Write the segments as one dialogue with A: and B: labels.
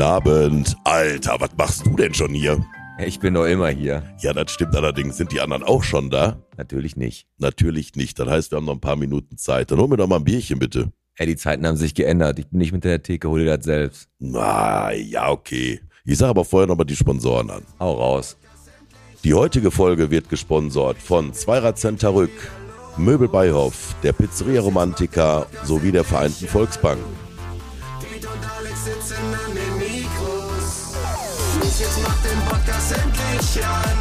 A: Abend. Alter, was machst du denn schon hier?
B: Ich bin doch immer hier.
A: Ja, das stimmt allerdings. Sind die anderen auch schon da?
B: Natürlich nicht.
A: Natürlich nicht. Das heißt, wir haben noch ein paar Minuten Zeit. Dann hol mir doch mal ein Bierchen, bitte.
B: Ey, die Zeiten haben sich geändert. Ich bin nicht mit der Theke, hol dir das selbst.
A: Na, ja, okay. Ich sag aber vorher nochmal die Sponsoren an.
B: Hau raus.
A: Die heutige Folge wird gesponsert von Zweirad Center Rück, Möbel Beihoff, der Pizzeria Romantica sowie der Vereinten Volksbank. jetzt mach den Podcast endlich an.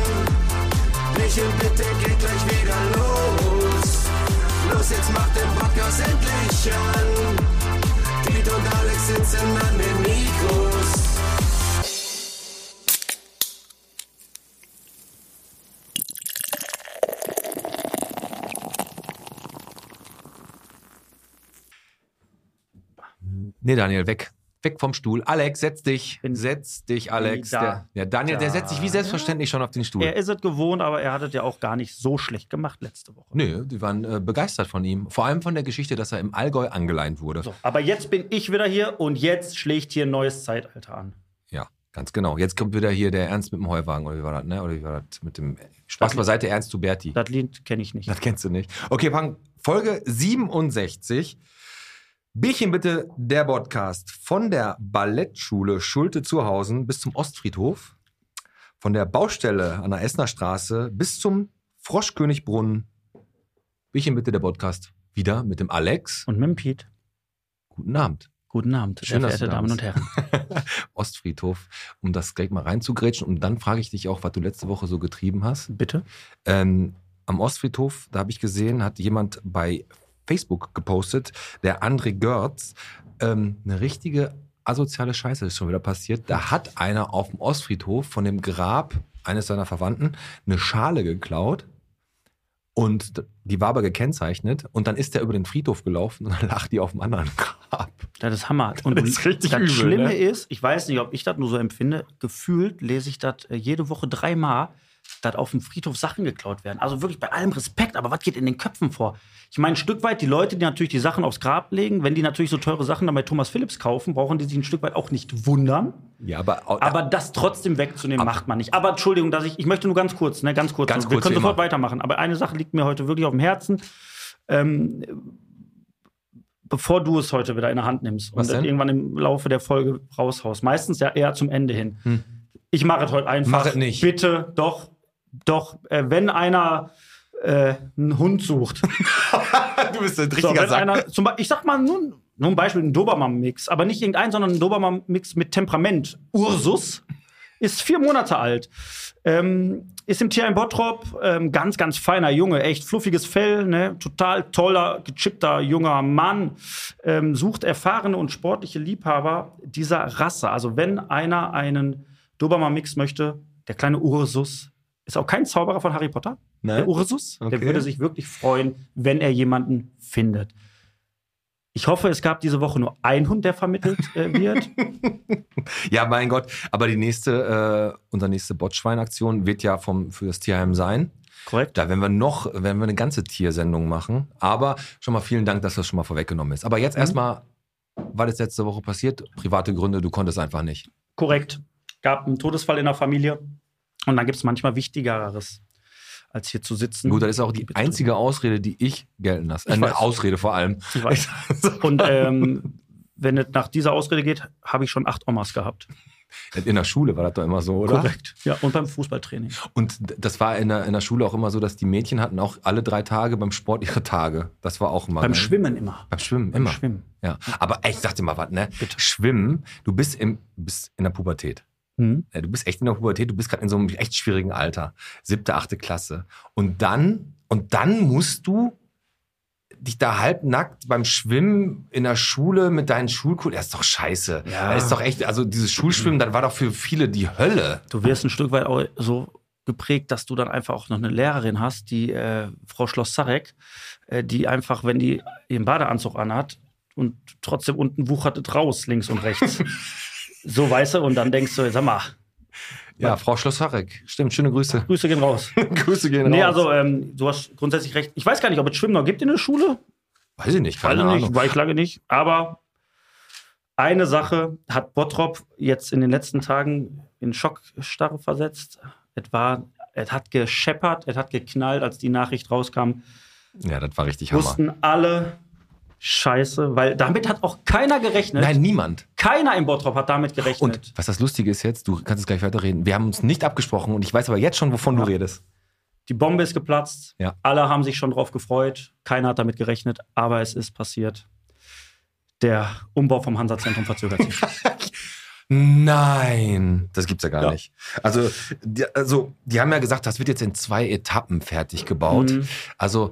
A: Michel, bitte geht gleich wieder los. Los, jetzt mach den Podcast endlich an. Piet und Alex sitzen an den Mikros.
C: Nee, Daniel, weg weg vom Stuhl. Alex, setz dich.
D: Bin-
C: setz dich, Alex.
D: da.
C: Der, ja, Daniel, der
D: Da.
C: setzt sich wie selbstverständlich schon auf den Stuhl.
D: Er ist es gewohnt, aber er hat es ja auch gar nicht so schlecht gemacht letzte Woche.
C: Nö, die waren äh, begeistert von ihm. Vor allem von der Geschichte, dass er im Allgäu angeleint wurde.
D: So, aber jetzt bin ich wieder hier und jetzt schlägt hier ein neues Zeitalter an.
C: Ja, ganz genau. Jetzt kommt wieder hier der Ernst mit dem Heuwagen, oder wie war das, ne? Oder wie war das mit dem Spaß
D: Das-
C: beiseite, Ernst Huberti.
D: Das Lied kenne ich nicht.
C: Das kennst du nicht. Okay, Frank, Folge 67. Bierchen bitte, der Podcast. Von der Ballettschule Schulte-Zuhausen bis zum Ostfriedhof. Von der Baustelle an der Essener Straße bis zum Froschkönigbrunnen. Bierchen bitte, der Podcast. Wieder mit dem Alex.
D: Und mit dem Piet.
C: Guten Abend.
D: Guten Abend,
C: Schön,
D: sehr
C: dass du
D: verehrte
C: da
D: Damen
C: bist.
D: und Herren.
C: Ostfriedhof, um das direkt mal reinzugrätschen. Und dann frage ich dich auch, was du letzte Woche so getrieben hast.
D: Bitte.
C: Ähm, am Ostfriedhof, da habe ich gesehen, hat jemand bei Facebook gepostet, der André Görz, ähm, eine richtige asoziale Scheiße ist schon wieder passiert. Da hat einer auf dem Ostfriedhof von dem Grab eines seiner Verwandten eine Schale geklaut und d- die war aber gekennzeichnet und dann ist er über den Friedhof gelaufen und dann lag die auf dem anderen Grab.
D: Das ist Hammer. Und
C: Das ist richtig
D: das
C: übel,
D: Schlimme
C: ne?
D: ist, ich weiß nicht, ob ich das nur so empfinde, gefühlt lese ich das äh, jede Woche dreimal, dass auf dem Friedhof Sachen geklaut werden. Also wirklich bei allem Respekt, aber was geht in den Köpfen vor? Ich meine, ein Stück weit die Leute, die natürlich die Sachen aufs Grab legen, wenn die natürlich so teure Sachen dann bei Thomas Phillips kaufen, brauchen die sich ein Stück weit auch nicht wundern.
C: Ja, aber,
D: Aber das trotzdem wegzunehmen,
C: Ab-
D: macht man nicht. Aber Entschuldigung, dass ich, ich möchte nur ganz kurz, ne, ganz kurz,
C: Ganz
D: wir
C: kurz,
D: können
C: wie
D: sofort
C: immer.
D: weitermachen. Aber eine Sache liegt mir heute wirklich auf dem Herzen. Ähm, bevor du es heute wieder in der Hand nimmst
C: Was
D: und das
C: denn?
D: irgendwann im Laufe der Folge raushaust, meistens ja eher zum Ende hin.
C: Hm.
D: Ich mache es heute einfach.
C: Mach es nicht.
D: Bitte, doch, doch, äh, wenn einer äh, einen Hund sucht.
C: du bist ein
D: So,
C: richtiger
D: wenn
C: Sack.
D: einer, zum Be ich sag mal nun, nur ein Beispiel, ein Dobermann-Mix, aber nicht irgendein, sondern ein Dobermann-Mix mit Temperament. Ursus ist vier Monate alt. Ähm, ist im Tier ein Bottrop, ähm, ganz, ganz feiner Junge, echt fluffiges Fell, ne? total toller, gechippter junger Mann. Ähm, sucht erfahrene und sportliche Liebhaber dieser Rasse. Also, wenn einer einen Dobermann-Mix möchte, der kleine Ursus ist auch kein Zauberer von Harry Potter,
C: ne?
D: der Ursus, der
C: Okay.
D: würde sich wirklich freuen, wenn er jemanden findet. Ich hoffe, es gab diese Woche nur einen Hund, der vermittelt äh, wird.
C: Ja, mein Gott. Aber die nächste, äh, unsere nächste Botschweinaktion wird ja vom, für das Tierheim sein.
D: Korrekt.
C: Da werden wir noch, werden wir eine ganze Tiersendung machen. Aber schon mal vielen Dank, dass das schon mal vorweggenommen ist. Aber
D: Mhm.
C: jetzt erstmal, was ist letzte Woche passiert? Private Gründe, du konntest einfach nicht.
D: Korrekt. Gab einen Todesfall in der Familie. Und dann gibt es manchmal Wichtigeres, als hier zu sitzen.
C: Gut, das ist auch die
D: Mhm. Bitte.
C: einzige Ausrede, die ich gelten lasse. Äh,
D: Ich
C: eine
D: weiß.
C: Ausrede vor allem.
D: Ich weiß. Und ähm, wenn es nach dieser Ausrede geht, habe ich schon acht Omas gehabt.
C: In der Schule war das doch immer so, oder? Oh
D: Korrekt. Ja, und beim Fußballtraining.
C: Und d- das war in der, in der Schule auch immer so, dass die Mädchen hatten auch alle drei Tage beim Sport ihre Tage. Das war auch immer.
D: Beim
C: geil.
D: Schwimmen immer.
C: Beim Schwimmen,
D: Beim
C: immer.
D: Schwimmen.
C: Ja, aber ey, ich sag dir mal was, ne?
D: Bitte.
C: Schwimmen, du bist, im, bist in der Pubertät.
D: Hm?
C: Ja, Äh, Du bist echt in der Pubertät, du bist gerade in so einem echt schwierigen Alter. Siebte, achte Klasse. Und dann, und dann musst du dich da halbnackt beim Schwimmen in der Schule mit deinen Schulkollegen. Das ist doch scheiße.
D: Ja.
C: Das ist doch echt, also dieses Schulschwimmen, das war doch für viele die Hölle.
D: Du wirst ein Stück weit auch so geprägt, dass du dann einfach auch noch eine Lehrerin hast, die äh, Frau Schloss-Sarek, äh, die einfach, wenn die ihren Badeanzug anhat und trotzdem unten wuchert es raus, links und rechts. so weißt du, und dann denkst du, sag mal,
C: Ja, Frau Schlossarek. Stimmt, schöne Grüße.
D: Grüße gehen raus. also,
C: Grüße gehen
D: nee, also ähm, du hast grundsätzlich recht. Ich weiß gar nicht, ob es Schwimmen noch gibt in der Schule.
C: Weiß ich nicht,
D: Weiß
C: keine
D: ich
C: Ahnung.
D: nicht, war ich lange nicht. Aber eine Sache hat Bottrop jetzt in den letzten Tagen in Schockstarre versetzt. Es war, es hat gescheppert, es hat geknallt, als die Nachricht rauskam.
C: Ja, das war richtig Hammer.
D: Wussten alle Scheiße, weil damit hat auch keiner gerechnet.
C: Nein, niemand.
D: Keiner in Bottrop hat damit gerechnet.
C: Und was das Lustige ist jetzt, du kannst es gleich weiterreden. Wir haben uns nicht abgesprochen und ich weiß aber jetzt schon, wovon du redest.
D: Die Bombe ist geplatzt.
C: Ja.
D: Alle haben sich schon drauf gefreut. Keiner hat damit gerechnet, aber es ist passiert. Der Umbau vom Hansa-Zentrum verzögert sich.
C: Nein, das gibt's ja gar
D: Ja.
C: nicht. Also die, also, die haben ja gesagt, das wird jetzt in zwei Etappen fertig gebaut.
D: Mhm.
C: Also,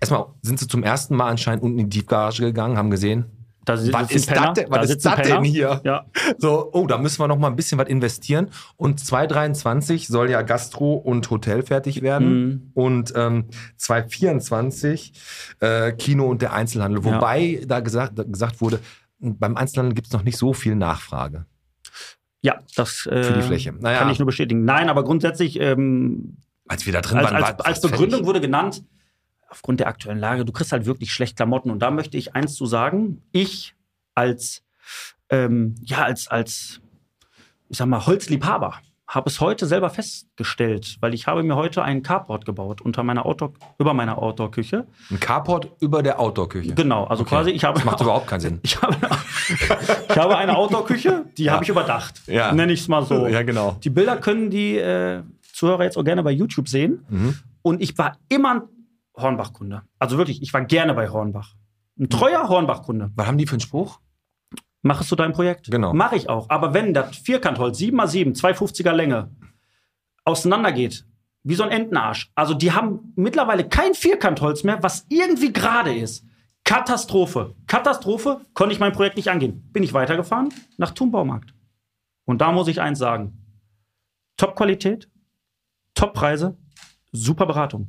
C: erstmal sind sie zum ersten Mal anscheinend unten in die Tiefgarage gegangen, haben gesehen,
D: Da sitzt
C: was
D: ein
C: ist
D: Penner,
C: das denn, was
D: da
C: ist
D: sitzt ein
C: das
D: Penner.
C: denn hier?
D: Ja,
C: So, oh, da müssen wir noch mal ein bisschen was investieren. Und 2023 soll ja Gastro und Hotel fertig werden.
D: Mhm.
C: Und ähm, 2024 äh, Kino und der Einzelhandel.
D: Ja.
C: Wobei da gesagt, da gesagt wurde, beim Einzelhandel gibt es noch nicht so viel Nachfrage
D: ja das äh,
C: für die Fläche. Naja,
D: kann ich nur bestätigen. Nein, aber grundsätzlich, ähm,
C: als wir da drin
D: als,
C: waren,
D: als,
C: war
D: als
C: das
D: Begründung
C: fertig.
D: wurde genannt, aufgrund der aktuellen Lage, du kriegst halt wirklich schlecht Klamotten. Und da möchte ich eins zu sagen. Ich als, ähm, ja, als, als, ich sag mal, Holzliebhaber habe es heute selber festgestellt, weil ich habe mir heute einen Carport gebaut unter meiner Outdoor, über meiner Outdoor-Küche.
C: ein Carport über der Outdoor-Küche.
D: Genau, also quasi, ich habe
C: Das macht überhaupt keinen Sinn.
D: Ich habe, ich habe eine Outdoor-Küche, die habe ich überdacht.
C: Ja.
D: Nenne ich es mal so.
C: genau.
D: Die Bilder können die äh, Zuhörer jetzt auch gerne bei YouTube sehen.
C: Mhm.
D: Und ich war immer ein Hornbach-Kunde. Also wirklich, ich war gerne bei Hornbach. Ein treuer Hornbach-Kunde.
C: Was haben die für einen Spruch?
D: Mach es zu deinem Projekt?
C: Genau.
D: Mache ich auch. Aber wenn das Vierkantholz 7x7, 250er Länge, auseinandergeht, wie so ein Entenarsch. Also die haben mittlerweile kein Vierkantholz mehr, was irgendwie gerade ist. Katastrophe. Katastrophe, konnte ich mein Projekt nicht angehen. Bin ich weitergefahren nach Thunbaumarkt. Und da muss ich eins sagen. Top-Qualität, Top-Preise, super Beratung.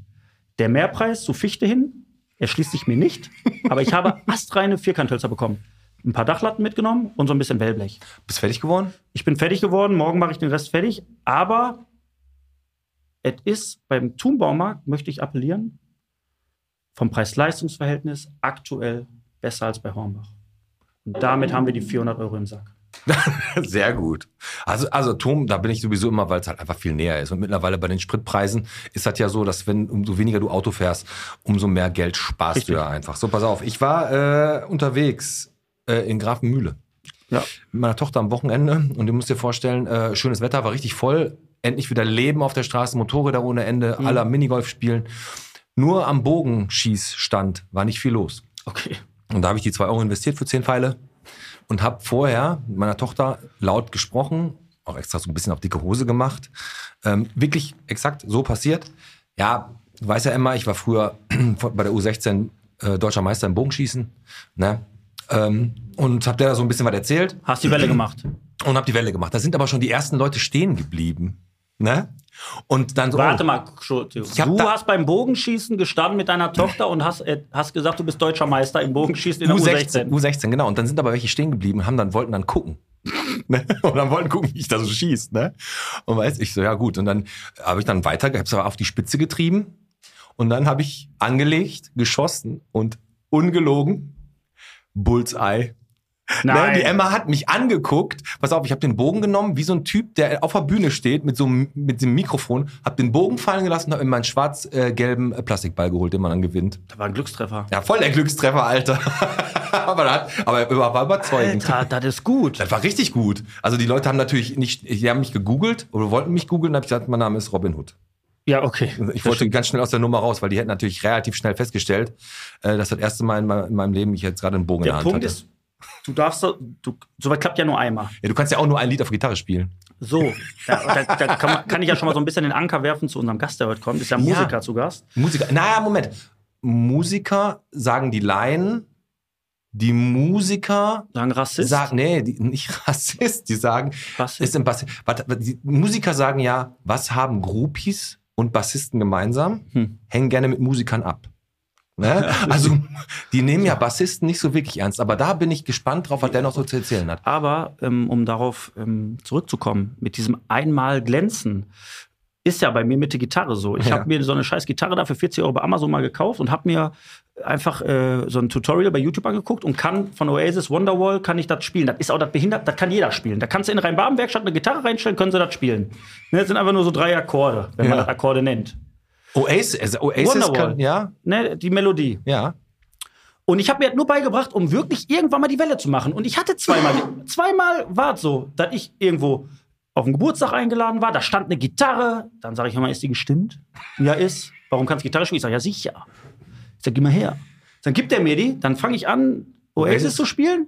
D: Der Mehrpreis zu Fichte hin erschließt sich mir nicht, aber ich habe astreine Vierkanthölzer bekommen. Ein paar Dachlatten mitgenommen und so ein bisschen Wellblech.
C: Bist fertig geworden?
D: Ich bin fertig geworden, morgen mache ich den Rest fertig, aber es ist beim Thunbaumarkt, möchte ich appellieren, vom Preis-Leistungs-Verhältnis aktuell besser als bei Hornbach. Und damit haben wir die 400 Euro im Sack.
C: Sehr gut. Also, also Tom, da bin ich sowieso immer, weil es halt einfach viel näher ist. Und mittlerweile bei den Spritpreisen ist das ja so, dass wenn umso weniger du Auto fährst, umso mehr Geld sparst
D: Richtig.
C: du ja einfach. So, pass auf. Ich war äh, unterwegs äh, in Grafenmühle
D: Ja.
C: mit meiner Tochter am Wochenende und ihr müsst dir vorstellen, äh, schönes Wetter, war richtig voll. Endlich wieder Leben auf der Straße, Motorräder ohne Ende, aller Minigolf spielen. Nur am Bogenschießstand war nicht viel los.
D: Okay.
C: Und da habe ich die zwei Euro investiert für zehn Pfeile und habe vorher mit meiner Tochter laut gesprochen, auch extra so ein bisschen auf dicke Hose gemacht. Ähm, wirklich exakt so passiert. Ja, du weißt ja immer, ich war früher bei der U16 äh, deutscher Meister im Bogenschießen. Ne? Ähm, und habe der da so ein bisschen was erzählt
D: Hast die Welle gemacht.
C: und habe die Welle gemacht. Da sind aber schon die ersten Leute stehen geblieben. Ne? Und dann so,
D: Warte
C: oh,
D: mal, Entschuldigung.
C: hab
D: du
C: da-
D: hast beim Bogenschießen gestanden mit deiner Tochter und hast, äh, hast gesagt, du bist deutscher Meister im Bogenschießen in der
C: U16,
D: U16.
C: U16, genau. Und dann sind aber welche stehen geblieben und haben dann, wollten dann gucken. Ne? und dann wollten gucken, wie ich da so schieß, ne? Und weiß ich so, ja gut. Und dann habe ich dann weiter, hab's aber auf die Spitze getrieben. Und dann habe ich angelegt, geschossen und ungelogen, Bullseye. Ne, die Emma hat mich angeguckt. Pass auf, ich habe den Bogen genommen, wie so ein Typ, der auf der Bühne steht mit so einem, mit dem Mikrofon, habe den Bogen fallen gelassen und habe mir meinen schwarz-gelben äh, Plastikball geholt, den man dann gewinnt.
D: Da war ein Glückstreffer.
C: Ja, voll der Glückstreffer, Alter. aber, da hat, aber er war überzeugend.
D: Alter, das ist gut.
C: Das war richtig gut. Also die Leute haben natürlich nicht, die haben mich gegoogelt oder wollten mich googeln, habe ich gesagt, mein Name ist Robin Hood.
D: Ja, okay.
C: Ich wollte ganz schnell aus der Nummer raus, weil die hätten natürlich relativ schnell festgestellt, äh, dass das erste Mal in, me- in meinem Leben ich jetzt gerade einen Bogen
D: Der
C: in der
D: Punkt
C: Hand hatte.
D: ist, du darfst, so- du, sowas klappt ja nur einmal.
C: ja, du kannst ja auch nur ein Lied auf Gitarre spielen.
D: So, da, da, da kann, man, kann ich ja schon mal so ein bisschen den Anker werfen zu unserem Gast, der heute kommt. Ist ja ein
C: Ja.
D: Musiker zu Gast.
C: Musiker, naja, Moment. Musiker sagen die Laien, die Musiker
D: Sagen Rassist.
C: sagen, nee, die, nicht Rassist, die sagen,
D: Rassist.
C: Ist im Bassi Warte, die Musiker sagen ja, was haben Groupies und Bassisten gemeinsam?
D: Hm.
C: Hängen gerne mit Musikern ab. Ne? Also, die nehmen ja Bassisten nicht so wirklich ernst. Aber da bin ich gespannt drauf, was der noch so zu erzählen hat.
D: Aber ähm, um darauf ähm, zurückzukommen, mit diesem einmal glänzen, ist ja bei mir mit der Gitarre so. Ich
C: Ja.
D: habe mir so eine scheiß Gitarre da für 40 Euro bei Amazon mal gekauft und habe mir einfach äh, so ein Tutorial bei YouTube angeguckt und kann von Oasis Wonderwall kann ich das spielen. Das ist auch das behindert, das kann jeder spielen. Da kannst du in Rheinbabenwerkstatt eine Gitarre reinstellen, können sie das spielen. Ne, das sind einfach nur so drei Akkorde, wenn man
C: Ja.
D: das Akkorde nennt.
C: Oasis, also Oasis
D: Wonderwall.
C: kann, ja,
D: Ne, die Melodie.
C: ja.
D: Und ich habe mir das nur beigebracht, um wirklich irgendwann mal die Welle zu machen. Und ich hatte zweimal, zweimal war es so, dass ich irgendwo auf den Geburtstag eingeladen war, da stand eine Gitarre. Dann sage ich immer, ist die gestimmt? Ja, ist. Warum kannst du Gitarre spielen? Ich sage, ja, sicher. Ich sage, gib mal her. Dann gibt er mir die, dann fange ich an, Oasis
C: Oasis.
D: zu spielen.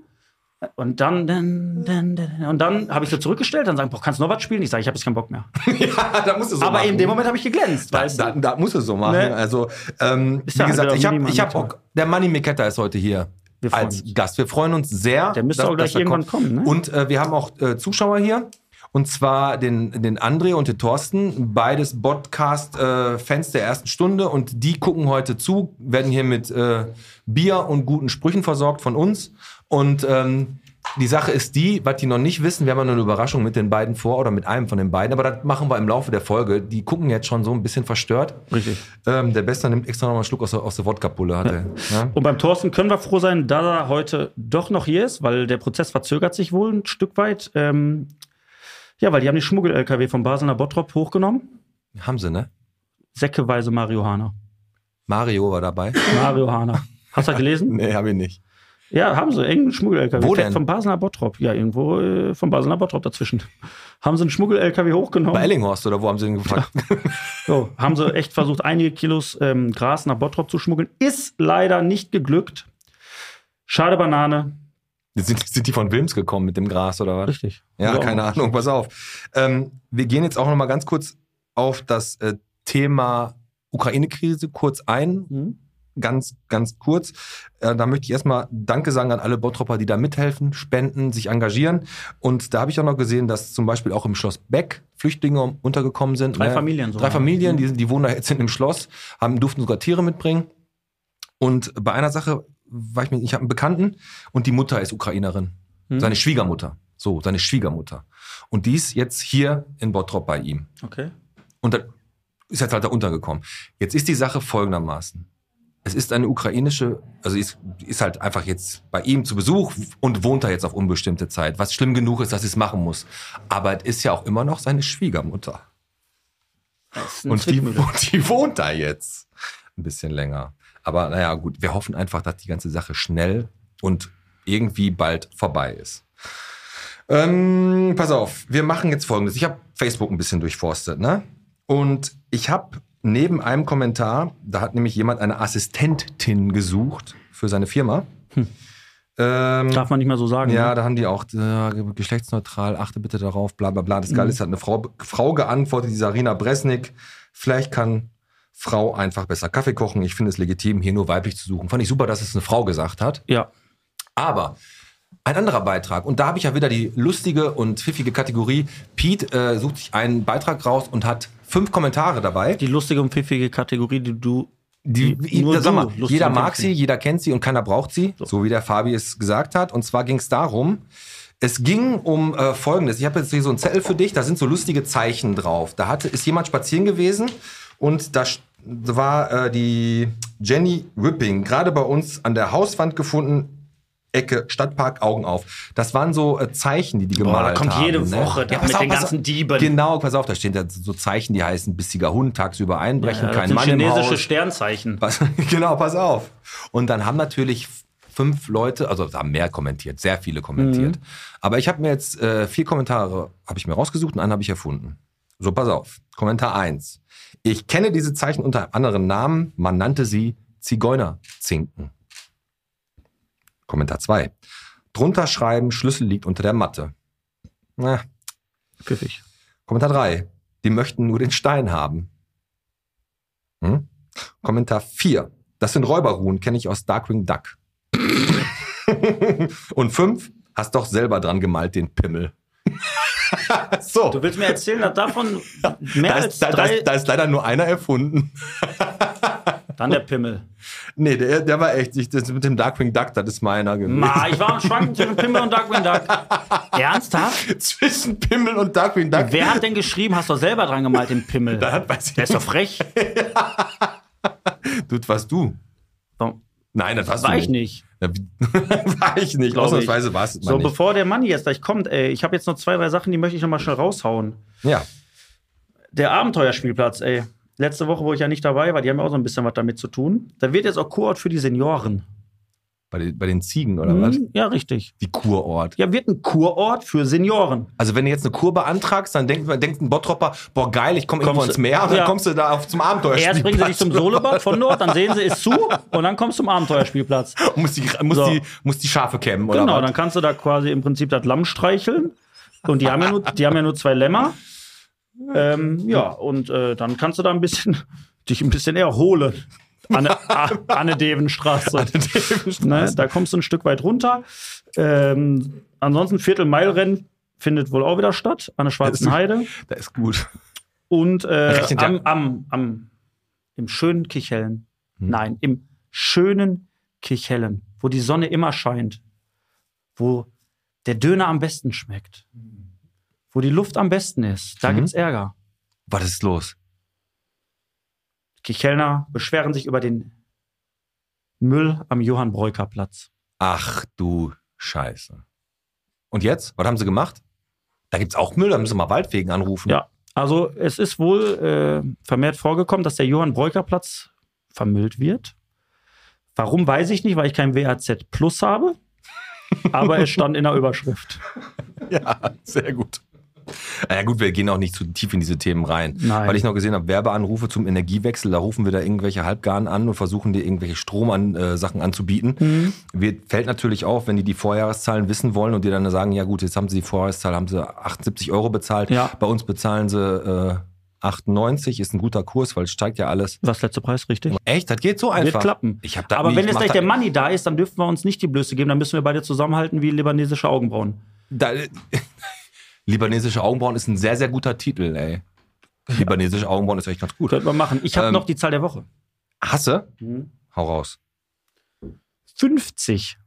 D: Und dann, dann, dann, dann und dann habe ich so zurückgestellt, dann sagen, boah, kannst du noch was spielen? Ich sage, ich habe jetzt keinen Bock mehr.
C: ja, da musst du so
D: Aber
C: machen.
D: in dem Moment habe ich geglänzt,
C: Da,
D: weißt du?
C: da, da musst du so machen.
D: Ne?
C: Also, ähm,
D: Ist
C: wie
D: ja
C: gesagt,
D: wieder
C: ich habe
D: minimal
C: ich hab
D: mit,
C: Bock. Der Manny Miketta ist heute hier
D: Wir freuen
C: als
D: uns.
C: Gast. Wir freuen uns sehr.
D: Der müsste
C: dass-
D: auch gleich
C: dass er
D: irgendwann kommen, ne?
C: Und äh, wir haben auch äh, Zuschauer hier. Und zwar den, den André und den Thorsten, beides Podcast-Fans der ersten Stunde. Und die gucken heute zu, werden hier mit äh, Bier und guten Sprüchen versorgt von uns. Und ähm, die Sache ist die, was die noch nicht wissen, wir haben ja nur eine Überraschung mit den beiden vor oder mit einem von den beiden. Aber das machen wir im Laufe der Folge. Die gucken jetzt schon so ein bisschen verstört.
D: Richtig.
C: Ähm, der Bester nimmt extra nochmal einen Schluck aus der, aus der Wodka-Pulle, hat er. Ja?
D: Und beim Thorsten können wir froh sein, dass er heute doch noch hier ist, weil der Prozess verzögert sich wohl ein Stück weit. Ähm, ja, weil die haben den Schmuggel-LKW von Basel nach Bottrop hochgenommen.
C: Haben sie, ne?
D: Säckeweise Marihuana.
C: Mario war dabei.
D: Marihuana. Hast du das gelesen?
C: nee, habe ich nicht.
D: Ja, haben sie. Irgendeinen Schmuggel-LKW.
C: Wo
D: Fährt
C: denn?
D: Von Basel nach Bottrop. Ja, irgendwo äh, von Basel nach Bottrop dazwischen. Haben sie einen Schmuggel-LKW
C: Bei
D: hochgenommen.
C: Ellinghorst oder wo haben sie den gefragt?
D: So, haben sie echt versucht, einige Kilos ähm, Gras nach Bottrop zu schmuggeln. Ist leider nicht geglückt. Schade Banane.
C: sind, sind die von Wilms gekommen mit dem Gras oder was?
D: Richtig.
C: Ja,
D: So.
C: keine Ahnung, pass auf. Ähm, wir gehen jetzt auch nochmal ganz kurz auf das äh, Thema Ukraine-Krise kurz ein.
D: Mhm.
C: ganz, ganz kurz. Äh, da möchte ich erstmal Danke sagen an alle Bottropper, die da mithelfen, spenden, sich engagieren. Und da habe ich auch noch gesehen, dass zum Beispiel auch im Schloss Beck Flüchtlinge untergekommen sind.
D: Drei
C: Ne?
D: Familien sogar.
C: Drei Familien, die, sind- die wohnen da jetzt in dem Schloss, haben, durften sogar Tiere mitbringen. Und bei einer Sache war ich mir, ich habe einen Bekannten und die Mutter ist Ukrainerin.
D: Hm.
C: Seine Schwiegermutter. So, seine Schwiegermutter. Und die ist jetzt hier in Bottrop bei ihm.
D: Okay.
C: Und dann ist jetzt halt da untergekommen. Jetzt ist die Sache folgendermaßen. Es ist eine ukrainische, also ist, ist halt einfach jetzt bei ihm zu Besuch und wohnt da jetzt auf unbestimmte Zeit. Was schlimm genug ist, dass sie es machen muss. Aber es ist ja auch immer noch seine Schwiegermutter.
D: Das ist ein
C: Und die,
D: Zwickmühle.
C: und die wohnt da jetzt ein bisschen länger. Aber naja, gut, wir hoffen einfach, dass die ganze Sache schnell und irgendwie bald vorbei ist. Ähm, pass auf, wir machen jetzt folgendes. Ich habe Facebook ein bisschen durchforstet, ne? Und ich habe neben einem Kommentar, da hat nämlich jemand eine Assistentin gesucht für seine Firma. Ähm,
D: Darf man nicht mehr so sagen.
C: ja,
D: ne?
C: da haben die auch äh, geschlechtsneutral, achte bitte darauf, bla bla bla. Das Geile ist, hat eine Frau, Frau geantwortet, die Sarina Bresnik. Vielleicht kann Frau einfach besser Kaffee kochen. Ich finde es legitim, hier nur weiblich zu suchen. Fand ich super, dass es eine Frau gesagt hat.
D: Ja.
C: Aber ein anderer Beitrag, und da habe ich ja wieder die lustige und pfiffige Kategorie. Pete äh, sucht sich einen Beitrag raus und hat fünf Kommentare dabei.
D: Die lustige und pfiffige Kategorie, die du.
C: Die,
D: Die- nur
C: sag
D: du,
C: mal,
D: lustig
C: jeder
D: und
C: mag sie,
D: kämpfen.
C: jeder kennt sie und keiner braucht sie, so, wie der Fabi es gesagt hat. Und zwar ging es darum, es ging um äh, Folgendes. Ich habe jetzt hier so einen Zettel für dich, da sind so lustige Zeichen drauf. Da hatte, ist jemand spazieren gewesen und da st- war äh, die Jenny Ripping gerade bei uns an der Hauswand gefunden. Ecke, Stadtpark, Augen auf. Das waren so äh, Zeichen, die die gemalt haben.
D: da kommt jede
C: ne?
D: Woche da
C: pass
D: mit den
C: pass
D: ganzen Dieben.
C: Genau, pass auf, da stehen da so Zeichen, die heißen bissiger Hund, tagsüber einbrechen,
D: das
C: kein
D: sind
C: Mann im
D: chinesische
C: Haus.
D: Sternzeichen.
C: Pass, genau, pass auf. Und dann haben natürlich fünf Leute, also es haben mehr kommentiert, sehr viele kommentiert. Aber ich habe mir jetzt äh, vier Kommentare habe ich mir rausgesucht und einen habe ich erfunden. So, pass auf. Kommentar eins: Ich kenne diese Zeichen unter anderen Namen. Man nannte sie Zigeunerzinken. Kommentar zwei: Drunter schreiben, Schlüssel liegt unter der Matte. Na,
D: Pfiffig.
C: Kommentar 3. Die möchten nur den Stein haben. Hm? Kommentar 4. Das sind Räuberruhen, kenne ich aus Darkwing Duck. Und 5. Hast doch selber dran gemalt den Pimmel. so.
D: Du willst mir erzählen, dass davon mehr
C: Da
D: als
C: ist, da, da,
D: drei.
C: ist, da ist leider nur einer erfunden.
D: Dann der Pimmel.
C: Nee, der, der war echt. Ich, das mit dem Darkwing Duck, das ist meiner gewesen.
D: Ma, ich war am Schwanken zwischen Pimmel und Darkwing Duck. Ernsthaft?
C: Zwischen Pimmel und Darkwing Duck.
D: Wer hat denn geschrieben, hast du selber dran gemalt, den Pimmel?
C: hat, weiß
D: Der
C: ich,
D: ist doch frech.
C: du, was du?
D: Warum?
C: Nein, das warst
D: War
C: du
D: ich nicht.
C: Ja, wie- war ich nicht.
D: Glaub ich.
C: Ausnahmsweise war es mal
D: So,
C: nicht.
D: bevor der Mann jetzt gleich kommt, ey, ich habe jetzt noch zwei, drei Sachen, die möchte ich noch mal schnell raushauen.
C: Ja.
D: Der Abenteuerspielplatz, ey. Letzte Woche, wo ich ja nicht dabei war, die haben ja auch so ein bisschen was damit zu tun. Da wird jetzt auch Kurort für die Senioren.
C: Bei den, bei den Ziegen oder
D: Hm,
C: was?
D: Ja, richtig.
C: Die Kurort.
D: Ja, wird ein Kurort für Senioren.
C: Also wenn du jetzt eine Kur beantragst, dann denkt, denkt ein Bottropper, boah geil, ich komme irgendwo
D: Kommst
C: ins
D: du-
C: Meer und dann
D: ja.
C: kommst du da auf, zum Abenteuer.
D: Erst bringen sie dich zum Solobad von dort, dann sehen sie, ist zu und dann kommst du zum Abenteuerspielplatz.
C: Muss die, muss,
D: So.
C: die, muss die Schafe kämmen oder
D: Genau,
C: was?
D: dann kannst du da quasi im Prinzip das Lamm streicheln. Und die haben ja nur, die haben ja nur zwei Lämmer. Ähm, ja, und äh, dann kannst du da ein bisschen, dich ein bisschen erholen. An der A- an der Devenstraße. Ne, da kommst du ein Stück weit runter. Ähm, ansonsten Viertelmeilrennen findet wohl auch wieder statt an der Schwarzen
C: Das-
D: Heide.
C: Da ist gut.
D: Und äh,
C: Rechnet ja-
D: am, am, am, im schönen Kichellen.
C: Hm.
D: Nein, im schönen Kichellen, wo die Sonne immer scheint, wo der Döner am besten schmeckt, wo die Luft am besten ist. Da
C: Mhm.
D: gibt's Ärger.
C: Was ist los?
D: Kichellner beschweren sich über den Müll am Johann Breuker Platz.
C: Ach du Scheiße. Und jetzt? Was haben sie gemacht? Da gibt's auch Müll, da müssen wir mal Waldwegen anrufen.
D: Ja. Also es ist wohl äh, vermehrt vorgekommen, dass der Johann Breuker Platz vermüllt wird. Warum weiß ich nicht, weil ich kein WAZ Plus habe. Aber es stand in der Überschrift.
C: Ja, sehr gut. Na ja, gut, wir gehen auch nicht zu tief in diese Themen rein.
D: Nein.
C: Weil ich noch gesehen habe, Werbeanrufe zum Energiewechsel, da rufen wir da irgendwelche Halbgaren an und versuchen dir irgendwelche Strom an, äh, Sachen anzubieten.
D: Mhm.
C: Wird, fällt natürlich auf, wenn die die Vorjahreszahlen wissen wollen und dir dann sagen, ja gut, jetzt haben sie die Vorjahreszahl, haben sie 78 Euro bezahlt.
D: Ja.
C: Bei uns bezahlen sie äh, 98, ist ein guter Kurs, weil es steigt ja alles.
D: Was letzter Preis richtig?
C: Echt, das geht so einfach.
D: Wird klappen.
C: Ich hab da
D: Aber
C: nie-
D: wenn
C: ich
D: jetzt
C: mach da-
D: gleich der Money da ist, dann dürfen wir uns nicht die Blöße geben. Dann müssen wir beide zusammenhalten wie libanesische Augenbrauen.
C: Da, Libanesische Augenbrauen ist ein sehr, sehr guter Titel, ey. Libanesische Augenbrauen ist echt ganz gut.
D: Könnten wir machen. Ich habe
C: Ähm.
D: noch die Zahl der Woche. Mhm.
C: Hasse? Hau raus.
D: 50.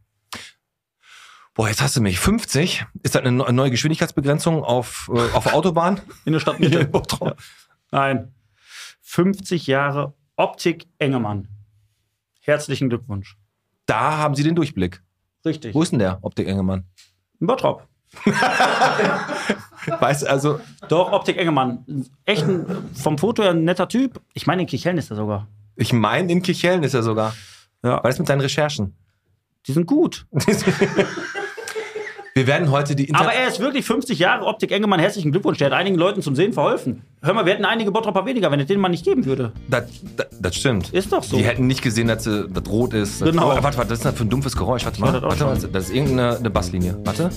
C: Boah, jetzt hast du mich. 50? Ist das eine neu- neue Geschwindigkeitsbegrenzung auf, äh, auf der Autobahn? Hier
D: In der
C: in
D: Stadtmitte.
C: Bottrop?
D: Nein. 50 Jahre Optik Engemann. Herzlichen Glückwunsch.
C: da haben sie den Durchblick.
D: Richtig.
C: Wo ist denn der Optik Engelmann?
D: In Bottrop.
C: Weißt also,
D: Doch, Optik Engemann. Echt ein, vom Foto her ein netter Typ. Ich meine, in Kichellen ist er sogar.
C: ich meine, in Kichellen ist er sogar.
D: Ja.
C: Was ist mit deinen Recherchen?
D: Die sind gut.
C: Wir werden heute die Inter
D: Aber er ist wirklich 50 Jahre Optik Engemann. Herzlichen Glückwunsch. Der hat einigen Leuten zum Sehen verholfen. Hör mal, wir hätten einige Bottropper weniger, wenn es den Mann nicht geben würde.
C: das, das, das stimmt.
D: Ist doch so.
C: Die hätten nicht gesehen, dass äh, das rot ist.
D: Genau.
C: Oh, warte, warte, das ist das für ein dumpfes Geräusch. Warte
D: Ich
C: mal.
D: hör das
C: Warte
D: auch
C: mal, das ist irgendeine eine Basslinie. Warte.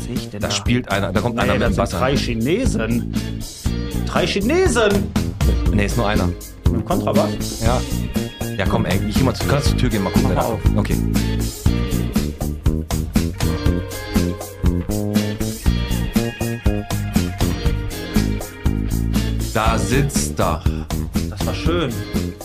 D: sehe ich denn
C: Da spielt einer, da kommt
D: Ey,
C: einer mit
D: das
C: dem
D: sind
C: Bass.
D: drei
C: an.
D: Chinesen. Drei Chinesen.
C: Nee, ist nur einer.
D: Mit dem Kontrabass.
C: Ja. Ja, komm, ey, ich geh mal zu, kannst zur Tür gehen, mal gucken, wer
D: Mach
C: da
D: mal
C: kommt. Okay. Da sitzt er.
D: Das war schön.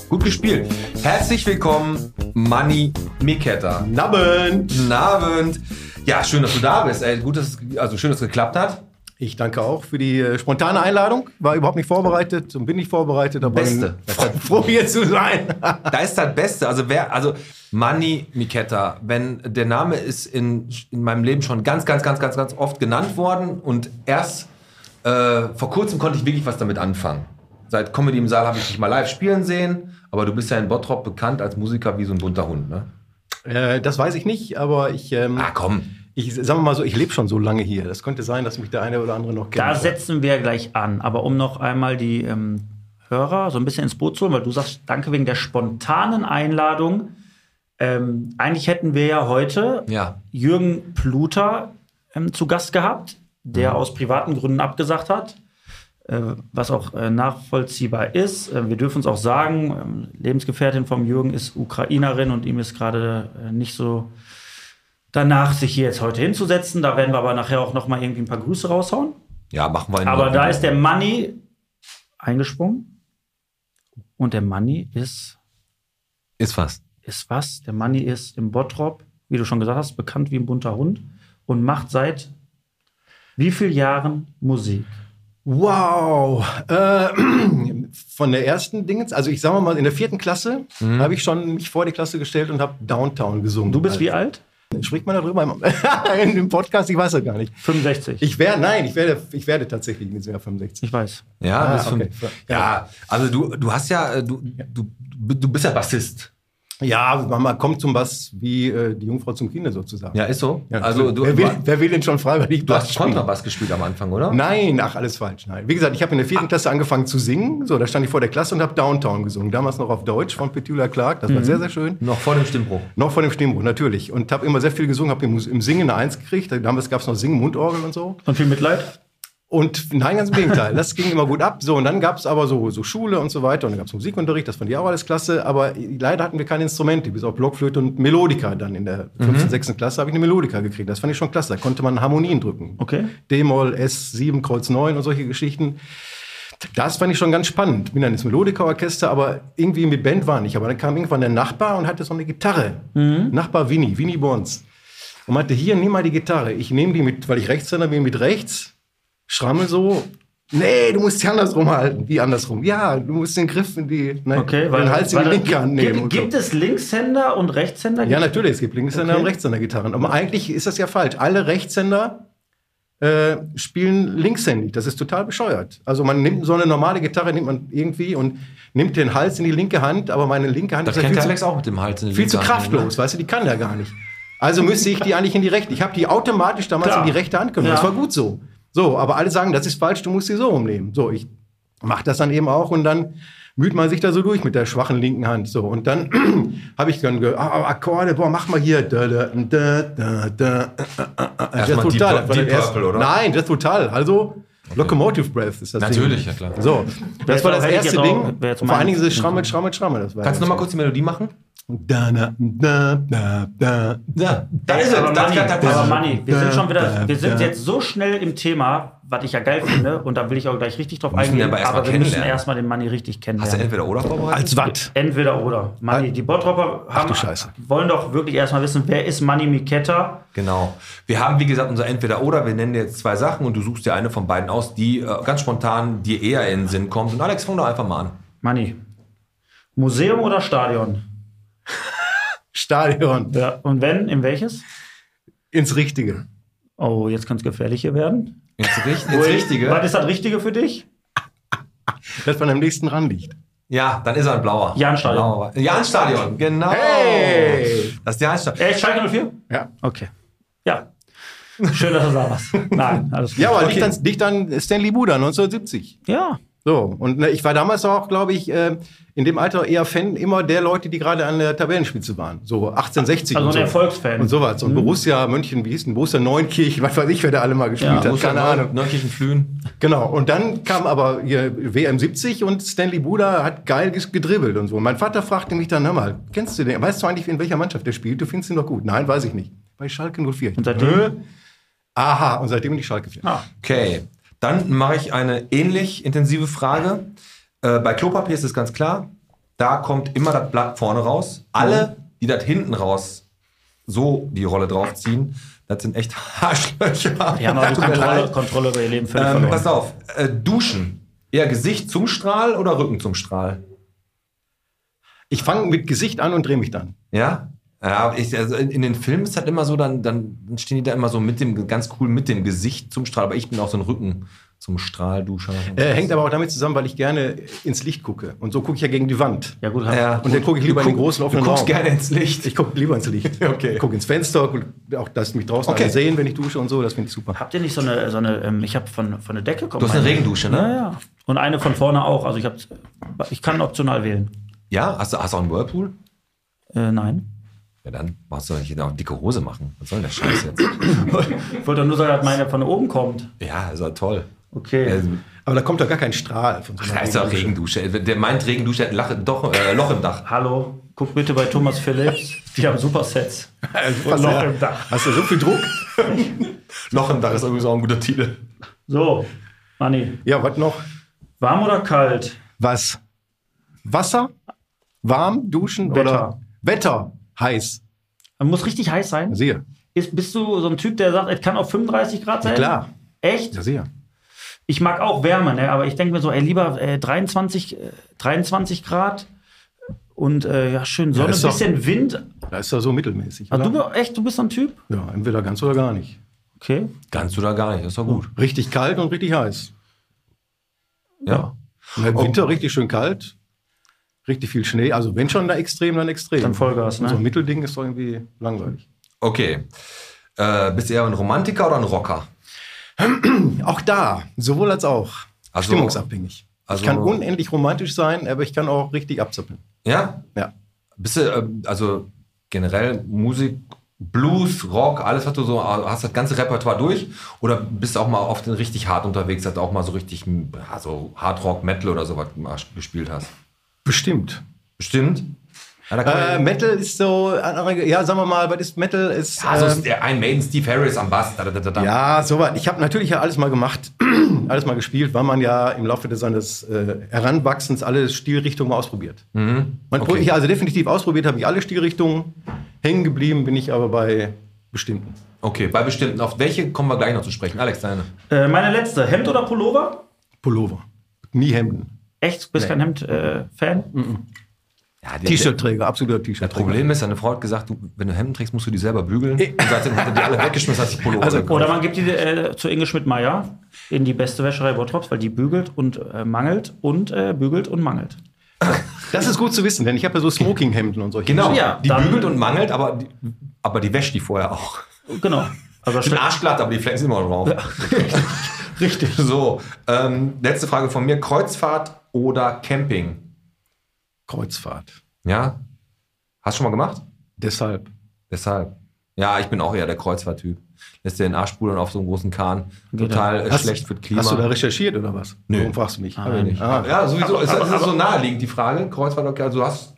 C: Gut gespielt. Herzlich willkommen, Manni Miketta.
E: Nabend!
C: Guten Abend. Ja, schön, dass du da bist. Ey, gut, dass es, also schön, dass es geklappt hat.
E: Ich danke auch für die äh, spontane Einladung. War überhaupt nicht vorbereitet und bin nicht vorbereitet, aber
C: Beste.
E: bin froh, froh hier zu sein.
C: Da ist das Beste. Also wer, also Manny Miketta, wenn der Name ist in, in meinem Leben schon ganz, ganz, ganz, ganz, ganz oft genannt worden und erst äh, vor kurzem konnte ich wirklich was damit anfangen. Seit Comedy im Saal habe ich dich mal live spielen sehen, aber du bist ja in Bottrop bekannt als Musiker wie so ein bunter Hund, ne?
E: äh, das weiß ich nicht, aber ich, ähm,
C: Ah, komm.
E: ich sagen wir mal so, ich lebe schon so lange hier. Das könnte sein, dass mich der eine oder andere noch
D: Da
E: kennt.
D: setzen wir gleich an. Aber um noch einmal die ähm, Hörer so ein bisschen ins Boot zu holen, weil du sagst, danke wegen der spontanen Einladung. Ähm, eigentlich hätten wir ja heute
C: Ja.
D: Jürgen Pluter ähm, zu Gast gehabt, der aus privaten Gründen abgesagt hat, äh, was auch äh, nachvollziehbar ist. Äh, wir dürfen es auch sagen, ähm, Lebensgefährtin vom Jürgen ist Ukrainerin und ihm ist gerade äh, nicht so danach, sich hier jetzt heute hinzusetzen. Da werden wir aber nachher auch noch mal irgendwie ein paar Grüße raushauen.
C: Ja, machen wir ihn
D: Aber
C: noch.
D: da ist der Money eingesprungen und der Money ist
C: Ist was.
D: ist was? Der Manni ist im Bottrop, wie du schon gesagt hast, bekannt wie ein bunter Hund und macht seit wie vielen Jahren Musik?
E: Wow. Äh, von der ersten Dingens, also ich sag mal, in der vierten Klasse habe ich schon mich vor die Klasse gestellt und habe Downtown gesungen.
D: Mhm.
E: Also,
D: Du bist wie alt?
E: Spricht man darüber im, in dem Podcast? Ich weiß das gar nicht.
D: 65.
E: Ich werde, nein, ich werde, ich werde tatsächlich in diesem Jahr 65.
D: Ich weiß.
C: Ja,
E: Ah,
C: das ist schon-
E: okay.
C: ja, also du, du hast ja, äh, du, du, du bist ja Bassist.
E: Ja, man kommt zum Bass wie äh, die Jungfrau zum Kinde sozusagen.
C: Ja, ist so.
E: Ja,
C: also du,
E: wer, will, wer will denn schon freiwillig
C: du hast
E: spielen?
C: Kontrabass gespielt am Anfang, oder?
E: Nein, ach, alles falsch. Nein. Wie gesagt, ich habe in der
C: Ah.
E: vierten Klasse angefangen zu singen. So, da stand ich vor der Klasse und habe Downtown gesungen. Damals noch auf Deutsch von Petula Clark. Das war
C: Mhm.
E: sehr, sehr schön.
C: Noch vor dem Stimmbruch.
E: Noch von dem Stimmbruch, natürlich. Und habe immer sehr viel gesungen, habe im, im Singen eine Eins gekriegt. Damals gab es noch Singen, Mundorgel und so.
D: Und viel Mitleid?
E: Und nein, ganz im Gegenteil. Das ging immer gut ab. So, und dann gab es aber so, so Schule und so weiter. Und dann gab es Musikunterricht, das fand ich auch alles klasse. Aber leider hatten wir keine Instrumente, bis auf Blockflöte und Melodika. Dann in der 15., 6. Klasse habe ich eine Melodika gekriegt. Das fand ich schon klasse. Da konnte man Harmonien drücken.
D: Okay.
E: D-Moll, S7, Kreuz 9 und solche Geschichten. Das fand ich schon ganz spannend. Bin dann ins Melodika-Orchester, aber irgendwie mit Band war nicht. Aber dann kam irgendwann der Nachbar und hatte so eine Gitarre. Nachbar Winnie, Winnie Borns. Und meinte, hier, nimm mal die Gitarre. Ich nehme die mit, weil ich Rechtshänder bin, mit rechts. Schrammel so. Nee, du musst sie andersrum halten. Wie andersrum? Ja, du musst den Griff in die, ne,
D: Okay,
E: den Hals in die
D: warte,
E: linke Hand nehmen.
D: Gibt,
E: und so.
D: gibt es Linkshänder und Rechtshänder?
E: Ja, natürlich, es gibt Linkshänder
D: Okay.
E: und Rechtshänder-Gitarren. Aber eigentlich ist das ja falsch. Alle Rechtshänder äh, spielen linkshändig. Das ist total bescheuert. Also man nimmt so eine normale Gitarre, nimmt man irgendwie und nimmt den Hals in die linke Hand, aber meine linke Hand
C: Das
E: ist ja
C: kennt
E: viel,
C: der
E: zu,
C: Alex auch mit dem Hals. in den
E: viel zu
C: Linken Hand, ne?
E: kraftlos, weißt du, die kann ja gar nicht. Also müsste ich die eigentlich in die rechte. Ich habe die automatisch damals
D: Klar.
E: in die rechte Hand genommen.
D: Ja.
E: Das war gut so. So, aber alle sagen, das ist falsch, du musst sie so umnehmen. So, ich mache das dann eben auch und dann müht man sich da so durch mit der schwachen linken Hand. So, und dann habe ich dann ge ah, Akkorde, boah, mach mal hier. Da, da, da, da, da. äh,
C: Erstmal Deep Pur- Deep
E: Das war das erste-
C: Purple, oder?
E: Nein, das total. Also Locomotive Breath ist das
C: ne? Natürlich, ja
E: Ding.
C: klar.
E: So, das war das
D: hätte ich jetzt
E: erste
D: auch-
E: Ding.
D: wäre jetzt
E: Vor allen
D: mein-
E: Dingen dieses Schrammel, Schrammel, Schrammel. Das war
C: Kannst du
E: das
C: nochmal kurz die Melodie machen?
E: da, na, da, da, da, da.
C: Da ist es.
D: aber
C: Das-
D: Manni,
C: das- das-
D: aber Manni, wir sind schon wieder, wir sind
E: Ja.
D: jetzt so schnell im Thema, was ich ja geil finde, und da will ich auch gleich richtig drauf
C: Müssen wir
D: eingehen,
C: aber erst mal
D: aber wir müssen
C: kennenlernen.
D: erstmal den Manni richtig
C: Hast du
D: kennenlernen.
C: entweder oder vorbereitet?
E: Als Watt.
D: Entweder oder. Manni, die Bottropper haben,
E: du Scheiße.
D: wollen doch wirklich erstmal wissen, wer ist Manni Miketta?
C: Genau. Wir haben, wie gesagt, unser Entweder-Oder. Wir nennen dir jetzt zwei Sachen und du suchst dir eine von beiden aus, die äh, ganz spontan dir eher in den Sinn kommt. Und Alex, fang doch einfach mal an.
D: Manni, Museum oder Stadion?
E: Stadion.
D: Ja. Und wenn, in welches?
E: Ins Richtige.
D: Oh, jetzt kann es gefährlich hier werden.
C: Ins, Richt ins Richtige?
D: Was ist das Richtige für dich?
E: Das man am nächsten ran liegt.
C: Ja, dann ist er ein blauer.
D: Jahnstadion.
C: Blauer. Jahnstadion, genau.
E: Hey!
C: Das ist Jahnstadion.
D: Äh, Schalke 04?
E: Ja.
D: Okay. Ja. Schön, dass du da warst. Nein, alles gut.
E: Ja, aber
D: okay.
E: liegt, an, liegt an Stanley Buda 1970.
D: Ja.
E: So, und ne, ich war damals auch, glaube ich, äh, in dem Alter eher Fan immer der Leute, die gerade an der Tabellenspitze waren. So 1860
D: Also
E: und
D: ein Mhm.
E: so.
D: Erfolgsfan.
E: Und sowas. Und Borussia München, wie hieß denn Borussia Neunkirchen, was weiß ich, wer da alle mal gespielt hat. Keine Ahnung.
C: Neukirchen Flühen.
E: Genau, und dann kam aber hier WM 70 und Stanley Buda hat geil ges- gedribbelt und so. Und mein Vater fragte mich dann, hör mal, kennst du den? Weißt du eigentlich, in welcher Mannschaft der spielt? Du findest ihn doch gut. Nein, weiß ich nicht. Bei Schalke 04.
D: Und seitdem?
E: Äh, aha, und seitdem bin ich Schalke 4.
D: Ah.
C: Okay, dann mache ich eine ähnlich intensive Frage. Äh, bei Klopapier ist es ganz klar, da kommt immer das Blatt vorne raus.
D: Mhm.
C: Alle, die das hinten raus so die Rolle draufziehen, das sind echt Arschlöcher.
D: Die haben aber Genau, die
C: Tut mir
D: Kontrolle,
C: leid.
D: Kontrolle über ihr Leben völlig
C: ähm,
D: verloren.
C: pass auf, äh, duschen. Eher Gesicht zum Strahl oder Rücken zum Strahl?
E: Ich fange mit Gesicht an und drehe mich dann.
C: Ja? Ja, ich, also in, in den Filmen ist halt immer so, dann, dann stehen die da immer so mit dem, ganz cool mit dem Gesicht zum Strahl, aber ich bin auch so ein Rücken zum Strahlduscher.
E: Äh, hängt aber auch damit zusammen, weil ich gerne ins Licht gucke. Und so gucke ich ja gegen die Wand.
D: ja, gut,
C: Ja.
E: Und dann gucke ich
C: Du
E: lieber in den
C: guck-
E: großen offenen
C: Du guckst
E: Raum.
C: gerne ins Licht.
E: Ich gucke lieber ins Licht.
C: Okay.
E: Ich gucke ins Fenster, guck, auch dass mich draußen
C: Okay.
E: alle sehen, wenn ich dusche und so. Das finde ich super.
D: Habt ihr nicht so eine, so eine ähm, ich habe von, von der Decke kommen.
C: Du hast eine Regendusche,
D: Ja,
C: ne?
D: ja. Und eine von vorne auch. Also ich habe, ich kann optional wählen.
C: Ja, hast du, hast du auch einen Whirlpool?
D: Äh, nein.
C: Ja, dann brauchst du doch nicht auf dicke Hose machen. Was soll denn der Scheiß jetzt?
D: Ich wollte nur sagen, dass meine von oben kommt.
C: ja, ist ja toll.
D: Okay.
C: Also,
E: Aber da kommt doch gar kein Strahl von so
C: da ist doch Regendusche. Der meint, Regendusche hat ein Lach, doch, äh, Loch im Dach.
D: Hallo, guck bitte bei Thomas Phillips. Die haben Supersets.
E: Hast
D: Loch
E: du-
D: im Dach.
E: Hast du so viel Druck?
C: Loch im Dach ist übrigens auch ein guter Titel.
D: So, Manni,
E: Ja, was noch?
D: warm oder kalt?
E: Was? Wasser? Warm duschen
D: Wetter.
E: oder Wetter? Heiß.
D: Muss richtig heiß
C: Also-
D: sein.
E: Siehe.
D: Ist, bist du so ein Typ, der sagt, es kann auf 35 Grad sein?
E: klar.
D: Echt?
E: Ja, siehe.
D: ich mag auch Wärme, ne? aber ich denke mir so, ey, lieber äh, 23, äh, 23 Grad und äh, ja, schön Sonne,
E: ist doch-
D: bisschen Wind.
E: Da ist er so mittelmäßig.
D: Ah, du,
E: oder?
D: bi- echt, du bist so ein Typ?
E: ja, entweder ganz oder gar nicht.
D: Okay.
C: Ganz oder gar nicht, das ist doch gut.
E: Richtig kalt und richtig heiß.
C: Ja.
E: Und
D: Oh.
E: Im Winter richtig schön kalt, richtig viel Schnee. Also wenn schon da extrem, dann extrem.
D: Dann Vollgas,
E: Und
D: ne?
E: So ein Mittelding ist doch irgendwie langweilig.
C: Okay. Äh, bist du eher ein Romantiker oder ein Rocker?
E: Auch da, sowohl als auch.
C: Also-
E: Stimmungsabhängig.
C: also-
E: ich kann unendlich romantisch sein, aber ich kann auch richtig abzappeln.
C: Ja?
E: Ja.
C: Bist du, ähm, also generell Musik, Blues, Rock, alles, was du so, äh, hast das ganze Repertoire durch? Oder bist du auch mal oft richtig hart unterwegs, dass du auch mal so richtig, hm, ja, so Hard Rock, Metal oder sowas mal gespielt hast?
E: Bestimmt.
C: Bestimmt. Ja, da kann
E: Äh,
C: man,
E: Metal ist so, ein anderer- ja, sagen wir mal, was ist Metal? Ist,
C: ja, so
E: ähm,
C: ist der- ein Maiden, Steve Harris am Bass. Da, da, da, da.
E: Ja, soweit. Ich habe natürlich ja alles mal gemacht, alles mal gespielt, weil man ja im Laufe des- seines äh, Heranwachsens alle Stilrichtungen mal ausprobiert. Man
C: Mhm. Okay.
E: ich also definitiv ausprobiert habe ich alle Stilrichtungen. Hängen geblieben bin ich aber bei bestimmten.
C: Okay, bei bestimmten. Auf welche kommen wir gleich noch zu sprechen? Alex, deine.
D: Äh, meine letzte, Hemd oder Pullover?
E: Pullover. Nie Hemden.
D: Echt, bist kein äh, Hemd-Fan?
E: Mm,
C: Ja, die-
E: T-Shirt-Träger, absoluter
C: Das
E: T-Shirt-Träger.
C: Ah, Problem ist, deine Frau hat gesagt, du, wenn du Hemden trägst, musst du die selber bügeln. Und seitdem hat er die alle weggeschmissen, hat sich Pullover
E: Also,
C: gekauft.
D: Oder man gibt die äh, zu Inge Schmidt-Meyer in die beste Wäscherei Bottrops, weil die bügelt und äh, mangelt und äh, bügelt und mangelt.
E: Das ist gut zu wissen, denn ich habe ja so Smoking-Hemden und solche.
C: Genau,
D: Ja,
C: die
D: dann-
C: bügelt und mangelt, aber die, aber die wäscht die vorher auch.
D: Genau. Also
C: Sind arschglatt, aber die Flecken sind immer noch drauf. Richtig. So, ähm, letzte Frage von mir. Kreuzfahrt oder Camping?
E: Kreuzfahrt.
C: Ja? Hast du schon mal gemacht?
E: Deshalb.
C: Deshalb. Ja, ich bin auch eher der Kreuzfahrttyp. Lässt dir den Arsch pudern auf so einem großen Kahn. Total äh, schlecht für das Klima.
E: Hast du da recherchiert oder was?
C: Nö.
E: Warum fragst du mich?
D: Ah,
E: Hab ich nicht. Ah.
C: ja, sowieso. Es ist, es ist so naheliegend, die Frage. Kreuzfahrt, okay, also du hast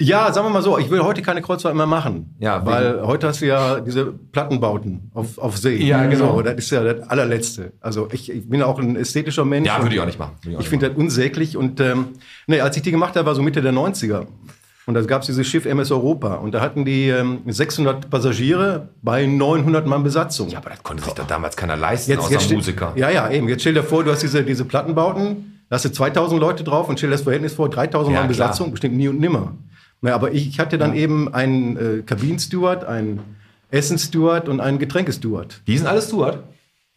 E: Ja, sagen wir mal so, ich will heute keine Kreuzfahrt mehr machen.
C: Ja,
E: weil heute hast du ja diese Plattenbauten auf, auf See.
C: Ja, genau.
E: So, das ist ja das allerletzte. Also ich, ich bin auch ein ästhetischer Mensch.
C: Ja,
E: und
C: würde ich auch nicht machen. Würde auch
E: Ich
C: nicht
E: finde das unsäglich. Und ähm, nee, als ich die gemacht habe, war so Mitte der 90er. Und da gab es dieses Schiff MS Europa. Und da hatten die ähm, 600 Passagiere bei 900 Mann Besatzung.
C: machen. aber das konnte sich da damals keiner leisten, außer
E: steht-
C: Musiker.
E: Ja, ja, eben. Jetzt stell dir vor, du hast diese, diese Plattenbauten, da hast du 2000 Leute drauf und stell dir das Verhältnis vor, 3000
C: Ja,
E: Mann
C: klar.
E: Besatzung, bestimmt nie und nimmer. Na, aber ich, ich hatte dann eben einen äh, Kabinensteward, einen Essensteward und einen Getränkesteward.
C: Die sind alles Stuart.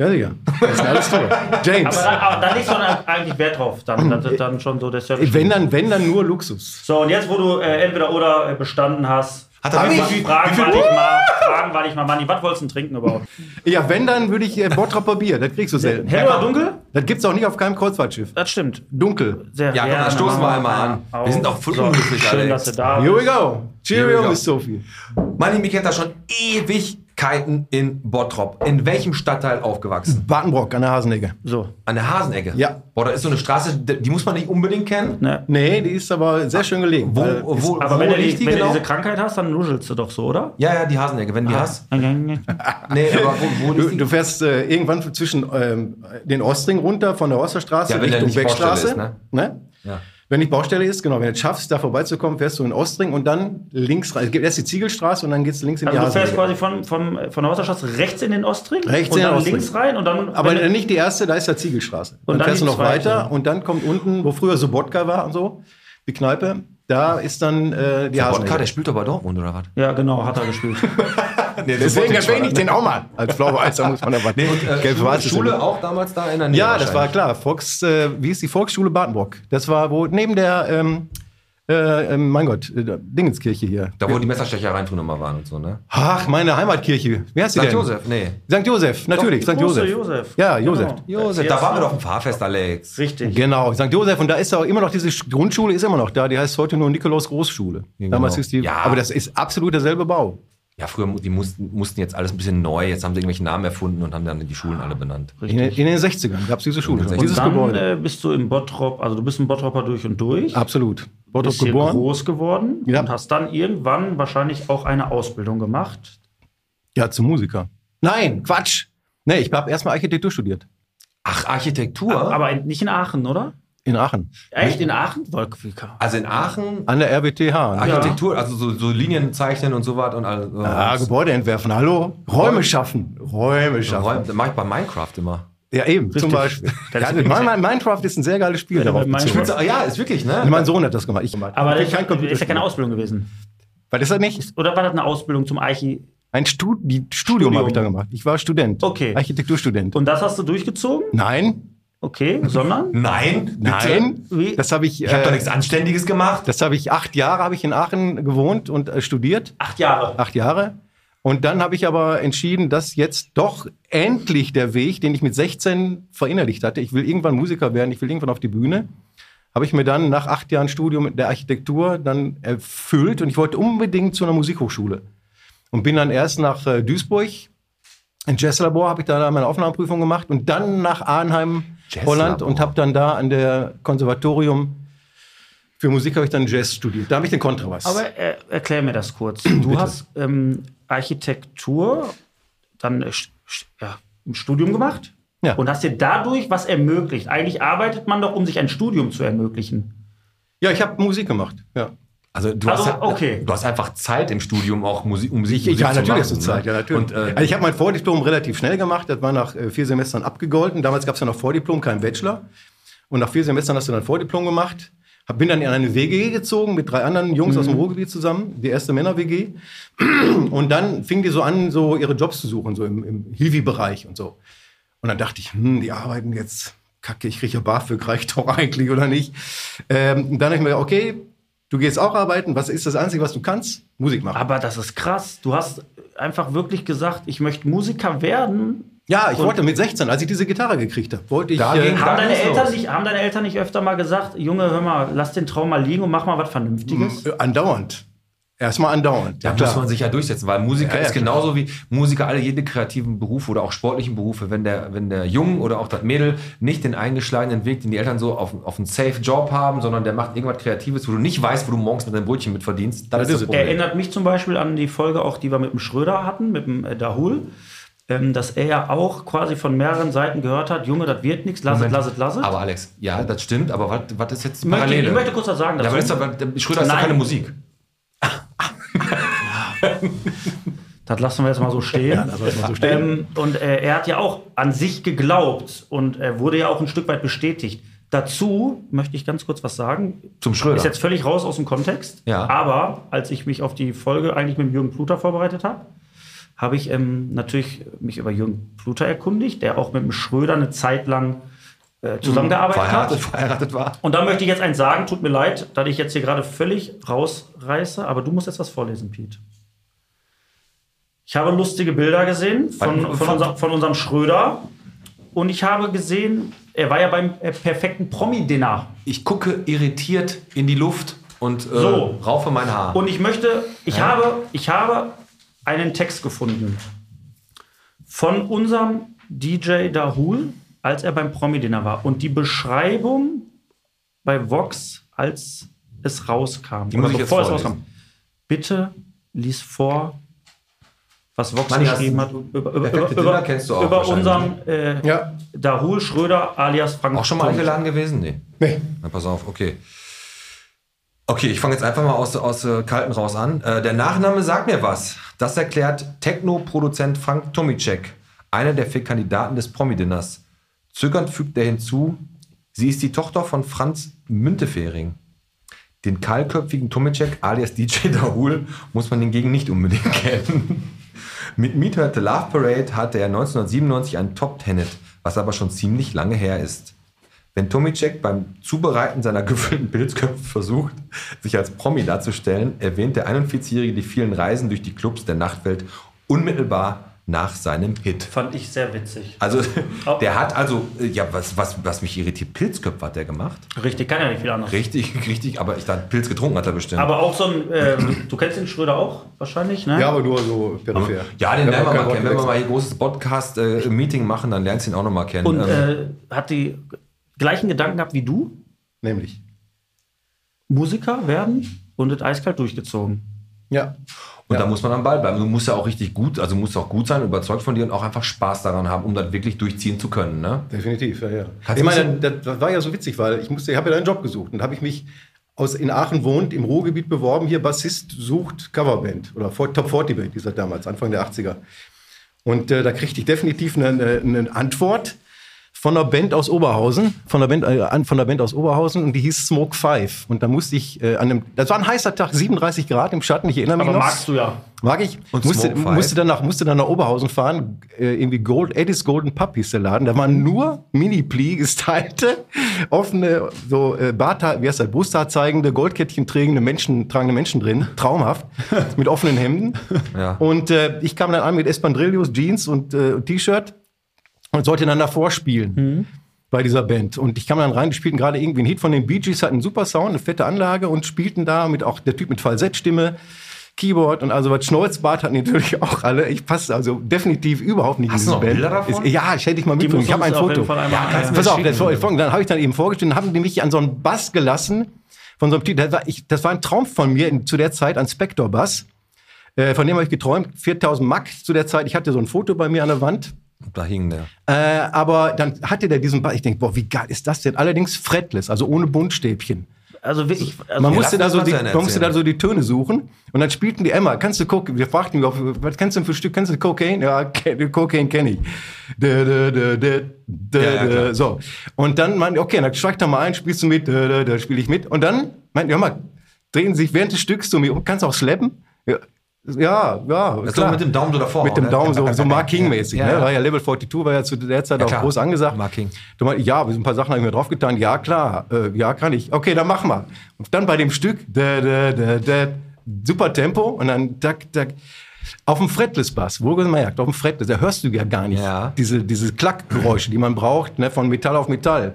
E: Ja, ja. Das ist alles toll.
D: Aber
E: James.
D: da, aber da legst du dann eigentlich Wert drauf. Dann, dann, dann schon so der Service.
E: Wenn dann, wenn dann nur Luxus.
D: So, und jetzt, wo du äh, entweder oder äh, bestanden hast,
C: Hat er
D: fragen,
C: wie-
D: wir
C: wie-
D: dich fragen,
C: wie viel-
D: wir dich mal, fragen wir dich mal, Manni, was wolltest du denn trinken überhaupt?
E: Ja, wenn dann würde ich äh, Bottroper Bier, das kriegst du selten.
D: Hell oder dunkel?
E: Das gibt's auch nicht auf keinem Kreuzfahrtschiff.
D: Das stimmt.
E: Dunkel.
D: Sehr
C: Ja, komm, dann
D: dann
C: stoßen
D: machen
C: wir einmal an.
D: auf.
C: Wir sind auch voll unglücklich,
D: Schön,
C: Alex.
D: dass du da
E: Here
D: bist.
E: we go.
C: Here we
E: Cheerio,
C: go.
E: Miss Sophie.
C: Manni Miketta schon Ewigkeiten in Bottrop. In welchem Stadtteil aufgewachsen?
E: Bartenbrock an der Hasenegge.
D: So,
C: An der Hasenecke.
E: Ja.
C: Boah, da ist so eine Straße, die die muss man nicht unbedingt kennen.
D: ne.
E: Nee, die ist aber sehr schön gelegen.
C: Wo,
E: weil-
C: wo,
D: Aber
C: wo
D: wenn, du,
C: liegt
D: die,
C: die
D: wenn
C: genau?
D: du diese Krankheit hast, dann nuschelst du doch so, oder?
C: ja, ja, die Hasenecke, wenn die hast.
D: Ach,
C: Nee, aber wo, wo
E: Ah, Du,
C: liegt
E: du
C: die?
E: fährst äh, irgendwann zwischen ähm, den Ostring runter von der Osterstraße
C: Ja, wenn da
E: Richtung
C: nicht Baustelle
E: Beckstraße.
C: ist, ne?
E: Ne?
C: Ja.
E: Wenn nicht Baustelle ist, genau, wenn du es schaffst, da vorbeizukommen, fährst du in den Ostring und dann links rein. Es gibt erst die Ziegelstraße und dann geht es links in
D: Also du
E: die
D: fährst
E: Hasenwege.
D: quasi von, vom, von der Wasserstraße rechts in den Ostring
E: Rechts
D: und
E: in den
D: dann
E: Ostring.
D: links rein und dann
E: Aber
D: wenn,
E: nicht die erste, da ist ja Ziegelstraße.
D: Und
E: dann
D: dann
E: fährst du
D: die
E: noch
D: zweite.
E: weiter und dann kommt unten, wo früher Sobotka war und so, die Kneipe, da ist dann äh, die
C: Wodka, der
E: Hasenwege.
C: spielt doch bei Dortmund, oder was?
D: ja genau hat er gespielt.
C: Nee,
E: erwähne ich den auch mal. Als Blau-Weiß, da muss man aber nee,
C: äh, Schule, Schule auch damals da in der Nähe
E: Ja, das war
C: wahrscheinlich.
E: klar. Volks, äh, wie ist die Volksschule Badenbrock? Das war wo neben der, ähm, äh, ähm, mein Gott, äh, Dingenskirche hier.
C: Da, wo die Messerstecher rein früher mal waren und so, ne?
E: Ach, meine Heimatkirche. Wie heißt die
C: St.
E: denn?
C: Josef, nee.
E: St. Josef, natürlich, St.
D: Großer
E: Josef.
D: Josef. Genau.
E: Ja, Josef.
C: Josef, da waren wir doch im Fahrfest, Alex.
D: Richtig.
E: Genau, St. Josef. Und da ist auch immer noch diese Sch- Grundschule, ist immer noch da. Die heißt heute nur Nikolaus Großschule.
C: Ja,
E: Damals
C: genau.
E: ist die,
C: Ja.
E: aber das ist absolut derselbe Bau.
C: Ja, früher mu- die mussten, mussten jetzt alles ein bisschen neu. Jetzt haben sie irgendwelche Namen erfunden und haben dann die Schulen alle benannt.
E: In, den- in den 60ern gab es diese Schule,
C: Und
E: schon.
C: dann,
E: dieses
D: und dann
E: Gebäude.
D: Äh, bist du im Bottrop, also du bist ein Bottropper durch und durch.
E: absolut. Bottrop
D: bist hier
E: geboren.
D: groß geworden
E: Ja.
D: und hast dann irgendwann wahrscheinlich auch eine Ausbildung gemacht.
E: Ja, zum Musiker. Nein, Quatsch. Nee, ich habe erstmal Architektur studiert.
C: Ach, Architektur?
D: Aber in, nicht in Aachen, oder?
E: In Aachen.
D: Echt? In Aachen? Wolkwika.
C: also in Aachen
E: An der RWTH.
C: Architektur, also so, so Linien zeichnen und so was und all- so.
E: Ah, Gebäude entwerfen, hallo? Räume schaffen. Räume schaffen.
C: Räume- Das mache ich bei Minecraft immer.
E: Ja, eben,
D: Richtig.
E: zum Beispiel.
D: Das
E: Ja,
D: ist-
E: mein, mein, Minecraft ist ein sehr geiles Spiel darauf
D: Minecraft-
E: bezogen.
F: Ja, ist wirklich, ne?
E: Mein Sohn hat das gemacht. Ich
D: Aber
E: ich
D: das ist ja keine Ausbildung gewesen.
E: Weil das hat nicht.
D: Oder war das eine Ausbildung zum Archi?
E: Ein Stud die Studium, habe ich da gemacht. Ich war Student.
D: Okay.
E: Architekturstudent.
D: Und das hast du durchgezogen?
E: nein,
D: Okay, sondern?
C: Nein, bitte.
E: nein.
D: Wie?
E: Das habe ich.
C: Ich habe
E: äh,
C: doch nichts Anständiges gemacht.
E: Das habe ich acht Jahre habe ich in Aachen gewohnt und äh, studiert.
D: Acht Jahre.
E: Acht Jahre. Und dann habe ich aber entschieden, dass jetzt doch endlich der Weg, den ich mit 16 verinnerlicht hatte, ich will irgendwann Musiker werden, ich will irgendwann auf die Bühne, habe ich mir dann nach acht Jahren Studium der Architektur dann erfüllt und ich wollte unbedingt zu einer Musikhochschule. Und bin dann erst nach äh, Duisburg, ein Jazzlabor, habe ich da meine Aufnahmeprüfung gemacht und dann nach Arnheim, Holland und habe dann da an der Konservatorium für Musik habe ich dann Jazz studiert. Da habe ich den Kontrabass.
D: Aber äh, erklär mir das kurz. Du hast ähm, Architektur dann äh, sch- sch- ja, im Studium gemacht
E: Ja.
D: und hast dir dadurch was ermöglicht. Eigentlich arbeitet man doch, um sich ein Studium zu ermöglichen.
E: ja, ich habe Musik gemacht. Ja.
C: Also du,
D: Also,
C: hast, halt-
D: okay.
C: du hast einfach Zeit im Studium auch Musik, um sich
E: ja, natürlich hast du Zeit.
C: ne?
E: Ja, natürlich.
C: Und, äh,
E: also ich habe mein Vordiplom relativ schnell gemacht. Das war nach äh, vier Semestern abgegolten. Damals gab es ja noch Vordiplom, kein Bachelor. Und nach vier Semestern hast du dann Vordiplom gemacht. Hab, bin dann in eine WG gezogen mit drei anderen Jungs aus dem Ruhrgebiet zusammen, die erste Männer-WG. Und dann fingen die so an, so ihre Jobs zu suchen, so im, im Hiwi-Bereich und so. Und dann dachte ich, hm, die arbeiten jetzt, kacke, ich kriege ja BAföG, reicht doch eigentlich oder nicht. Ähm, und dann habe ich mir gedacht, okay, du gehst auch arbeiten, was ist das Einzige, was du kannst? Musik machen.
D: Aber das ist krass. Du hast einfach wirklich gesagt, ich möchte Musiker werden.
E: Ja, ich
D: Und-
E: wollte mit 16, als ich diese Gitarre gekriegt habe, wollte ich.
C: Da
E: äh,
C: ging-
D: Haben deine,
C: ist so.
D: Eltern nicht, haben deine Eltern nicht öfter mal gesagt, Junge, hör mal, lass den Traum mal liegen und mach mal was
C: Mhm.
D: Vernünftiges?
E: äh, andauernd. Erstmal andauernd.
C: Da muss man sich ja durchsetzen, weil Musiker
E: Ja, ja,
C: ist genauso wie Musiker alle jede kreativen Berufe oder auch sportlichen Berufe, wenn der, wenn der Jung oder auch das Mädel nicht den eingeschlagenen Weg, den die Eltern so auf, auf einen safe Job haben, sondern der macht irgendwas Kreatives, wo du nicht weißt, wo du morgens mit deinem Brötchen mitverdienst, dann
E: Das
C: ist das
E: ist es.
C: Problem.
D: Erinnert mich zum Beispiel an die Folge auch, die wir mit dem Schröder hatten, mit dem äh, Dahul, ähm, dass er ja auch quasi von mehreren Seiten gehört hat, Junge, das wird nichts, lasset,
C: Moment.
D: lasset, lasset.
C: Aber Alex, ja, das stimmt, aber was- was ist jetzt die
D: Ich möchte,
C: Parallele?
D: ich möchte kurz was sagen
C: ja,
D: dazu.
C: aber das ist aber, der Schröder ist doch
D: Nein.
C: keine Musik.
D: das lassen wir jetzt mal so stehen. Ähm, und äh, er hat ja auch an sich geglaubt und er wurde ja auch ein Stück weit bestätigt. Dazu möchte ich ganz kurz was sagen.
C: Zum Schröder.
D: Ist jetzt völlig raus aus dem Kontext.
C: Ja.
D: Aber als ich mich auf die Folge eigentlich mit dem Jürgen Pluter vorbereitet habe, habe ich ähm, natürlich mich über Jürgen Pluter erkundigt, der auch mit dem Schröder eine Zeit lang äh, zusammengearbeitet hat.
C: verheiratet, verheiratet war.
D: Und da möchte ich jetzt eins sagen, tut mir leid, dass ich jetzt hier gerade völlig rausreiße, aber du musst jetzt was vorlesen, Pete. Ich habe lustige Bilder gesehen von,
C: Von-
D: von, unser, von unserem Schröder und ich habe gesehen, er war ja beim äh, perfekten Promi-Dinner.
C: Ich gucke irritiert in die Luft und äh,
D: So.
C: raufe mein Haar.
D: Und ich möchte, ich habe, ich habe einen Text gefunden von unserem DJ Dahul, als er beim Promi-Dinner war. Und die Beschreibung bei Vox, als es rauskam.
C: Die muss ich jetzt vorlesen.
D: Bitte lies vor, was Vox
C: Manni,
D: geschrieben
C: hast
D: hat
C: du-
D: über, über,
C: Perfekte
D: über,
C: Dinner kennst du auch
D: über
C: wahrscheinlich,
D: unseren äh,
E: Ja.
D: Dahul Schröder alias Frank.
C: Auch schon mal
D: Thomas.
C: eingeladen gewesen? Nee.
E: Nee.
C: Na, pass auf, okay. Okay, ich fange jetzt einfach mal aus, aus äh, Kalten raus an. Äh, der Nachname sagt mir was. Das erklärt Techno-Produzent Frank Tomicek, einer der vier Kandidaten des Promi-Dinners. Zögernd fügt er hinzu, sie ist die Tochter von Franz Müntefering. Den kahlköpfigen Tomicek alias DJ Dahul muss man hingegen nicht unbedingt kennen. Mit Meet Her at the Love Parade hatte er 1997 einen Top-Tenet, was aber schon ziemlich lange her ist. Wenn Tomicek beim Zubereiten seiner gefüllten Pilzköpfe versucht, sich als Promi darzustellen, erwähnt der 41-Jährige die vielen Reisen durch die Clubs der Nachtwelt unmittelbar nach seinem Hit.
D: Fand ich sehr witzig.
C: Also,
D: Oh.
C: der hat also, äh, ja, was, was, was mich irritiert, Pilzköpfe hat der gemacht.
D: Richtig, kann ja nicht viel anderes.
C: Richtig, richtig, aber ich dachte, Pilz getrunken hat er bestimmt.
D: Aber auch so ein, äh, du kennst den Schröder auch wahrscheinlich, ne?
E: Ja, aber nur so peripher.
C: ja, den
E: Ich
C: lernen
E: hab auch
C: wir mal
E: kein
C: kennen. Wenn wir
E: Wort
C: mal hier großes Podcast-Meeting machen, dann lernst du ihn auch nochmal kennen.
D: Und
C: Ähm,
D: äh, hat die gleichen Gedanken gehabt wie du,
E: gewechselt. Nämlich.
D: Musiker werden und das eiskalt durchgezogen.
E: Ja.
C: Und
E: Ja.
C: da muss man am Ball bleiben. Du musst ja auch richtig gut, also musst auch gut sein, überzeugt von dir und auch einfach Spaß daran haben, um das wirklich durchziehen zu können. Ne?
E: Definitiv, ja, ja.
C: Hat's
E: ich meine,
C: ein
E: das, das war ja so witzig, weil ich musste, ich habe ja einen Job gesucht und habe ich mich aus in Aachen wohnt, im Ruhrgebiet beworben, hier Bassist sucht Coverband oder For- Top 40 Band, dieser damals, Anfang der 80er. Und äh, da kriegte ich definitiv eine, eine, eine Antwort. von einer Band aus Oberhausen, von der Band, äh, an- von der Band aus Oberhausen und die hieß Smoke Five. Und da musste ich äh, an einem, das war ein heißer Tag, 37 Grad im Schatten, ich erinnere mich
D: Aber
E: noch.
D: magst du ja.
E: Mag ich.
C: Und
E: musste,
C: Smoke Five?
E: musste, dann nach, musste dann nach Oberhausen fahren, äh, irgendwie Gold, Eddie's Golden Pub hieß der Laden. Da waren nur Mini-Plee gestylte, offene, so äh, Barta, wie heißt das, Brusthaar zeigende, Goldkettchen trägende Menschen, tragende Menschen drin. Traumhaft. mit offenen Hemden.
C: Ja.
E: Und äh, ich kam dann an mit Espandrillos, Jeans und äh, T-Shirt und sollte dann davor spielen bei dieser Band. Und ich kam dann rein, die spielten gerade irgendwie einen Hit von den Bee Gees, hatten einen super Sound, eine fette Anlage und spielten da mit auch der Typ mit Falsettstimme, Keyboard und also was. Schnäuzbart hatten die natürlich auch alle. Ich passe also definitiv überhaupt nicht
C: Hast du noch Bilder davon?
E: Ist, ja, ich hätte dich mal mitbringen. Ich habe ein Foto.
D: Ja,
E: Pass auf, das war, dann habe ich dann eben vorgestellt und haben die mich an so einen Bass gelassen von so einem Typ. Das war, ich, das war ein Traum von mir in, zu der Zeit, ein Spector-Bass. Äh, von dem habe ich geträumt. 4000 Mark zu der Zeit. Ich hatte so ein Foto bei mir an der Wand.
C: Da hing der.
E: Äh, aber dann hatte der diesen Bass. Ich denke, boah, wie geil ist das denn? Allerdings fretless, also ohne Buntstäbchen.
D: also wirklich, also,
E: Man,
C: Ja,
E: musste,
C: lass uns
E: da so
C: mal
E: die,
C: zu Ende
E: man musste da
C: erzählen.
E: so die Töne suchen. Und dann spielten die Emma. Kannst du gucken? Wir fragten ihn, was kennst du denn für Stück? Kennst du Cocaine? Ja, kenn- Cocaine kenne ich. Dö, dö, dö, dö, dö,
C: Ja, ja,
E: dö.
C: klar.
E: so. Und dann meinte ich, okay, dann steig doch mal ein, spielst du mit, da spiele ich mit. Und dann meinten die, hör mal, drehen sich während des Stücks zu mir um. Kannst du auch schleppen? Ja, ja. ja
C: Das
E: klar.
C: war mit dem Daumen so davor.
E: Mit dem
C: ne?
E: Daumen, so, so Mark King-mäßig.
C: Ja,
E: ne?
C: ja.
E: War ja Level 42, war ja zu der Zeit auch
C: klar.
E: groß angesagt.
C: Mark King.
E: Du meinst, ja, wir sind ein paar Sachen habe ich mir draufgetan. Ja, klar, äh, ja, kann ich. Okay, dann mach mal. Und dann bei dem Stück, da, da, da, da, super Tempo und dann tak, tak. Auf dem Fretless-Bass, wohlgemerkt, auf dem Fretless, da hörst du ja gar nicht
C: Ja.
E: diese, diese Klackgeräusche, die man braucht, ne, von Metall auf Metall.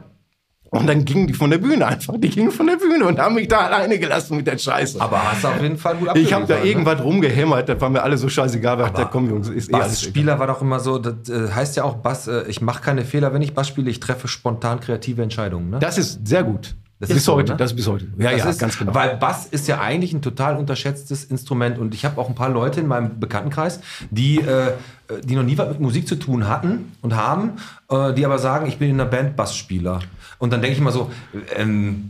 E: Und dann gingen die von der Bühne einfach, die gingen von der Bühne und haben mich da alleine gelassen mit der Scheiße.
C: Aber hast du auf jeden Fall gut
E: ich habe da
C: abgeliefert, ne?
E: irgendwas rumgehämmert, da war mir alle so scheißegal, weil ich dachte, komm Jungs, ist eh alles egal.
C: Bassspieler war doch immer so, das äh, heißt ja auch Bass, äh, ich mache keine Fehler, wenn ich Bass spiele, ich treffe spontan kreative Entscheidungen. Ne?
E: Das ist sehr gut.
C: Das
E: bis
C: ist so,
E: heute,
C: ne?
E: das ist bis heute. Ja,
C: Das
E: ja,
C: ist,
E: ganz genau.
C: Weil Bass ist ja eigentlich ein total unterschätztes Instrument und ich habe auch ein paar Leute in meinem Bekanntenkreis, die, äh, die noch nie was mit Musik zu tun hatten und haben, äh, die aber sagen, ich bin in einer Band Bassspieler. Und dann denke ich mal so, ähm,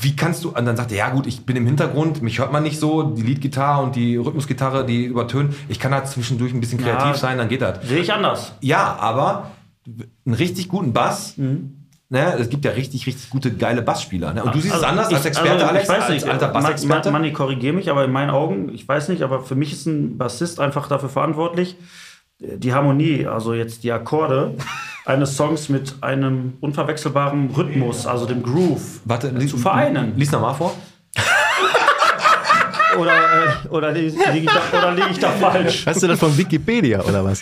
C: wie kannst du, und dann sagt er, ja gut, ich bin im Hintergrund, mich hört man nicht so, die Leadgitarre und die Rhythmusgitarre, die übertönen, ich kann halt zwischendurch ein bisschen kreativ
D: Ja.
C: sein, dann geht das.
D: sehe ich anders.
C: Ja, aber einen richtig guten Bass.
D: Mhm.
C: Ne, es gibt ja richtig, richtig gute, geile Bassspieler. Ne? Und du siehst es anders als Experte, Alex,
D: Also, ich weiß nicht, äh,
C: als alter
D: Ma- Ma-
C: Bassexperte.
D: Manni, korrigiere mich, aber in meinen Augen, ich weiß nicht, aber für mich ist ein Bassist einfach dafür verantwortlich, äh, die Harmonie, also jetzt die Akkorde eines Songs mit einem unverwechselbaren Rhythmus, also dem Groove, äh,
C: Warte,
D: zu vereinen.
C: Lies nochmal vor.
D: Oder, äh, oder liege ich, da- oder lieg ich da falsch?
E: Hast du das von Wikipedia oder was?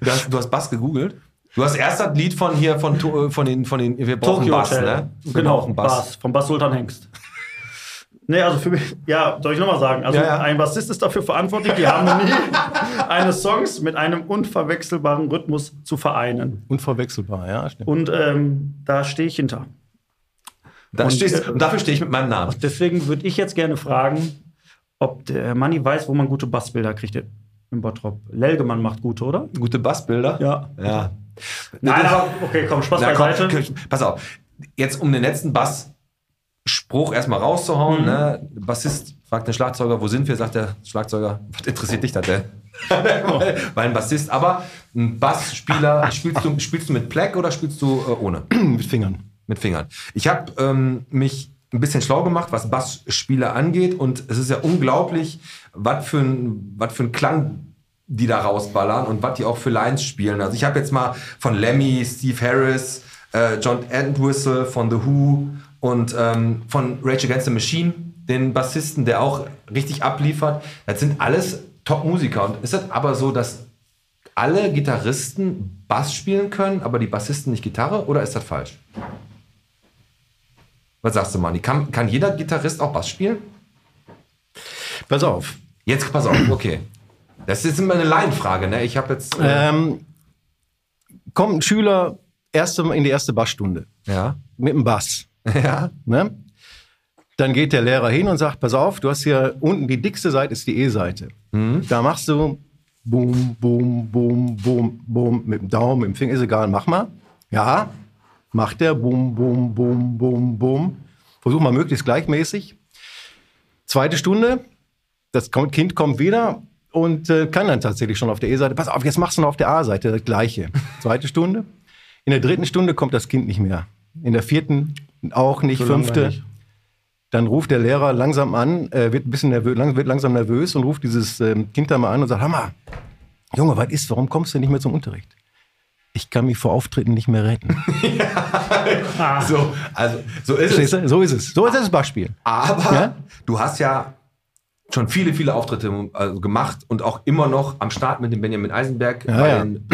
C: Du hast, du hast Bass gegoogelt. Du hast erst das Lied von hier, von, To- von, den, von den, wir brauchen Bass,
D: Hotel.
C: ne? Wir
D: Genau,
C: brauchen
D: Bass. Vom Bass Sultan Hengst. Nee, also für mich, ja, soll ich nochmal sagen. Also
C: Ja, ja.
D: ein Bassist ist dafür verantwortlich, die Harmonie eines Songs mit einem unverwechselbaren Rhythmus zu vereinen.
E: Unverwechselbar, ja, stimmt.
D: Und ähm, da stehe ich hinter.
C: Da
D: Und,
C: stehst,
D: äh,
C: und dafür stehe ich mit meinem Namen.
D: Deswegen würde ich jetzt gerne fragen, ob der Manni weiß, wo man gute Bassbilder kriegt im Bottrop. Lelgemann macht gute, oder?
C: Gute Bassbilder.
D: Ja.
C: Ja.
D: Nein, aber okay, komm, Spaß
C: Na, komm,
D: beiseite.
C: Kirchen- pass auf. Jetzt um den letzten Bassspruch erstmal rauszuhauen.
D: Mhm.
C: Ne? Bassist fragt den Schlagzeuger, wo sind wir? Sagt der Schlagzeuger, was interessiert dich das denn? Weil ein Bassist, aber ein Bassspieler, spielst du, spielst du mit Pleck oder spielst du äh, ohne?
E: Mit Fingern.
C: mit Fingern. Ich habe ähm, mich ein bisschen schlau gemacht, was Bassspieler angeht und es ist ja unglaublich, was für ein, was für ein Klang die da rausballern und was die auch für Lines spielen. Also ich habe jetzt mal von Lemmy, Steve Harris, äh, John Entwistle von The Who und ähm, von Rage Against the Machine, den Bassisten, der auch richtig abliefert. Das sind alles Top-Musiker und ist das aber so, dass alle Gitarristen Bass spielen können, aber die Bassisten nicht Gitarre oder ist das falsch? Was sagst du, Manni? Kann, kann jeder Gitarrist auch Bass spielen?
E: Pass auf.
C: Jetzt pass auf, okay. Das ist immer eine Laienfrage, ne? Ich habe jetzt. Äh,
E: Ähm, kommt ein Schüler erste, in die erste Bassstunde
C: ja.
E: mit dem Bass.
C: Ja.
E: Ne? Dann geht der Lehrer hin und sagt, pass auf, du hast hier unten die dickste Seite ist die E-Seite. Da machst du boom, boom, boom, boom, boom mit dem Daumen, mit dem Finger, ist egal, mach mal. Ja, macht der boom, boom, boom, boom, boom. Versuch mal möglichst gleichmäßig. Zweite Stunde, das kommt, Kind kommt wieder und äh, kann dann tatsächlich schon auf der E-Seite. Pass auf, jetzt machst du noch auf der A-Seite das Gleiche. Zweite Stunde. In der dritten Stunde kommt das Kind nicht mehr. In der vierten auch nicht,
C: So
E: fünfte.
C: langweilig.
E: Dann ruft der Lehrer langsam an, äh, wird ein bisschen nervös, lang, wird langsam nervös und ruft dieses ähm, Kind da mal an und sagt: Hammer, Junge, was ist? Warum kommst du nicht mehr zum Unterricht? Ich kann mich vor Auftritten nicht mehr retten.
D: Ah,
C: So, also, so ist es.
E: Verstehst du? so ist es. So ist das Beispiel.
C: Aber
E: Ja?
C: du hast ja schon viele, viele Auftritte also gemacht und auch immer noch am Start mit dem Benjamin Eisenberg
E: Ja,
C: bei
E: ja.
C: den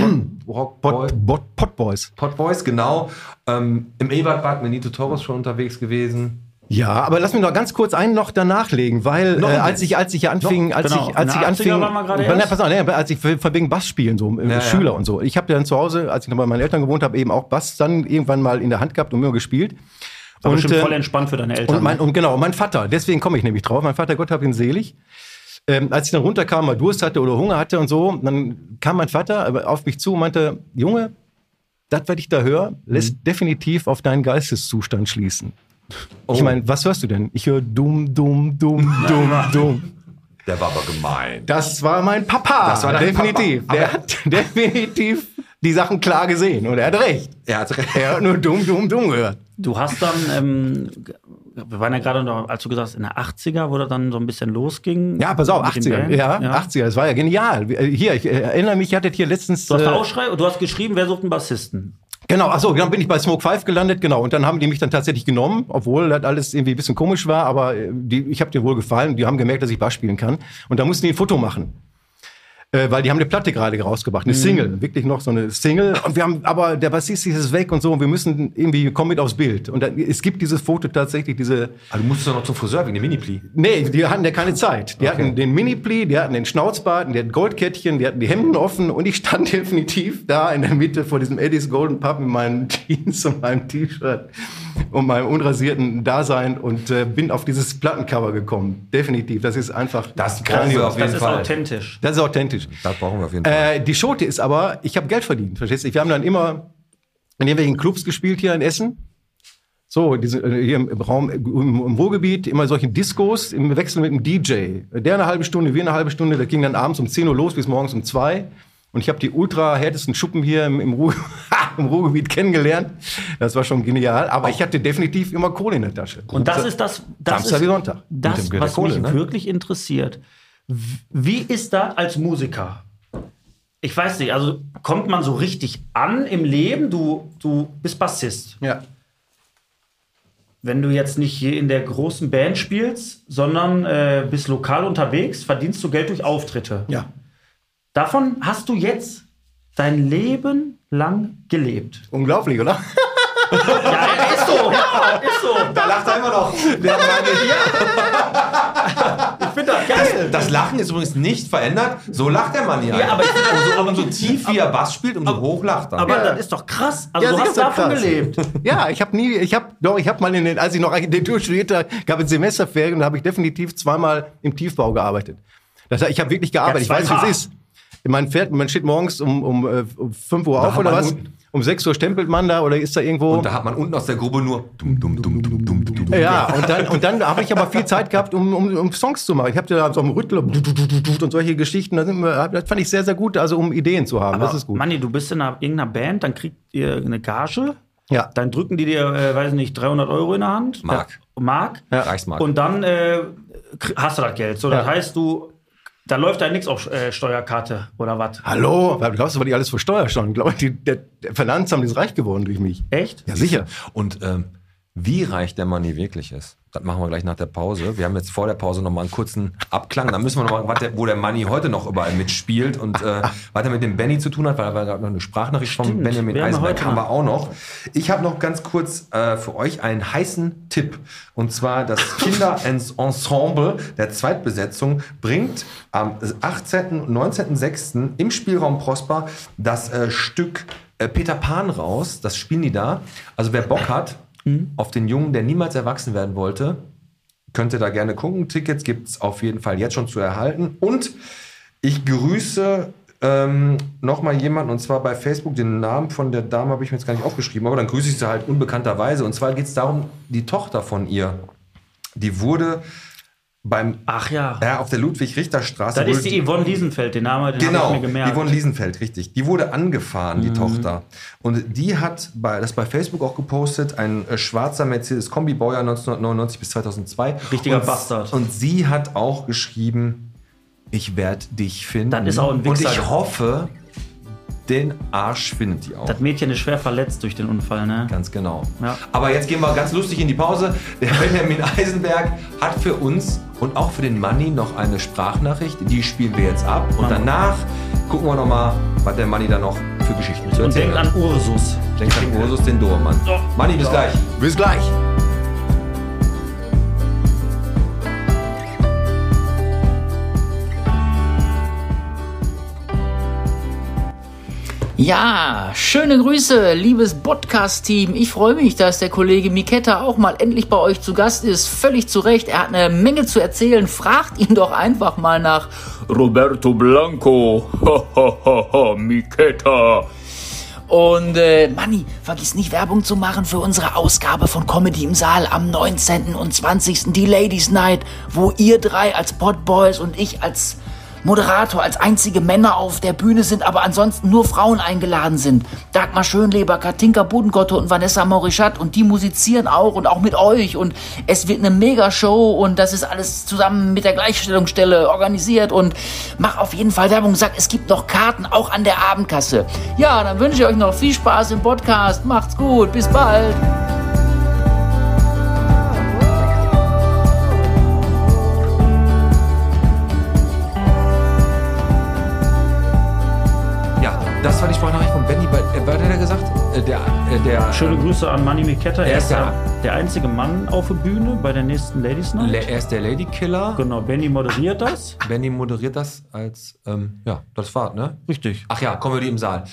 C: Pod, Rock Boy,
E: Pot, Bot, Potboys.
C: Pod Boys, genau. Ähm, Im Ebertbad mit Nito Torres schon unterwegs gewesen.
E: Ja, aber lass mich noch ganz kurz einen noch danach legen, weil äh,
C: Noch ein
E: als ich als ich hier anfing, als
D: genau.
E: ich als
D: In
E: ich
D: den 80er
E: anfing,
D: waren wir gerade
E: Na,
D: erst.
E: pass auf, nee, als ich verbing Bass spielen so äh,
C: ja.
E: Schüler und so. Ich habe dann zu Hause, als ich noch bei meinen Eltern gewohnt habe, eben auch Bass dann irgendwann mal in der Hand gehabt und immer gespielt.
D: Aber bestimmt
E: äh,
D: voll entspannt für deine Eltern.
E: und, mein, und genau, mein Vater, deswegen komme ich nämlich drauf. Mein Vater, Gott hab ihn selig. Ähm, als ich dann runterkam, mal Durst hatte oder Hunger hatte und so, dann kam mein Vater äh, auf mich zu und meinte, Junge, das, was ich da höre, lässt
C: Mhm.
E: definitiv auf deinen Geisteszustand schließen.
C: Oh.
E: Ich meine, was hörst du denn? Ich höre dumm, dumm, dumm, dumm, dumm.
C: Der war aber gemein.
E: Das war mein Papa.
C: Das war dein
E: definitiv.
C: Papa.
E: Der
C: Aber-
E: hat definitiv die Sachen klar gesehen und er hat recht.
C: Er hat recht.
E: Er hat nur dumm, dumm, dumm gehört.
D: Du hast dann, ähm, g- wir waren ja gerade noch, als du gesagt hast, in der 80er, wo das dann so ein bisschen losging.
E: Ja, pass auf,
D: Mit den
E: 80er.
D: Bands.
E: Ja, 80er, das war ja genial. Äh, Hier, ich äh, erinnere mich, ihr hattet hier letztens.
D: Du hast
E: äh,
D: da Ausschrei und du hast geschrieben, wer sucht einen Bassisten?
E: genau, achso, dann bin ich bei Smoke Five gelandet, genau. Und dann haben die mich dann tatsächlich genommen, obwohl das alles irgendwie ein bisschen komisch war, aber äh, die, ich habe denen wohl gefallen. Die haben gemerkt, dass ich Bass spielen kann. Und da mussten die ein Foto machen. Äh, weil die haben eine Platte gerade rausgebracht,
D: Mhm.
E: eine Single, wirklich noch so eine Single. Und wir haben, aber der Bassist ist weg und so, und wir müssen irgendwie, komm mit aufs Bild. Und dann, es gibt dieses Foto tatsächlich, diese,
C: Aber Ah, du musstest doch noch zum Friseur wegen dem Mini-Pli.
E: Nee, die hatten ja keine Zeit. Die hatten den Mini-Pli, die hatten den Schnauzbart, die hatten Goldkettchen, die hatten die Hemden offen und ich stand definitiv da in der Mitte vor diesem Eddie's Golden Pub mit meinen Jeans und meinem T-Shirt und meinem unrasierten Dasein und äh, bin auf dieses Plattencover gekommen. Definitiv. Das ist einfach.
C: Das brauchen wir auf
D: Das
C: jeden
D: ist
C: Fall.
D: authentisch.
E: Das ist authentisch.
C: Das brauchen wir auf jeden Fall.
E: Äh, die Schote ist aber, ich habe Geld verdient, verstehst du? Wir haben dann immer in irgendwelchen Clubs gespielt hier in Essen. So, diese, äh, hier im Raum äh, im, im Ruhrgebiet, immer solche Discos im Wechsel mit dem DJ. Der eine halbe Stunde, wir eine halbe Stunde. Das ging dann abends um 10 Uhr los bis morgens um 2. Und ich habe die ultra härtesten Schuppen hier im, im, Ruhr, im Ruhrgebiet kennengelernt. Das war schon genial. Aber ich hatte definitiv immer Kohle in der Tasche. Also,
D: Und das ist das, das
E: Samstag
D: ist
E: wie Sonntag.
C: Mit dem
D: das
C: Geld
D: was
C: der Kohle,
D: mich
C: ne?
D: wirklich interessiert. W- Wie ist das als Musiker? Ich weiß nicht, also kommt man so richtig an im Leben? Du, du bist Bassist.
E: Ja.
D: Wenn du jetzt nicht hier in der großen Band spielst, sondern äh, bist lokal unterwegs, verdienst du Geld durch Auftritte.
E: Ja.
D: Davon hast du jetzt dein Leben lang gelebt.
E: Unglaublich, oder?
D: Ja, ist so. Ja, ist so.
C: da lacht er immer noch.
D: Ich finde das geil.
C: Das Lachen ist übrigens nicht verändert. So lacht der Mann hier.
D: Ja, aber ich finde das-
C: umso, umso tief wie er Bass spielt, umso hoch lacht er.
D: Aber
E: Ja.
D: das ist doch krass. Also
E: Ja,
D: du hast
E: siehst du,
D: davon
E: krass.
D: gelebt.
E: Ja, ich habe nie, ich habe doch, ich habe mal in den, als ich noch Architektur studierte, gab es Semesterferien und da habe ich definitiv zweimal im Tiefbau gearbeitet. Das heißt, ich habe wirklich gearbeitet.
D: Ja,
E: ich weiß, wie
D: zweimal.
E: es ist. Man fährt, man steht morgens um, um, äh, um 5 Uhr auf
C: hat
E: oder
C: man
E: was?
C: unten-
E: Um 6 Uhr stempelt man da oder ist da irgendwo.
C: Und da hat man unten aus der Grube nur dum, dum, dum, dum, dum, dum, dum.
E: ja, und dann, und dann habe ich aber viel Zeit gehabt, um, um, um Songs zu machen. Ich habe da so einen Rüttler und solche Geschichten. Da sind wir- Das fand ich sehr, sehr gut, also um Ideen zu haben. das ist gut.
D: Manni, du bist in einer, irgendeiner Band, dann kriegt ihr eine Gage.
E: Ja.
D: Dann drücken die dir, äh, weiß nicht, 300 Euro in der Hand.
C: Mark.
D: Ja, Mark.
C: Reichsmark.
D: Und dann äh, krie- hast du das Geld. So, das
E: Ja.
D: heißt, du, da läuft da nichts auf äh, Steuerkarte oder was.
E: Hallo, was glaubst du, was die alles für Steuer schon? Glaub ich, die, der, der Finanzamt ist reich geworden durch mich.
D: Echt?
E: Ja, sicher.
C: Und ähm, wie reich der Manni wirklich ist, das machen wir gleich nach der Pause. Wir haben jetzt vor der Pause nochmal einen kurzen Abklang. Da müssen wir nochmal, was der- wo der Manni heute noch überall mitspielt und äh, was er mit dem Benny zu tun hat, weil wir gerade noch eine Sprachnachricht von
D: Stimmt,
C: Benjamin
D: wir haben
C: Eisenberg
D: heute
C: haben wir
D: noch.
C: auch noch. Ich habe noch ganz kurz äh, für euch einen heißen Tipp. Und zwar das Kinderensemble der Zweitbesetzung bringt am 18. und 19.06. im Spielraum Prosper das äh, Stück äh, Peter Pan raus. Das spielen die da. Also wer Bock hat
D: Mhm.
C: auf den Jungen, der niemals erwachsen werden wollte, könnt ihr da gerne gucken. Tickets gibt es auf jeden Fall jetzt schon zu erhalten. Und ich grüße ähm, nochmal jemanden, und zwar bei Facebook. Den Namen von der Dame habe ich mir jetzt gar nicht aufgeschrieben, aber dann grüße ich sie halt unbekannterweise. Und zwar geht es darum, die Tochter von ihr, die wurde beim
D: Ach ja.
C: ja, auf der Ludwig-Richter-Straße.
D: Das ist
C: wurde-
D: die Yvonne Liesenfeld, den Namen, den
C: genau,
D: habe ich mir gemerkt. Mhm.
C: Yvonne Liesenfeld, richtig. Die wurde angefahren, die Tochter. Und die hat bei, das bei Facebook auch gepostet, ein äh, schwarzer Mercedes-Kombi, Baujahr 1999 bis 2002.
D: Richtiger
C: und,
D: Bastard.
C: Und sie hat auch geschrieben, ich werde dich finden.
D: Dann ist auch ein
C: Und
D: Wichser.
C: ich hoffe, den Arsch findet die auch.
D: das Mädchen ist schwer verletzt durch den Unfall, ne?
C: Ganz genau.
D: Ja.
C: Aber jetzt gehen wir ganz lustig in die Pause. Der Benjamin Eisenberg hat für uns und auch für den Manni noch eine Sprachnachricht. Die spielen wir jetzt ab. Und
D: Machen wir.
C: danach gucken wir nochmal, was der Manni da noch für Geschichten zu
D: Und
C: erzählen
D: denkt
C: hat.
D: an Ursus.
C: Denkt an Ursus, den Dobermann. Manni, bis gleich.
E: Bis gleich.
G: Ja, schöne Grüße, liebes Podcast-Team. Ich freue mich, dass der Kollege Miketta auch mal endlich bei euch zu Gast ist. Völlig zu Recht, er hat eine Menge zu erzählen. Fragt ihn doch einfach mal nach Roberto Blanco. Ho, ho, ho, ho, Miketta. Und äh, Manni, vergiss nicht Werbung zu machen für unsere Ausgabe von Comedy im Saal am 19. und 20. Die Ladies Night, wo ihr drei als Podboys und ich als Moderator, als einzige Männer auf der Bühne sind, aber ansonsten nur Frauen eingeladen sind. Dagmar Schönleber, Katinka Budengotto und Vanessa Morischat und die musizieren auch und auch mit euch und es wird eine Mega-Show und das ist alles zusammen mit der Gleichstellungsstelle organisiert und mach auf jeden Fall Werbung, sag, es gibt noch Karten, auch an der Abendkasse. Ja, dann wünsche ich euch noch viel Spaß im Podcast, macht's gut, bis bald.
C: Ja, das war die Sprachnachricht von Benny. Bei- äh, Was hat er gesagt? Äh, Der, äh, der,
D: Schöne Grüße an Manny Miketta.
C: Er
D: Er
C: ist
D: ist der, der einzige Mann auf der Bühne bei der nächsten Ladies Night.
C: äh, Le- er ist der Ladykiller.
D: genau, Benny moderiert das.
C: Benny moderiert das als, ähm, ja, das war's, ne?
D: Richtig.
C: Ach ja, Comedy im Saal.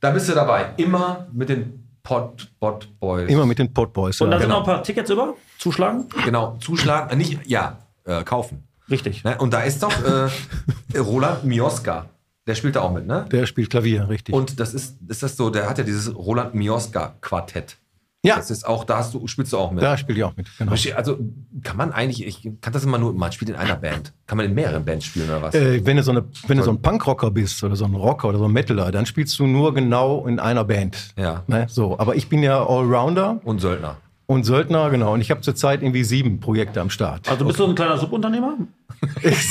C: Da bist du dabei. Immer mit den Pod, Pod Boys.
E: Immer mit den Podboys.
D: Und da
E: Ja.
D: sind
C: genau.
D: noch ein paar Tickets über. Zuschlagen.
C: Genau, zuschlagen, äh, nicht, ja, äh, kaufen.
D: Richtig.
C: Ne? Und da ist doch äh, Roland Mioska. Der spielt da auch mit, ne?
E: Der spielt Klavier, richtig.
C: Und das ist, ist das so, der hat ja dieses Roland Mioska-Quartett.
E: Ja.
C: Das ist auch, da hast du, spielst du auch mit.
E: da spielt ihr auch mit. Genau.
C: Also kann man eigentlich, ich kann das immer nur, man spielt in einer Band. Kann man in mehreren Bands spielen oder was?
E: Äh, wenn du, so, eine, wenn du so ein Punkrocker bist oder so ein Rocker oder so ein Metaler, dann spielst du nur genau in einer Band.
C: Ja.
E: Ne? So, aber ich bin ja Allrounder
C: Und Söldner.
E: und Söldner, genau. Und ich habe zurzeit irgendwie sieben Projekte am Start.
D: Also bist du ein kleiner Subunternehmer?
E: Ich,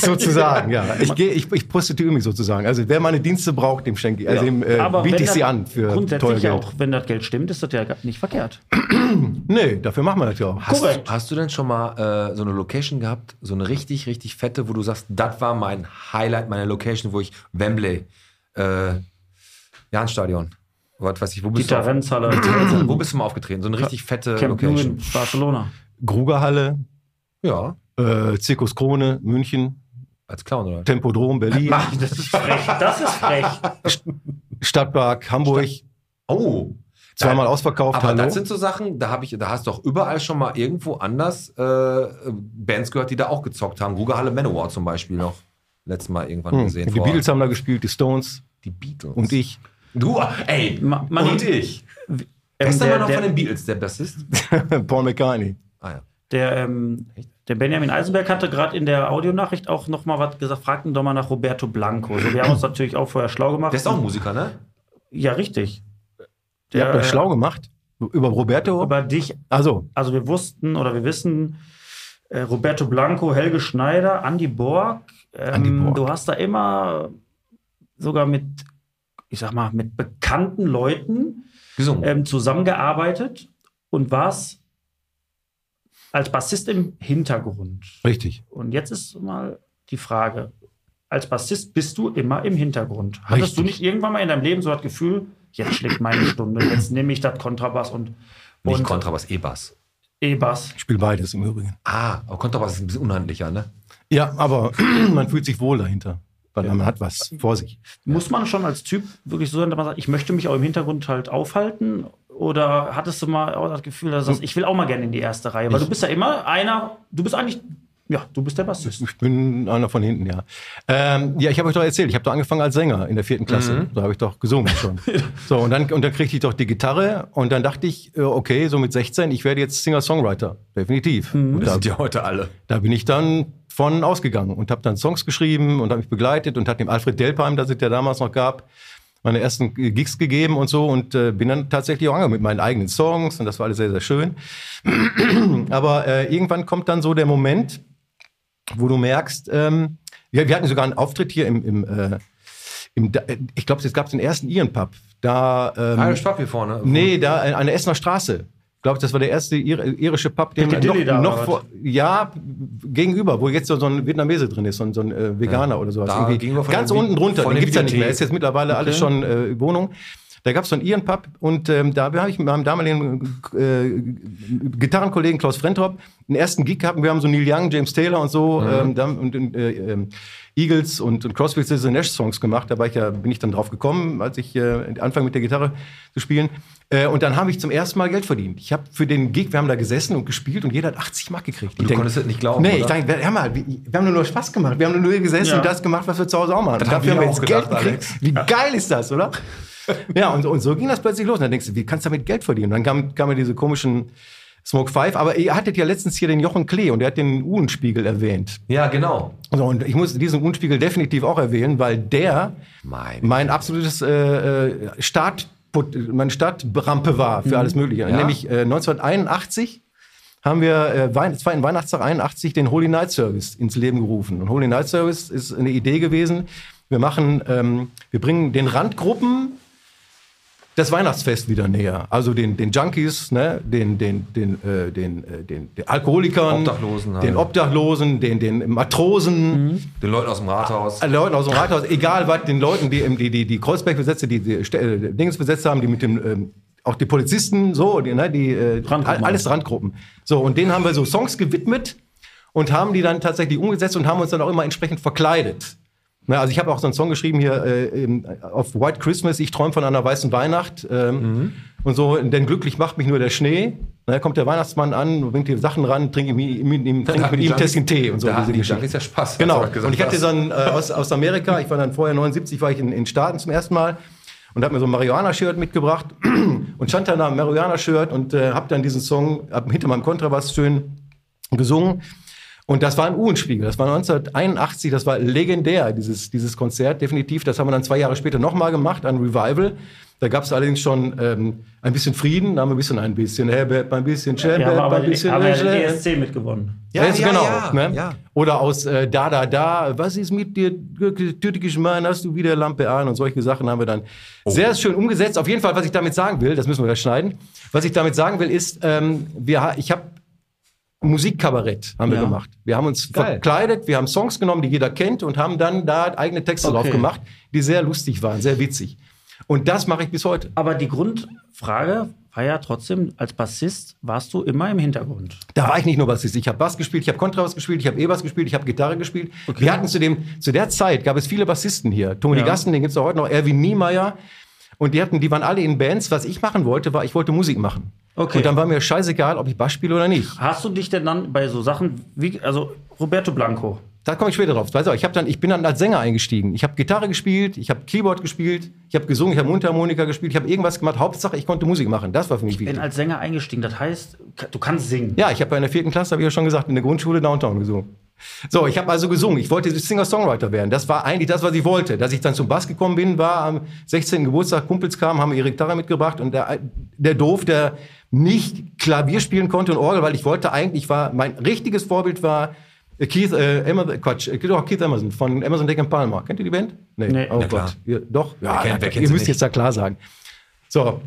E: sozusagen, ja. Ich, geh, ich, ich prostituiere mich sozusagen. Also wer meine Dienste braucht, dem schenke ich, also dem äh,
D: wenn
E: biete ich
D: das-
E: sie an für teuer
D: grundsätzlich
E: Geld.
D: ja auch, wenn das Geld stimmt, ist das ja gar nicht verkehrt.
E: Nee, dafür machen wir das ja auch.
C: Hast,
D: Korrekt.
C: hast du denn schon mal äh, so eine Location gehabt, so eine richtig, richtig fette, wo du sagst, das war mein Highlight, meine Location, wo ich Wembley, äh, Jahnstadion, was weiß ich, wo
D: Die
C: bist, du, auf,
D: Tarenzhalle,
C: wo bist du mal aufgetreten? So eine richtig fette
D: Camp Nou in
C: Location.
D: Barcelona.
E: Grugerhalle,
C: Ja,
E: äh, Zirkus Krone, München,
C: als Clown, oder?
E: Tempodrom, Berlin,
D: Das ist frech. Das ist frech.
E: Stadtpark, Hamburg,
C: Oh,
E: zweimal ausverkauft.
C: aber
E: hallo.
C: das sind so Sachen, da habe ich, da hast du doch überall schon mal irgendwo anders äh, Bands gehört, die da auch gezockt haben. Google Halle Manowar zum Beispiel noch letztes Mal irgendwann
E: Hm,
C: gesehen.
E: Die
C: vor-
E: Beatles haben da gespielt, die Stones
C: die Beatles.
E: und ich.
C: Du, ey,
D: Ma- Manni,
C: und ich.
D: Ähm,
C: Gestern war
D: der,
C: noch von
D: der,
C: den Beatles, der Bassist.
E: Paul McCartney.
C: Ah ja.
D: der, ähm, der Benjamin Eisenberg hatte gerade in der Audionachricht auch noch mal was gesagt. Fragten doch mal nach Roberto Blanco. So, wir haben uns natürlich auch vorher schlau gemacht.
C: Der ist auch ein Musiker, ne?
D: Ja, richtig.
E: Ihr habt
D: äh,
E: euch schlau gemacht. Über Roberto?
D: Über dich.
E: also,
D: Also wir wussten oder wir wissen, äh, Roberto Blanco, Helge Schneider, Andy Borg. Ähm,
E: Andy Borg.
D: Du hast da immer sogar mit, ich sag mal, mit bekannten Leuten
C: Gesungen.
D: ähm, zusammengearbeitet und warst als Bassist im Hintergrund.
E: richtig.
D: Und jetzt ist mal die Frage: Als Bassist bist du immer im Hintergrund. Hattest du
E: Richtig.
D: nicht irgendwann mal in deinem Leben so das Gefühl, jetzt schlägt meine Stunde, jetzt nehme ich das Kontrabass und,
C: Nicht
D: und
C: Kontrabass, E-Bass.
D: E-Bass?
E: Ich spiele beides im Übrigen.
C: Ah, aber Kontrabass ist ein bisschen unhandlicher, ne?
E: Ja, aber man fühlt sich wohl dahinter. Weil man hat was vor sich.
D: Muss man schon als Typ wirklich so sein, dass man sagt, ich möchte mich auch im Hintergrund halt aufhalten? Oder hattest du mal auch das Gefühl, dass du sagst, ich will auch mal gerne in die erste Reihe? Weil du bist ja immer einer, du bist eigentlich Ja, du bist der Bassist.
E: Ich bin einer von hinten, ja. Ähm, ja, ich habe euch doch erzählt, ich habe doch angefangen als Sänger in der vierten Klasse.
C: Mhm.
E: Da habe ich doch gesungen schon. so, und dann, und dann kriegte ich doch die Gitarre und dann dachte ich, äh, okay, so mit 16, ich werde jetzt Singer-Songwriter. Definitiv.
C: Mhm.
E: Und da,
C: ja heute alle.
E: da bin ich dann von ausgegangen und habe dann Songs geschrieben und habe mich begleitet und habe dem Alfred Delpheim, das es ja damals noch gab, meine ersten Gigs gegeben und so und äh, bin dann tatsächlich auch angegangen mit meinen eigenen Songs und das war alles sehr, sehr schön. Aber äh, irgendwann kommt dann so der Moment, wo du merkst, ähm, wir, wir hatten sogar einen Auftritt hier im, im, äh, im Da- ich glaube, es gab den ersten Ian Pub. Da, ähm,
C: Irish Pub Ah, hier vorne.
E: Nee, da an der Essener Straße. Ich glaube, das war der erste ir- irische Pub, den
D: Piccadilly
E: noch,
D: da,
E: noch
D: oder
E: vor, ja, gegenüber, wo jetzt so so ein Vietnamese drin ist, so ein, so ein äh, Veganer oder sowas.
C: Da
E: Irgendwie
C: gegenüber von
E: ganz
C: der Vi-
E: unten drunter,
C: von
E: den
C: der
E: gibt's ja nicht mehr.
C: Videothek.
E: Ist jetzt mittlerweile alles schon äh, Wohnung. Da gab's so einen ihren Pub und ähm, da habe ich mit meinem damaligen äh, Gitarrenkollegen Klaus Frentrop einen ersten Gig gehabt. und Wir haben so Neil Young, James Taylor und
C: Mhm.
E: so ähm, da, und, und äh, ähm, Eagles und, und Crosby, Stills and Nash Songs gemacht. Da war ich ja, bin ich dann drauf gekommen, als ich äh, anfing mit der Gitarre zu spielen. Äh, und dann habe ich zum ersten Mal Geld verdient. Ich habe für den Gig, wir haben da gesessen und gespielt und jeder hat 80 Mark gekriegt. Ich
C: du konntest das nicht glauben.
E: Nee,
C: oder?
E: ich dachte, wir, hör mal, wir, wir haben nur Spaß gemacht. Wir haben nur gesessen
D: Ja.
E: und das gemacht, was wir zu Hause auch machen.
C: Das haben wir auch gedacht, Alex.
E: Wie geil ist das, oder? ja, und, und so ging das plötzlich los. Und dann denkst du, wie kannst du damit Geld verdienen? Und dann kamen kam mir diese komischen Smoke Five. Aber ihr hattet ja letztens hier den Jochen Klee und der hat den Uhrenspiegel erwähnt.
C: ja, genau.
E: So, und ich muss diesen Uhrenspiegel definitiv auch erwähnen, weil der
C: Mein.
E: mein absolutes äh, äh, Start, meine Startrampe war
C: Mhm.
E: für alles Mögliche. Nämlich äh, 1981 haben wir äh, Wein, zweiten Weihnachtstag 81 den Holy Night Service ins Leben gerufen. Und Holy Night Service ist eine Idee gewesen. Wir machen, ähm, wir bringen den Randgruppen das Weihnachtsfest wieder näher. Also den, den Junkies, ne? den, den, den, äh, den, äh, den, den Alkoholikern,
C: Obdachlosen halt. Mhm.
E: den Obdachlosen, den, den Matrosen,
C: Den Leuten aus dem Rathaus.
E: Ah, alle Leuten aus dem Rathaus, egal was, den Leuten, die im- die, die, die Kreuzberg besetzt, die, die Ste- äh, Dings besetzt haben, die mit dem, ähm, auch die Polizisten, so, die, ne, die äh,
D: Randgruppen.
E: all- alles Randgruppen. So, und denen haben wir so Songs gewidmet und haben die dann tatsächlich umgesetzt und haben uns dann auch immer entsprechend verkleidet. Na, also ich habe auch so einen Song geschrieben hier äh, eben, auf White Christmas, ich träume von einer weißen Weihnacht ähm,
C: Mhm.
E: und so, denn glücklich macht mich nur der Schnee. Na, kommt der Weihnachtsmann an, bringt die Sachen ran, trinke mit, mit, ihm- trink
C: hatten
E: mit
C: die
E: ihm
C: Junkies-
E: Tässchen Tee und so.
C: da hatten die
E: Geschichten.
C: Junkies ja Spaß, als du
E: Genau.
C: das gesagt
E: Und ich hatte
C: hast.
E: so dann äh, aus, aus Amerika. Ich war dann vorher 79, war ich in den Staaten zum ersten Mal und habe mir so ein Marihuana-Shirt mitgebracht und stand dann da im Marihuana-Shirt und äh, habe dann diesen Song hab hinter meinem Kontrabass schön gesungen. Und das war im Uhrenspiegel. Das war 1981. Das war legendär, dieses, dieses Konzert, definitiv. Das haben wir dann zwei Jahre später nochmal gemacht, ein Revival. Da gab es allerdings schon ähm, ein bisschen Frieden, da haben wir ein bisschen ein bisschen Herbert, ein bisschen Chamber,
D: Ja, aber,
E: ein bisschen
D: aber
E: Leger.
D: der ESC mitgewonnen.
E: Ja,
C: ja,
E: genau.
C: ja,
E: ne?
C: ja.
E: Oder aus äh, Da, Da, Da, was ist mit dir, türkisch Mann, hast du wieder Lampe an und solche Sachen haben wir dann sehr schön umgesetzt. Auf jeden Fall, was ich damit sagen will, das müssen wir gleich schneiden, was ich damit sagen will, ist, ähm, wir, ha- ich habe Musikkabarett haben wir
D: Ja.
E: gemacht. Wir haben uns verkleidet, wir haben Songs genommen, die jeder kennt und haben dann da eigene Texte drauf gemacht, die sehr lustig waren, sehr witzig. Und das mache ich bis heute.
D: Aber die Grundfrage war ja trotzdem, als Bassist warst du immer im Hintergrund.
E: Da war ich nicht nur Bassist. Ich habe Bass gespielt, ich habe Kontrabass gespielt, ich habe E-Bass gespielt, ich habe Gitarre gespielt. Wir hatten zu, dem, zu der Zeit gab es viele Bassisten hier. Toni
D: Ja.
E: Gassen, den gibt's auch heute noch, Erwin Niemeyer. Und die hatten, die waren alle in Bands. Was ich machen wollte, war, ich wollte Musik machen.
D: Okay.
E: Und dann war mir scheißegal, ob ich Bass spiele oder nicht.
D: Hast du dich denn dann bei so Sachen wie, also Roberto Blanco,
E: Da komme ich später drauf. Weißt du, ich, hab dann, ich bin dann als Sänger eingestiegen. Ich habe Gitarre gespielt, ich habe Keyboard gespielt, ich habe gesungen, ich habe Mundharmonika gespielt, ich habe irgendwas gemacht. Hauptsache, ich konnte Musik machen. Das war für mich
D: bin
E: wichtig.
D: als Sänger eingestiegen, das heißt, du kannst singen.
C: Hm.
E: Ja, ich habe in der vierten Klasse, habe ich ja schon gesagt, in der Grundschule Downtown gesungen. So, ich habe also gesungen. Ich wollte Singer-Songwriter werden. Das war eigentlich das, was ich wollte. Dass ich dann zum Bass gekommen bin, war am 16. Geburtstag, Kumpels kamen, haben ihre Gitarre mitgebracht und der, der Doof, der nicht Klavier spielen konnte und Orgel, weil ich wollte eigentlich, ich war, mein richtiges Vorbild war Keith, äh, Emerson, Quatsch, äh, doch, Keith Emerson von Emerson, Lake and Palmer. Kennt ihr die Band? Nee.
D: Nee.
E: Oh
C: Na klar.
E: Gott. Ihr, doch? Ja,
C: kennt- wer
E: na klar.
C: kennt
E: Ah, ihr
C: sie
E: müsst
C: nicht?
E: jetzt da klar sagen. So.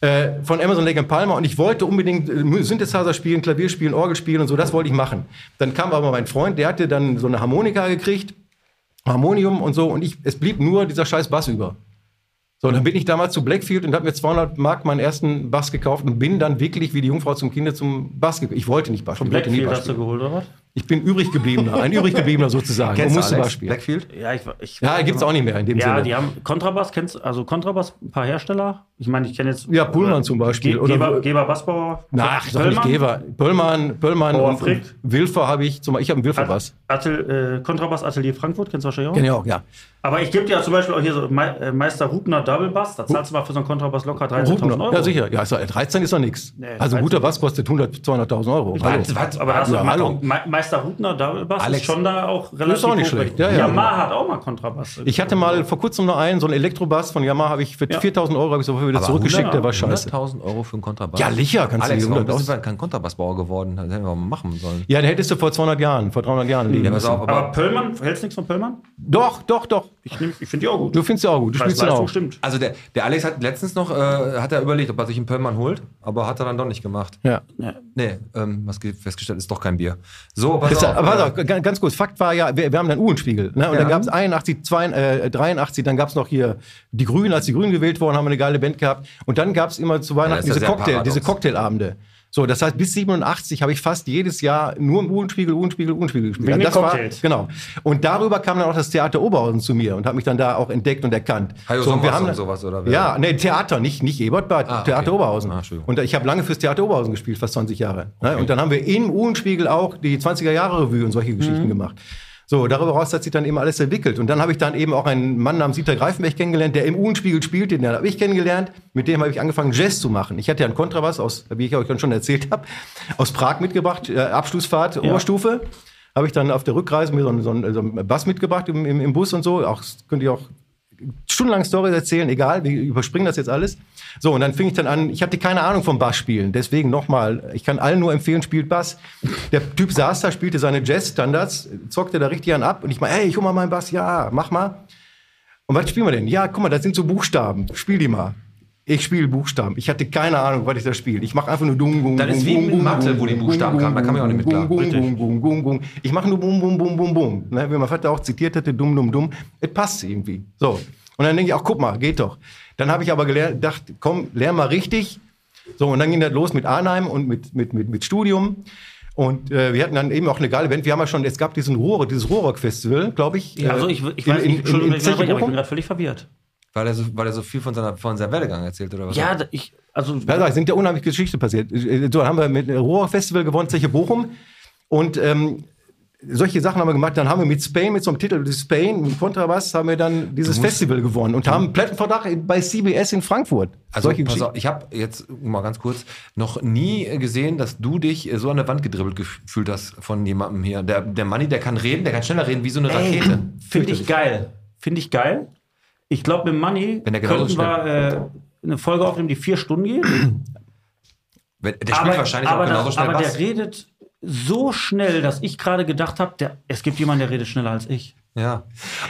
E: Äh, von Amazon Lake and Palmer und ich wollte unbedingt äh, Synthesizer spielen, Klavier spielen, Orgel spielen und so, das wollte ich machen. Dann kam aber mein Freund, der hatte dann so eine Harmonika gekriegt, Harmonium und so und ich, es blieb nur dieser scheiß Bass über. So, dann bin ich damals zu Blackfield und habe mir 200 Mark meinen ersten Bass gekauft und bin dann wirklich wie die Jungfrau zum Kinde zum Bass gekommen. Ich wollte nicht Bass, ich wollte nie
D: Blackfield
E: Bass
D: hast du
E: spielen.
D: geholt, oder was?
E: Ich bin übrig gebliebener, ein übrig gebliebener sozusagen.
C: Kennst
E: Man
C: du
E: muss zum
C: Alex
E: Beispiel.
C: Blackfield?
D: Ja, ich, ich,
E: Ja, gibt's auch nicht mehr in dem
D: ja, die
E: Sinne.
D: haben Kontrabass, kennst also Kontrabass, ein paar Hersteller. Ich meine, ich kenne jetzt.
E: Ja, Pullman zum Beispiel,
D: Ge
E: oder-
D: Geber, Geber Bassbauer.
E: Na, ich sag nicht
D: Pöllmann,
E: Geber. Pöllmann, Pöllmann
D: Bauer
E: und,
D: Frick. Also
E: und Wilfer habe ich. Zum, ich habe einen Wilfer
D: At
E: was.
D: Atel, äh, Kontrabass Atelier Frankfurt, kennst du wahrscheinlich auch.
E: Genau, ja.
D: Aber ich gebe dir ja zum Beispiel auch hier so Me äh, Meister Rubner Double Bass, da zahlst du mal für so einen Kontrabass locker 13.000
E: Rubner.
D: Euro.
E: Ja, sicher. Ja, ist doch- 13 ist doch nichts.
D: Nee,
E: also
D: 13.
E: ein guter Bass kostet 100, 200.000 Euro. Hallo.
D: Was, was, aber hast du
E: Ja,
D: mal
E: hallo.
D: Me Meister Rubner Double Bass
C: Alex,
D: ist schon da auch relativ
E: ist auch nicht
D: hochwertig.
E: schlecht. Ja, ja.
D: Yamaha hat auch mal Kontrabass.
E: Ich hatte mal vor kurzem noch einen, so einen Elektrobass von Yamaha habe ich für
D: Ja.
E: 4.000 Euro habe ich sofort wieder zurückgeschickt. Der war scheiße.
C: 100.000 Euro für einen Kontrabass.
E: Ja, sicher, kannst du
C: Alex,
E: die
C: warum
E: 100.000
C: bist du dann kein Kontrabassbauer geworden? Das hätten wir mal machen sollen.
E: Ja, den hättest du vor 200 Jahren, vor 300 Jahren leben
C: Ja, pass
E: müssen.
C: auf,
D: aber
C: aber
D: Pöllmann, hältst du nichts von Pöllmann?
E: Doch, doch, doch.
D: Ich, nehm- ich finde die auch gut.
E: Du findest ja auch gut. Du spielst ja auch.
D: stimmt.
C: also der, der Alex hat letztens noch, äh, hat er überlegt, ob er sich einen Pöllmann holt, aber hat er dann doch nicht gemacht.
E: Ja.
C: Nee, ähm, was ge- festgestellt, ist doch kein Bier. So, pass
E: Das,
C: auf.
E: aber
C: äh,
E: warte, ganz, ganz kurz, Fakt war ja, wir, wir haben dann Uhlenspiegel. Ne? Und dann gab es 81, 82, äh, 83, dann gab es noch hier die Grünen, als die Grünen gewählt wurden, haben wir eine geile Band gehabt. Und dann gab es immer zu
C: Ja,
E: Weihnachten
C: ist ja
E: diese,
C: sehr
E: Cocktail,
C: paradox.
E: diese Cocktailabende. So, das heißt, bis 87 habe ich fast jedes Jahr nur im Uhlenspiegel, Uhlenspiegel, Uhlenspiegel gespielt.
D: Wegen
E: Und
D: den
E: das war,
D: Cocktails.
E: genau. Und darüber kam dann auch das Theater Oberhausen zu mir und hat mich dann da auch entdeckt und erkannt.
C: Hajo
E: und
C: Sommers und
E: dann-
C: sowas, oder wer?
E: Ja, nee, Theater, nicht, nicht Ebertbad,
C: Ah,
E: Theater
C: okay.
E: Oberhausen.
C: Ah, Entschuldigung.
E: Und ich habe lange fürs Theater Oberhausen gespielt, fast 20 Jahre. Ne? Und dann haben wir im Uhlenspiegel auch die 20er Jahre Revue und solche
C: Mhm.
E: Geschichten gemacht. So, darüber hinaus hat sich dann eben alles entwickelt. Und dann habe ich dann eben auch einen Mann namens Dieter Greifenberg kennengelernt, der im Uhlenspiegel spielt, den habe ich kennengelernt. Mit dem habe ich angefangen, Jazz zu machen. Ich hatte ja einen Kontrabass aus, wie ich euch dann schon erzählt habe, aus Prag mitgebracht, äh, Abschlussfahrt, Oberstufe. Habe ich dann auf der Rückreise mir so einen, so einen, so einen Bass mitgebracht im, im, im Bus und so. Auch, das könnt ihr auch stundenlang Stories erzählen, egal, wir überspringen das jetzt alles. So, und dann fing ich dann an, ich hatte keine Ahnung vom Bass spielen, deswegen nochmal, ich kann allen nur empfehlen, spielt Bass. Der Typ saß da, spielte seine Jazz-Standards, zockte da richtig an ab und ich mal, ey, ich hol mal meinen Bass, ja, mach mal. Und was spielen wir denn? Ja, guck mal, das sind so Buchstaben, spiel die mal. Ich spiele Buchstaben. Ich hatte keine Ahnung, was ich da spiele. Ich mache einfach nur dung, dung,
C: Das ist wie mit Mathe, wo die Buchstaben kamen, da kam ich auch nicht mit klar.
E: Dung, dung, dung, dung, dung, dung. Ich mache nur bum, bum, bum, bum, bum. Ne, wie mein Vater auch zitiert hatte, dumm, dumm, dumm. Es passt irgendwie. So. Und dann denke ich, ach, guck mal, geht doch. Dann habe ich aber gelernt, gedacht, komm, lern mal richtig. So, und dann ging das los mit Arnheim und mit, mit, mit, mit Studium. Und äh, wir hatten dann eben auch eine geile Band. Wir haben ja schon, es gab diesen Ruhr, dieses Ruhrrock-Festival, glaube ich. äh,
D: Also ich, ich
E: in-
D: weiß
E: in-
D: nicht, Entschuldigung,
E: in
D: wenn ich unterbreche, aber ich bin
E: Zechenbochum.
D: gerade völlig verwirrt.
C: weil, er so, weil er so viel von, seiner, von seinem Werdegang erzählt, oder was?
D: Ja, da- ich, also
E: Ja, da sind ja unheimliche Geschichten passiert. Äh, So haben wir mit dem Ruhr Festival gewonnen, Zeche Bochum. Und ähm, solche Sachen haben wir gemacht. Dann haben wir mit Spain, mit so einem Titel Spain, mit Kontrabass, haben wir dann dieses Festival gewonnen und haben einen Plattenvertrag bei CBS in Frankfurt.
C: Also,
E: solche
C: pass
E: Geschichten.
C: auf, ich habe jetzt mal ganz kurz noch nie äh, gesehen, dass du dich äh, so an der Wand gedribbelt gefühlt hast von jemandem hier. Der, der Manni, der kann reden, der kann schneller reden wie so eine Rakete.
D: finde ich geil. Finde ich geil. Ich glaube, mit Money
C: Wenn der genauso
D: könnten wir äh, eine Folge aufnehmen, die vier Stunden geht.
C: Wenn- Der spielt wahrscheinlich auch genauso
D: das-
C: schnell
D: aber
C: Bass.
D: der redet so schnell, dass ich gerade gedacht habe, es gibt jemanden, der redet schneller als ich.
C: Ja.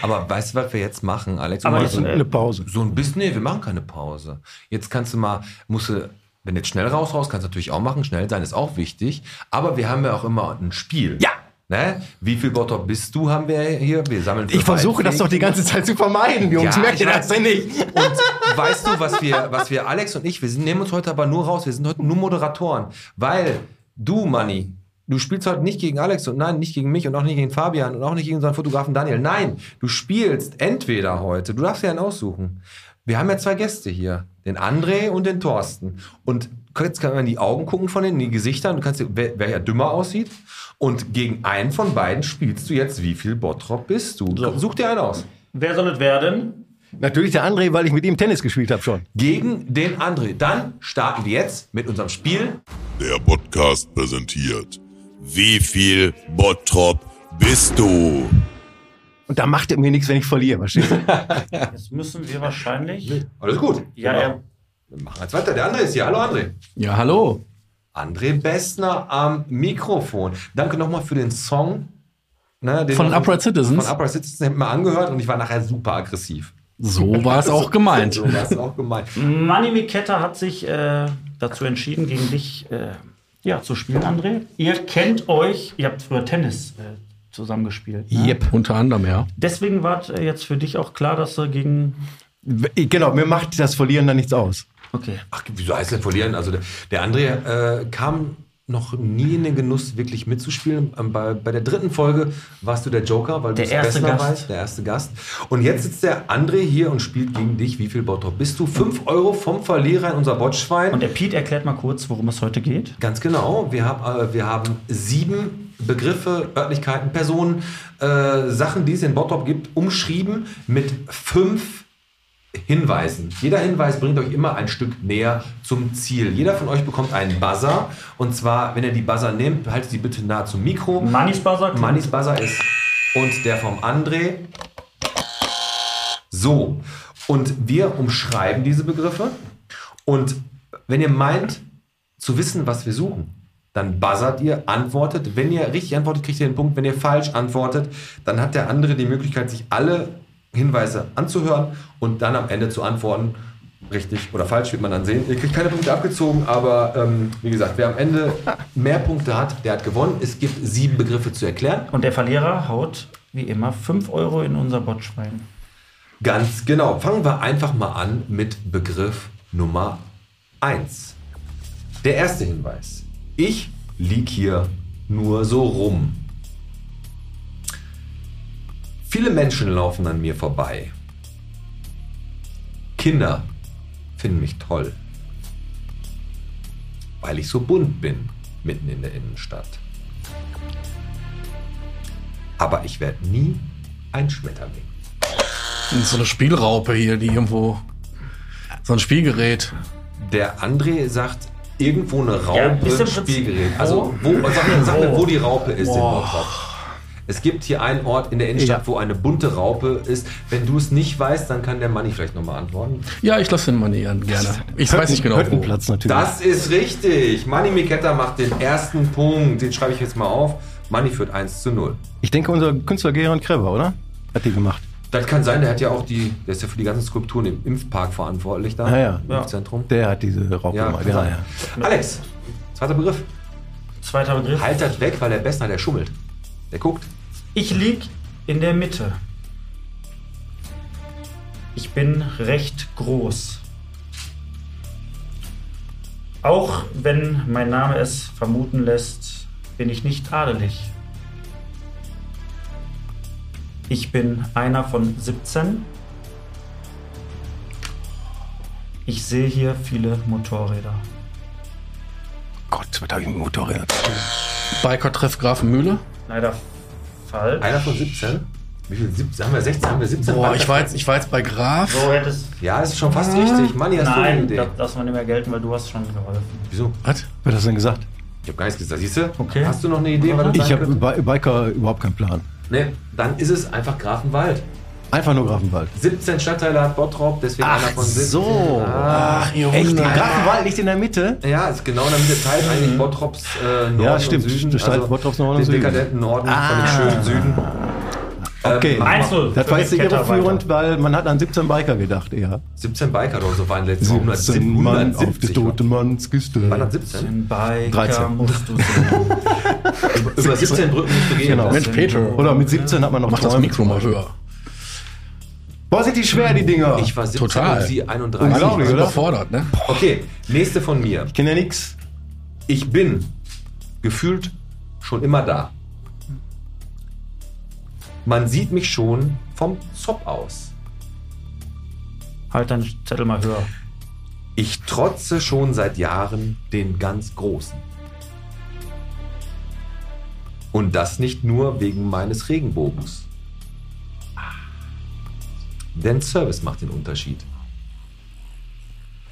C: Aber weißt du, was wir jetzt machen, Alex? Um
D: Aber
C: mal
D: jetzt-
C: so,
E: Eine Pause.
C: so ein bisschen, nee, wir machen keine Pause. Jetzt kannst du mal, musst du, wenn du jetzt schnell raus raus, kannst du natürlich auch machen. Schnell sein ist auch wichtig. Aber wir haben ja auch immer ein Spiel. Ja! Ne? Wie viel Bottrop bist du, haben wir hier. Wir sammeln für
E: Ich versuche das doch die ganze Zeit zu vermeiden, Jungs.
C: Ja, ich
E: Merkt ihr
C: weiß.
E: das denn nicht?
C: Und weißt du, was wir, was wir, Alex und ich, wir sind- nehmen uns heute aber nur raus, wir sind heute nur Moderatoren, weil du, Manni, du spielst heute nicht gegen Alex und nein, nicht gegen mich und auch nicht gegen Fabian und auch nicht gegen unseren Fotografen Daniel. Nein, du spielst entweder heute, du darfst dir einen aussuchen. Wir haben ja zwei Gäste hier, den André und den Thorsten. Und jetzt kann man in die Augen gucken von denen, in die Gesichter, und du kannst dir, wer, wer ja dümmer aussieht. Und gegen einen von beiden spielst du jetzt, wie viel Bottrop bist du? Such dir einen aus.
D: Wer soll es werden?
E: Natürlich der André, weil ich mit ihm Tennis gespielt habe schon.
C: gegen den André. Dann starten wir jetzt mit unserem Spiel.
A: Der Podcast präsentiert. Wie viel Bottrop bist du?
E: Und da macht er mir nichts, wenn ich verliere, verstehst du?
D: Jetzt müssen wir wahrscheinlich.
C: Alles gut.
D: Ja,
C: Genau. Wir machen jetzt weiter. Der André ist hier. Hallo André.
H: Ja, hallo.
C: André Bessner am Mikrofon. Danke nochmal für den Song. Ne, den
H: Von Upright Citizens?
C: Von Upright Citizens hätten wir angehört und ich war nachher super aggressiv.
H: So war es auch gemeint.
C: So war es auch gemeint.
D: ja. Manny Miketta hat sich äh, dazu entschieden, gegen dich äh, ja, zu spielen, André. Ihr kennt euch, ihr habt früher Tennis äh, zusammengespielt. Ne?
H: Yep. Unter anderem, ja.
D: Deswegen war äh, jetzt für dich auch klar, dass du gegen.
E: Genau, mir macht das Verlieren dann nichts aus.
D: Okay.
C: Ach, wieso heißt denn verlieren? Also der, der André äh, kam noch nie in den Genuss, wirklich mitzuspielen. Ähm, Bei, bei der dritten Folge warst du der Joker, weil du
I: Der
C: es
I: erste
C: besser
I: Gast.
C: weißt, der erste Gast. Und jetzt sitzt der André hier und spielt gegen dich. Wie viel Bottrop bist du? 5 Euro vom Verlierer in unser Botschwein.
D: Und der Pete erklärt mal kurz, worum es heute geht.
C: Ganz genau. Wir, hab, äh, wir haben sieben Begriffe, Örtlichkeiten, Personen, äh, Sachen, die es in Bottrop gibt, umschrieben mit fünf Hinweisen. Jeder Hinweis bringt euch immer ein Stück näher zum Ziel. Jeder von euch bekommt einen Buzzer. Und zwar, wenn ihr die Buzzer nehmt, haltet sie bitte nah zum Mikro.
D: Manis Buzzer.
C: Manis Buzzer ist und der vom André. So, und wir umschreiben diese Begriffe. Und wenn ihr meint, zu wissen, was wir suchen, dann buzzert ihr, antwortet. Wenn ihr richtig antwortet, kriegt ihr den Punkt. Wenn ihr falsch antwortet, dann hat der andere die Möglichkeit, sich alle Hinweise anzuhören und dann am Ende zu antworten. Richtig oder falsch wird man dann sehen. Ihr kriegt keine Punkte abgezogen, aber ähm, wie gesagt, wer am Ende mehr Punkte hat, der hat gewonnen. Es gibt sieben Begriffe zu erklären.
D: Und der Verlierer haut wie immer 5 Euro in unser Botschwein.
C: Ganz genau. Fangen wir einfach mal an mit Begriff Nummer 1. Der erste Hinweis. Ich lieg hier nur so rum. Viele Menschen laufen an mir vorbei. Kinder finden mich toll, weil ich so bunt bin mitten in der Innenstadt. Aber ich werde nie ein Schmetterling.
H: Das ist so eine Spielraupe hier, die irgendwo. So ein Spielgerät.
C: Der André sagt irgendwo eine Raupe
I: ist im Prinzip-
C: Spielgerät. Also wo, sag, mir, sag mir, wo die Raupe ist in Bottrop. Es gibt hier einen Ort in der Innenstadt, wo eine bunte Raupe ist. Wenn du es nicht weißt, dann kann der Manni vielleicht nochmal antworten.
H: Ja, ich lasse den Mann eher gerne. Ich weiß nicht genau. Wo.
E: Hüttenplatz natürlich.
C: Das ist richtig. Manni Miketta macht den ersten Punkt. Den schreibe ich jetzt mal auf. Manni führt 1 zu 0.
E: Ich denke, unser Künstler Gerhard Kreber, oder? Hat die gemacht.
C: Das kann sein, der hat ja auch die, der ist ja für die ganzen Skulpturen im Impfpark verantwortlich da.
E: Ah ja.
C: Im
E: Ja.
C: Impfzentrum.
E: Der hat diese Raupe
C: Ja,
E: gemacht.
C: kann
E: Ja,
C: sein.
E: ja.
C: Alex, zweiter Begriff.
D: Zweiter Begriff.
C: Haltet weg, weil der Bessner, der schummelt. Der guckt.
D: Ich lieg in der Mitte. Ich bin recht groß. Auch wenn mein Name es vermuten lässt, bin ich nicht adelig. Ich bin einer von 17. Ich sehe hier viele Motorräder.
E: Gott, 2000 Motorräder.
H: Biker-Treff Grafenmühle.
D: Leider falsch.
C: Einer von 17? Wie viel? 17? Haben wir 16? Haben wir 17?
H: Boah, ich war, jetzt, ich war jetzt bei Graf.
D: So hättest
C: Ja, ist schon fast richtig. Manni, hast du eine
D: Nein,
C: Idee?
D: das darf man nicht mehr gelten, weil du hast schon geholfen.
C: Wieso?
H: Was?
E: Wer hat das denn gesagt?
C: Ich hab gar nichts gesagt. Siehst du?
D: Okay.
C: Hast du noch eine Idee, was das
E: Ich
C: sein
E: habe
C: könnte?
E: Biker überhaupt keinen Plan.
C: Nee, dann ist es einfach Grafenwald.
E: Einfach nur Grafenwald.
C: 17 Stadtteile hat Bottrop, deswegen einer von 17.
H: Ach, ihr
E: Echt?
H: Wunder.
E: Grafenwald liegt in der Mitte?
C: Ja, ist genau in der Mitte
D: Mhm.
C: teilt eigentlich Bottrops äh, Norden
E: stimmt.
C: und Süden. Also
E: Das teilt Bottrops Norden
C: den
E: und Süden. Ah.
C: dekadenten Norden von dem schönen Süden.
E: Okay.
C: Ähm,
D: 1-0.
E: Das war jetzt irreführend, weil man hat an 17 Biker gedacht eher.
C: 17 Biker oder so waren letztes Jahr. 170.
E: Manns Kiste.
C: 117?
D: Den Biker
E: 13.
D: musst du sehen.
C: Über 17 Brücken nicht begehen.
E: Genau.
H: Mensch, Peter.
E: Oder mit 17 hat man noch
H: Mach das
E: Träume.
H: Mikro mal höher.
E: Boah, sind die schwer, die Dinger.
C: Ich war 17
H: Total.
C: und sie 31.
E: Unglaublich, oder?
H: Überfordert, ne?
C: Okay, nächste von mir.
E: kenne ja nix.
C: Ich bin gefühlt schon immer da. Man sieht mich schon vom Zopf aus.
D: halt deinen Zettel mal höher.
C: Ich trotze schon seit Jahren den ganz Großen. Und das nicht nur wegen meines Regenbogens. Denn Service macht den Unterschied.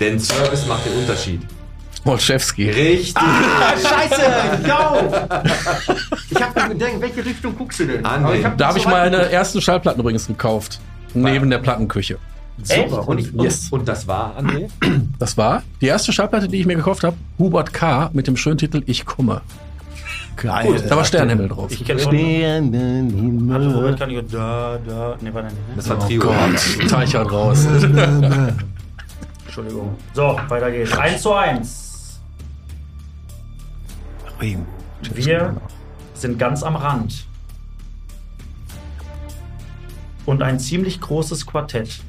C: Denn Service macht den Unterschied.
H: Molschewski.
C: Richtig.
E: Scheiße, go! Ich hab mir gedacht, in welche Richtung guckst du denn?
C: André.
E: Aber hab
H: Da habe
E: so
H: ich meine
E: weit-
H: ersten Schallplatten übrigens gekauft. Neben der Plattenküche.
C: Super. Und, ich, und,
H: Yes.
C: und das war, André?
H: Das war die erste Schallplatte, die ich mir gekauft habe. Hubert K. mit dem schönen Titel Ich komme.
E: Geil.
H: Da war Sternenhimmel drauf.
D: Ich kenne schon. Hatte Robert
E: Sternenhimmel.
D: kann ich da, da. Ne, war der nicht. Ne?
C: Das war
H: Oh
C: Trio.
H: Teichert raus.
D: Entschuldigung. So, weiter geht's. 1 zu 1. Wir sind ganz am Rand. Und ein ziemlich großes Quartett.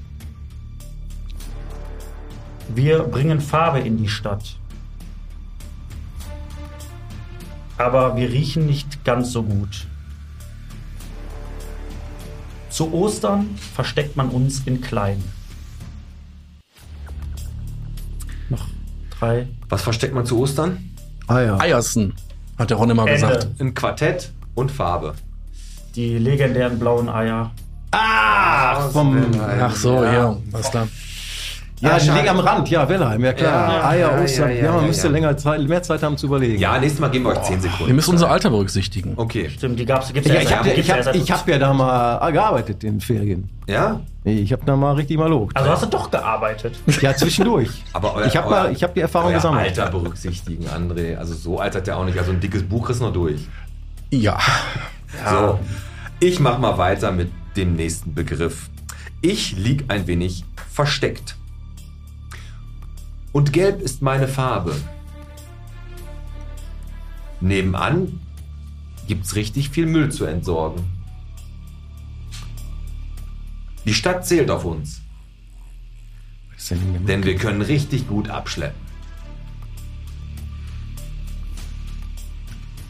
D: Wir bringen Farbe in die Stadt. aber wir riechen nicht ganz so gut. Zu Ostern versteckt man uns in klein. Noch drei.
C: Was versteckt man zu Ostern?
E: Ah ja.
H: Eiersen, hat der Ron immer
D: Ende.
H: gesagt.
C: Ein Quartett und Farbe.
D: Die legendären blauen Eier.
E: Vom,
H: Ach so, ja, alles klar.
E: ja, die liegen am Rand. Ja, Wellheim, ja klar. Eier, Ostern. Ja, man müsste länger Zeit, mehr Zeit haben zu überlegen.
C: Ja, nächstes Mal geben wir euch 10 Sekunden.
H: Wir müssen unser Alter berücksichtigen.
C: Okay.
D: Stimmt, die gab's, gibt's
E: Ja,
D: ja,
E: ich habe
D: erst- gibt's
E: ich
D: ja erst
E: hab,
D: seit-
E: ich hab ja da mal ah, gearbeitet in den Ferien.
C: Ja?
E: Ich habe da mal richtig mal lobt.
D: Also hast du doch gearbeitet.
E: Ja, zwischendurch.
C: Aber euer,
E: Ich habe hab die Erfahrung
C: euer
E: gesammelt.
C: Alter berücksichtigen, André. Also so altert der auch nicht. Also ein dickes Buch ist noch durch.
H: Ja.
C: So, ich mach mal weiter mit dem nächsten Begriff. Ich lieg ein wenig versteckt. Und gelb ist meine Farbe. Nebenan gibt's richtig viel Müll zu entsorgen. Die Stadt zählt auf uns, denn wir können richtig gut abschleppen.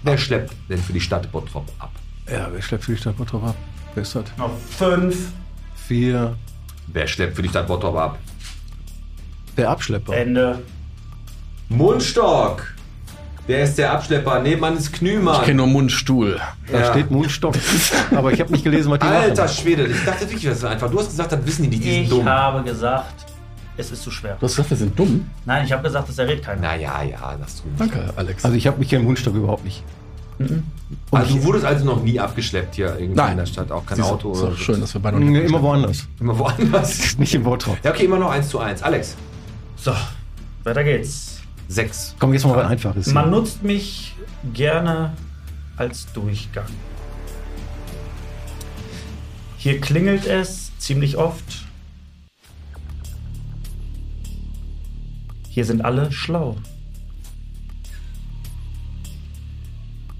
C: Wer schleppt denn für die Stadt Bottrop ab?
E: Ja, wer schleppt für die Stadt Bottrop ab? Wer ist das?
D: Noch fünf.
E: Vier.
C: Wer schleppt für die Stadt Bottrop ab?
E: Der Abschlepper.
D: Ende.
C: Mundstock. Der ist der Abschlepper. Nebenan ist Knümann.
H: Ich kenne nur Mundstuhl.
E: Da
C: ja.
E: steht Moonstock. Aber ich habe nicht gelesen, was die
C: Alter
E: machen.
C: Schwede, ich dachte wirklich, das ist einfach. Du hast gesagt, das wissen die nicht, die sind
D: Ich
C: dumm.
D: habe gesagt, es ist zu schwer.
H: Du hast gesagt, wir sind dumm.
D: Nein, ich habe gesagt, es errät keiner.
C: Naja, ja, das tut nicht.
H: Danke, Alex.
E: Also ich habe mich keinen Moonstock überhaupt nicht. Und
C: Also du wurdest also noch nie abgeschleppt hier irgendwie
H: Nein.
C: in der Stadt, auch kein
H: Siehst du,
C: Auto
H: ist
C: oder
H: doch
C: so.
H: schön, dass wir beide
E: ich,
H: noch
E: nee,
H: nicht
E: Mm, immer woanders.
C: Immer woanders.
E: Nicht in Bottrop.
C: Ja, okay, immer noch 1 zu 1. Alex,
D: So, weiter geht's.
C: 6.
E: Komm, jetzt mal was Einfaches.
D: Man nutzt mich gerne als Durchgang. Hier klingelt es ziemlich oft. Hier sind alle schlau.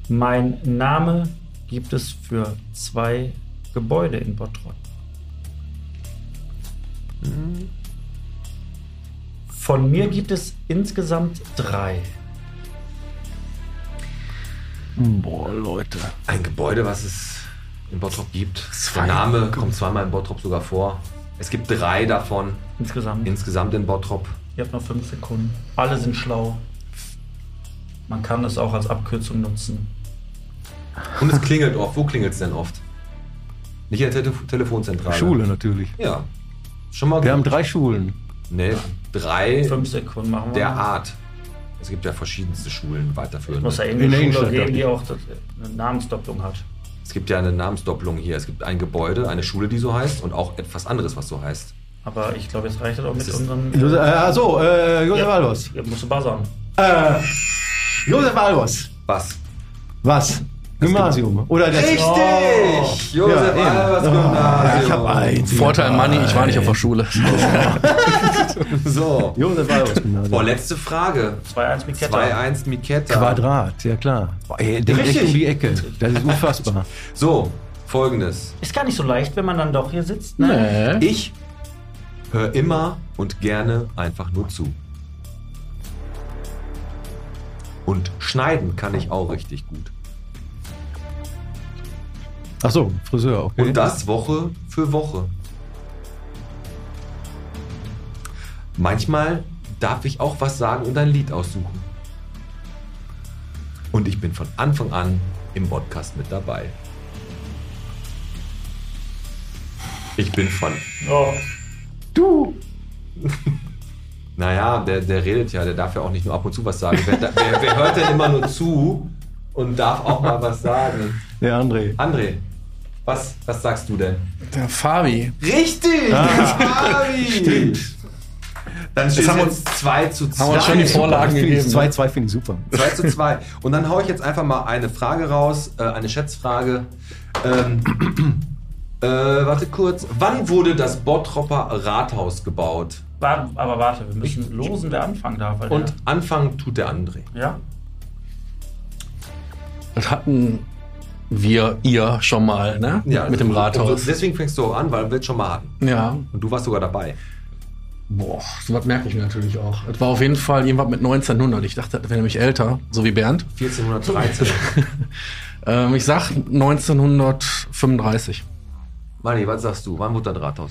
D: Mein Name gibt es für zwei Gebäude in Bottrop. Von mir gibt es insgesamt drei.
E: Boah, Leute.
C: Ein Gebäude, was es in Bottrop gibt. Der Name kommt zweimal in Bottrop sogar vor. Es gibt drei davon
D: Insgesamt.
C: insgesamt in Bottrop.
D: Ihr habt noch fünf Sekunden. Alle sind schlau. Man kann das auch als Abkürzung nutzen.
C: Und es klingelt oft. Wo klingelt es denn oft? Nicht in der Tele Telefonzentrale.
E: Schule natürlich.
C: Ja. Schon mal
E: Wir haben
C: gut.
E: drei Schulen.
C: Nee, drei
D: Fünf Sekunden machen wir.
C: der
D: mal.
C: Art. Es gibt ja verschiedenste Schulen weiterführend.
D: Muss ja
E: In der
D: irgendeine Schule
E: Innenstadt,
D: geben,
E: dachte
D: die
E: ich.
D: auch das- eine Namensdopplung hat.
C: Es gibt ja eine Namensdoppelung hier. Es gibt ein Gebäude, eine Schule, die so heißt und auch etwas anderes, was so heißt.
D: Aber ich glaube, jetzt reicht das auch mit
C: ist-
D: unserem.
E: Josef, äh, achso, äh, Josef Albers.
D: Ihr musst du buzzern.
E: Josef Albers.
C: Was?
E: Was? Gymnasium. Oder der
C: Richtig! Oh. Josef
E: Ja, eben.
C: Albers
E: Ah, ich habe
C: Gymnasium.
E: eins.
H: Vorteil Money, ich war nicht auf der Schule.
C: So.
E: Josef Albers Gymnasium.
C: Boah, letzte Frage.
D: 2-1 mit Ketter.
C: 2-1 Miketta.
E: Quadrat, ja klar. Ey, denk echt um die Ecke. Das ist unfassbar.
C: So, folgendes.
D: Ist gar nicht so leicht, wenn man dann doch hier sitzt. Ne?
H: Nee.
C: Ich höre immer und gerne einfach nur zu. Und schneiden kann ich auch richtig gut.
E: Achso, Friseur auch.
C: Und das Woche für Woche. Manchmal darf ich auch was sagen und ein Lied aussuchen. Und ich bin von Anfang an im Podcast mit dabei. Ich bin von.
D: Oh,
C: Naja, der, der redet ja, der darf ja auch nicht nur ab und zu was sagen. Wer, wer, wer hört denn immer nur zu und darf auch mal was sagen?
E: Der André.
C: André, was, was sagst du denn?
H: Der Fabi.
C: Richtig!
H: Ah.
C: Fabi! Stimmt. Dann steht
H: haben wir
C: jetzt 2 zu 2.
H: haben wir uns schon die Vorlagen
J: ne?
H: gegeben.
E: 2, 2 finde ich super.
C: 2 zu 2. Und dann haue ich jetzt einfach mal eine Frage raus, äh, eine Schätzfrage. Ähm, äh, warte kurz. Wann wurde das Bottropper Rathaus gebaut?
D: wa- aber warte, wir müssen losen, wer anfangen darf. Weil
C: Und anfangen tut der André.
D: Der, ja?
H: Das hatten wir, ihr schon mal, ne? Mit dem
C: und so-
H: Rathaus.
C: Deswegen fängst du auch an, weil wir es schon mal hatten.
H: Ja.
C: Und du warst sogar dabei.
H: Boah, sowas merke ich mir natürlich auch. Das war auf jeden Fall irgendwas mit 1900. Ich dachte, das wäre nämlich älter, so wie Bernd.
C: 1413.
H: Ähm, ich sag 1935.
C: Mali, was sagst du? Wann wurde das Rathaus?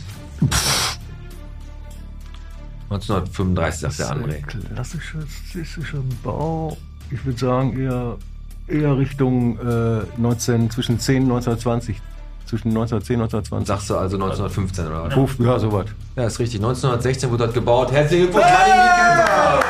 C: 1935, sagt der
J: Ein
C: André.
J: klassischer, klassischer Bau. Ich würde sagen, eher, eher Richtung äh, 19, zwischen 10 und 1920. Zwischen 1910 und 1920.
C: Sagst du also 1915 oder was?
J: Ruf, ja, sowas.
C: Ja, ist richtig. 1916 wurde das gebaut. Herzlichen Glückwunsch, Mali Miketa!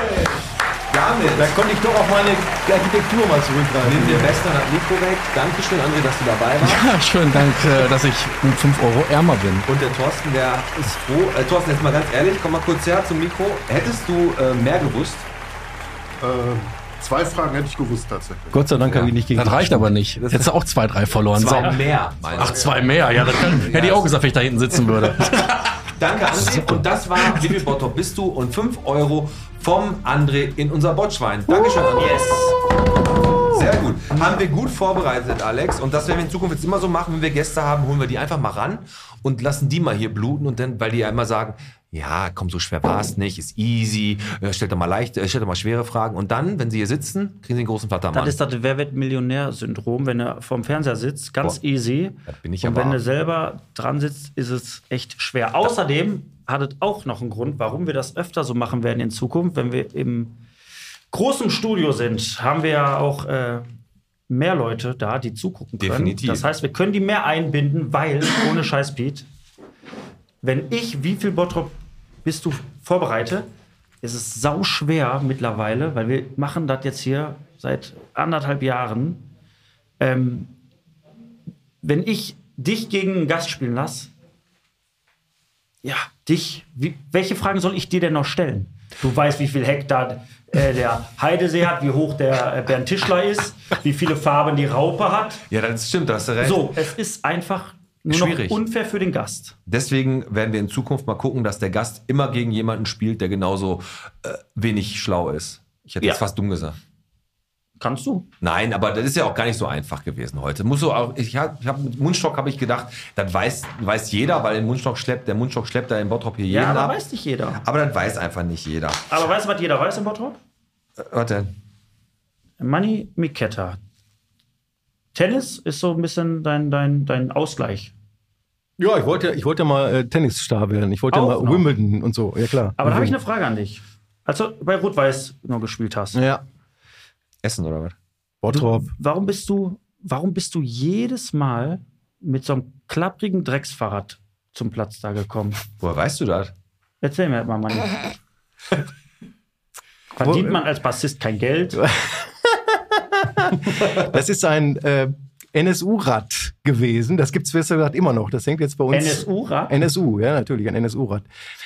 C: Damit
J: Da konnte ich doch auf meine Architektur mal zurückgreifen.
C: nimm dir Bester das Mikro weg. Dankeschön, André, dass du dabei warst.
H: Ja, schönen Dank, äh, dass ich um 5 Euro ärmer bin.
C: Und der Thorsten, der ist froh. Äh, Thorsten, jetzt mal ganz ehrlich, komm mal kurz her zum Mikro. Hättest du äh, mehr gewusst?
K: Äh, zwei Fragen hätte ich gewusst tatsächlich.
J: Gott sei Dank habe ich nicht gegen.
H: Das reicht aber nicht. Jetzt auch zwei, drei verloren.
C: Zwei
H: so.
C: mehr, meinst du?
H: Ach, zwei mehr. Ja, das kann, hätte ich auch gesagt, wenn ich da hinten sitzen würde.
C: Danke, André. Und das war Wie viel Bottrop bist du? Und 5 Euro vom André in unser Botschwein. Dankeschön, André. Sehr gut. Haben wir gut vorbereitet, Alex. Und das werden wir in Zukunft jetzt immer so machen, wenn wir Gäste haben, holen wir die einfach mal ran und lassen die mal hier bluten. Und dann, weil die ja immer sagen, ja, komm, so schwer war es nicht, ist easy, äh, stellt doch mal leichte, äh, stellt doch mal schwere Fragen. Und dann, wenn sie hier sitzen, kriegen sie einen großen Flattermann.
D: Das ist das Wer wird Millionär-Syndrom, wenn du vorm Fernseher sitzt, ganz easy.
C: das bin ich
D: Und
C: aber
D: wenn
C: auch.
D: du selber dran sitzt, ist es echt schwer. Außerdem hat es auch noch einen Grund, warum wir das öfter so machen werden in Zukunft. Wenn wir im großen Studio sind, haben wir ja auch äh, mehr Leute da, die zugucken können.
C: Definitiv.
D: Das heißt, wir können die mehr einbinden, weil, ohne Scheiß, Pete, wenn ich wie viel Bottrop bist du vorbereite, ist es sau schwer mittlerweile, weil wir machen das jetzt hier seit anderthalb Jahren. Ähm, wenn ich dich gegen einen Gast spielen lasse, ja, dich, wie, welche Fragen soll ich dir denn noch stellen? Du weißt, wie viel Hektar äh, der Heidesee hat, wie hoch der äh, Bernd Tischler ist, wie viele Farben die Raupe hat.
C: ja, das stimmt, da hast du recht.
D: So, es ist einfach nur
C: Schwierig.
D: noch unfair für den Gast.
C: Deswegen werden wir in Zukunft mal gucken, dass der Gast immer gegen jemanden spielt, der genauso äh, wenig schlau ist. Ich hätte
D: Ja.
C: jetzt fast dumm gesagt.
D: Kannst du?
C: Nein, aber das ist ja auch gar nicht so einfach gewesen heute. Muss so auch, ich habe hab, mit Mundstock habe ich gedacht, das weiß, weiß jeder, weil den Mundstock schleppt, der Mundstock schleppt da in Bottrop hier
D: Ja,
C: jeden
D: aber
C: ab.
D: weiß nicht jeder.
C: aber das weiß einfach nicht jeder.
D: Aber weißt du, was jeder weiß im Bottrop?
C: Was denn?
D: Manny Miketta. Tennis ist so ein bisschen dein, dein, dein Ausgleich.
E: Ja, ich wollte, ich wollte mal äh, Tennisstar werden. Ich wollte
D: Auch
E: mal
D: noch.
E: Wimbledon und so. Ja, klar.
D: Aber da habe ich eine Frage an dich. Als du bei Rot-Weiß noch gespielt hast,
E: Ja.
C: Essen oder was?
E: Bottrop.
D: warum bist du, warum bist du jedes Mal mit so einem klapprigen Drecksfahrrad zum Platz da gekommen?
C: Woher weißt du das?
D: Erzähl mir mal, Manni. Verdient man als Bassist kein Geld?
E: Das ist ein äh, NSU-Rad gewesen. Das gibt es besser gesagt immer noch. Das hängt jetzt bei uns.
D: NSU-Rad?
E: NSU, ja, natürlich, ein NSU-Rad.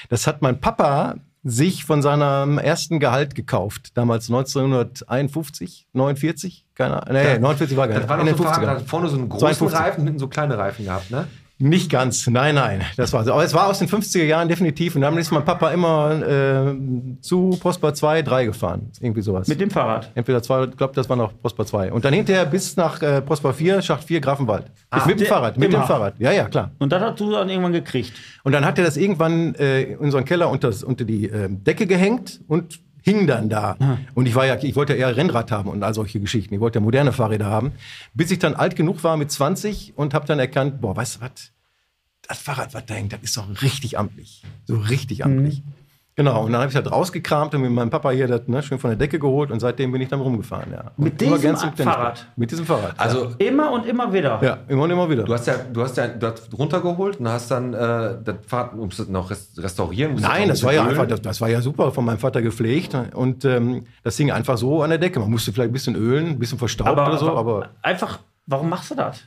E: Das hat mein Papa sich von seinem ersten Gehalt gekauft. Damals 1951, 49, keine Ahnung. Nee, 49 war gar
C: Das
E: nicht.
C: war noch so ein
E: 51
C: Fahrrad,
E: er
C: da hat vorne so einen großen
E: 52.
C: Reifen, hinten so kleine Reifen gehabt, ne?
E: Nicht ganz, nein, nein. Das war so. Aber es war aus den 50er Jahren definitiv. Und dann ist mein Papa immer äh, zu Prosper 2, 3 gefahren. Irgendwie sowas.
D: Mit dem Fahrrad?
E: Entweder 2, ich glaube, das war noch Prosper 2. Und dann hinterher bis nach äh, Prosper 4, Schacht 4, Grafenwald. ich mit dem
D: der-
E: Fahrrad, mit
D: immer.
E: dem Fahrrad. Ja, ja, klar.
D: Und das hast du dann irgendwann gekriegt.
E: Und dann hat er das irgendwann äh, in unseren Keller unter, unter die ähm, Decke gehängt und hing dann da.
D: Ah.
E: Und ich war ja, ich wollte ja eher Rennrad haben und all solche Geschichten. Ich wollte ja moderne Fahrräder haben. Bis ich dann alt genug war mit 20 und habe dann erkannt, boah, weißt du was? Das Fahrrad, was da hängt, das ist doch richtig amtlich. So
D: Mhm.
E: richtig amtlich. Genau, und dann habe ich das rausgekramt und mit meinem Papa hier das ne, schön von der Decke geholt und seitdem bin ich dann rumgefahren. Ja. Und
D: Mit
E: immer
D: diesem
E: ganz Tennisplatz.
D: Fahrrad?
E: Mit diesem Fahrrad.
C: Also,
D: Immer und immer wieder.
E: ja, immer und immer wieder.
C: du hast ja, du hast ja das runtergeholt und hast dann äh, das Fahrrad, musst du noch res- restaurieren. musst
E: Nein,
C: noch
E: das war ja
C: ölen.
E: einfach, das, das war ja super von meinem Vater gepflegt und ähm, das hing einfach so an der Decke. Man musste vielleicht ein bisschen ölen, ein bisschen verstaubt
D: Aber,
E: oder so,
D: aber,
E: aber
D: einfach, warum machst du das?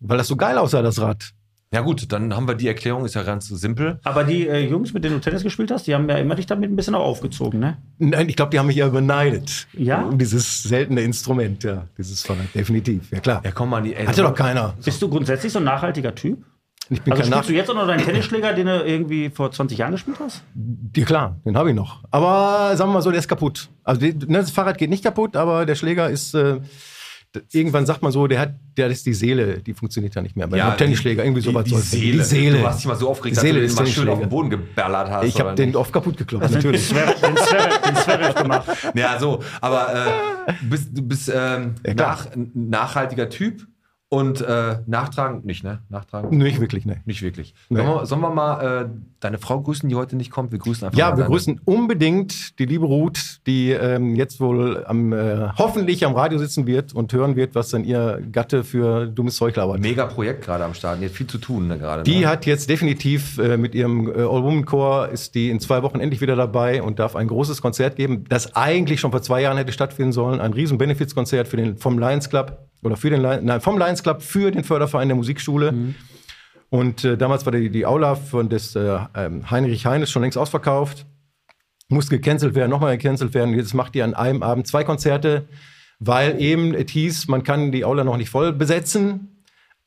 E: weil das so geil aussah, das Rad.
C: Ja gut, dann haben wir die Erklärung, ist ja ganz simpel.
D: Aber die äh, Jungs, mit denen du Tennis gespielt hast, die haben ja immer dich damit ein bisschen auch aufgezogen, ne?
E: Nein, ich glaube, die haben mich ja beneidet.
D: Ja?
E: Um dieses seltene Instrument, ja, dieses Fahrrad, definitiv, ja klar.
C: Ja, komm mal, die ey,
E: Hatte doch keiner.
D: Bist du grundsätzlich so ein nachhaltiger Typ?
E: Ich bin
D: also spielst
E: kein Nach
D: du jetzt auch noch deinen Tennisschläger, den du irgendwie vor 20 Jahren gespielt hast?
E: ja, klar, den habe ich noch. Aber sagen wir mal so, der ist kaputt. Also die- ne, das Fahrrad geht nicht kaputt, aber der Schläger ist, äh, irgendwann sagt man so, der hat, der ist die Seele, die funktioniert ja nicht mehr. Bei
C: Ja,
E: einem Tennisschläger, irgendwie
C: die-
E: sowas.
C: die
E: soll's sein.
C: Seele.
E: Die Seele.
C: Du hast dich mal so aufgeregt,
E: die
C: dass du
E: Seele
C: den
E: des
C: mal schön auf den
E: Tennisschlägers.
C: Boden geballert hast,
E: Ich habe
C: oder
E: den
C: nicht? Also,
E: oft kaputt geklopft, natürlich.
C: Ja, so. Aber äh, du bist, du bist ähm, nach, ein nachhaltiger Typ und äh, nachtragend nicht, ne? Nachtragend.
E: Nicht wirklich, ne.
C: Nicht wirklich.
E: Nee.
C: Sollen, wir, sollen wir mal äh, deine Frau grüßen, die heute nicht kommt? Wir grüßen einfach
E: Ja,
C: mal
E: wir
C: deine-
E: grüßen unbedingt die liebe Ruth, die ähm, jetzt wohl am, äh, hoffentlich am Radio sitzen wird und hören wird, was denn ihr Gatte für dummes Zeug labert.
C: Mega Projekt gerade am Start. Die hat viel zu tun ne, gerade.
E: Die
C: ne?
E: hat jetzt definitiv äh, mit ihrem äh, All-Woman-Chor ist die in zwei Wochen endlich wieder dabei und darf ein großes Konzert geben, das eigentlich schon vor zwei Jahren hätte stattfinden sollen. Ein riesen Benefizkonzert für den, vom Lions Club oder für den Li- nein, vom Lions Club für den Förderverein der Musikschule. Und äh, damals war die, die Aula von des äh, ähm, Heinrich Heines schon längst ausverkauft. Musste gecancelt werden, nochmal gecancelt werden. Jetzt macht die an einem Abend zwei Konzerte, weil eben es hieß, man kann die Aula noch nicht voll besetzen.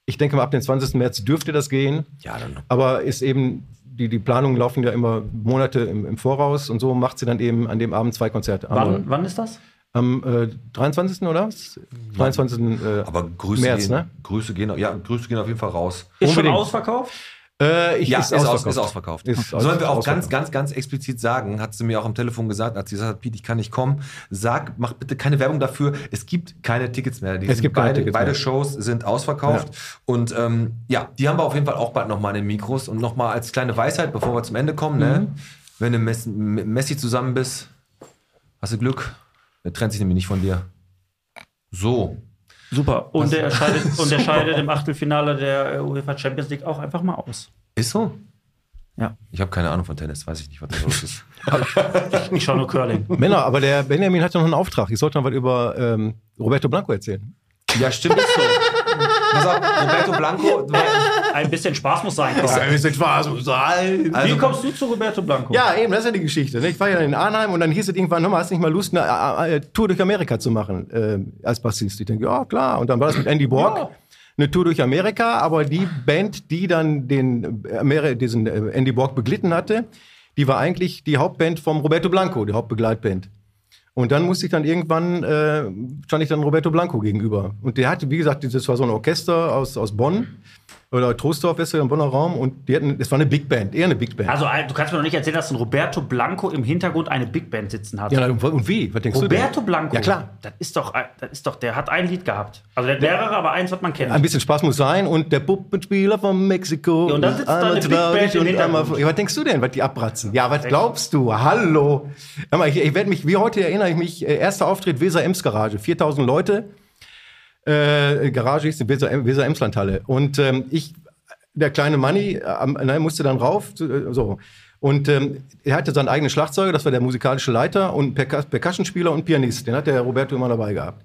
E: Ich denke mal, ab dem 20. März dürfte das gehen.
C: Ja, dann.
E: Aber ist eben, die, die Planungen laufen ja immer Monate im, im Voraus und so macht sie dann eben an dem Abend zwei Konzerte.
D: Wann,
E: Am-
D: wann ist das?
E: Am äh, 23. oder? was? 23. Äh,
C: Aber Grüße
E: März,
C: gehen,
E: ne?
C: Grüße gehen, ja, Grüße gehen auf jeden Fall raus.
D: Ist schon
C: Unbedingt.
D: ausverkauft?
E: Äh, ich,
C: ja,
E: ist
C: ist, aus,
E: ausverkauft.
C: ist ausverkauft.
E: Ist aus-
C: Sollen wir auch
E: ausverkauft.
C: ganz, ganz, ganz explizit sagen, hat sie mir auch am Telefon gesagt, als sie gesagt hat, Piet, ich kann nicht kommen, sag, mach bitte keine Werbung dafür, es gibt keine Tickets mehr. Die
E: Es
C: sind
E: gibt keine
C: beide,
E: Tickets
C: beide
E: mehr.
C: Shows sind ausverkauft und ähm, ja, die haben wir auf jeden Fall auch bald nochmal in den Mikros und nochmal als kleine Weisheit, bevor wir zum Ende kommen, ne?
E: Mhm.
C: wenn du Messi, mit Messi zusammen bist, hast du Glück, er trennt sich nämlich nicht von dir. So.
D: Super. Und der scheidet, und der scheidet im Achtelfinale der äh, UEFA Champions League auch einfach mal aus.
C: Ist so?
D: Ja.
C: Ich habe keine Ahnung von Tennis, weiß ich nicht, was da los ist.
D: Ich schaue nur Curling.
E: Männer, aber der Benjamin hat ja noch einen Auftrag. Ich sollte noch was über ähm, Roberto Blanco erzählen.
C: Ja, stimmt ist so. Pass auf, Roberto Blanco.
D: Ein bisschen Spaß muss sein.
E: Ein bisschen Spaß muss sein.
D: Wie kommst du zu Roberto Blanco?
E: also Ja, eben, das ist ja die Geschichte. ne? Ich war ja in Arnheim und dann hieß es irgendwann, nochmal, hast du nicht mal Lust, eine äh, äh, Tour durch Amerika zu machen äh, als Bassist? Ich denke, ja, klar. Und dann war das mit Andy Borg. Eine Tour durch Amerika, aber die Band, die dann den, äh, Ameri- diesen äh, Andy Borg beglitten hatte, die war eigentlich die Hauptband vom Roberto Blanco, die Hauptbegleitband. Und dann musste ich dann irgendwann, äh, stand ich dann Roberto Blanco gegenüber. Und der hatte, wie gesagt, das war so ein Orchester aus, aus Bonn oder Trostorf, Westfalen, Bonner Raum. Und die hatten, es war eine Big Band, eher eine Big Band.
D: Also, äh, du kannst mir doch nicht erzählen, dass ein Roberto Blanco im Hintergrund eine Big Band sitzen hat.
E: Ja, und, und wie? Was denkst
D: Roberto
E: du denn?
D: Blanco.
E: Ja, klar.
D: Das ist doch, ein- das ist doch, der hat ein Lied gehabt. Also der hat mehrere, aber eins, was man kennt.
E: Ein bisschen Spaß muss sein und der Puppenspieler von Mexiko.
D: Ja, und dann sitzt da eine Big Band im
E: und einmal,
D: Hintergrund.
E: ja, was denkst du denn, was die abratzen? Ja, was glaubst du? Hallo. Hör mal, ich, ich werde mich, wie heute erinnere ich mich, äh, erster Auftritt Weser Ems Garage, 4000 Leute. Äh, Garage ist die Weser, Em- Weser Emslandhalle. Und ähm, ich, der kleine Manni, äh, am- nein, musste dann rauf. äh, So. Und ähm, er hatte seinen eigenen Schlagzeuger, das war der musikalische Leiter und Perka- Percussionspieler und Pianist. Den hat der Herr Roberto immer dabei gehabt.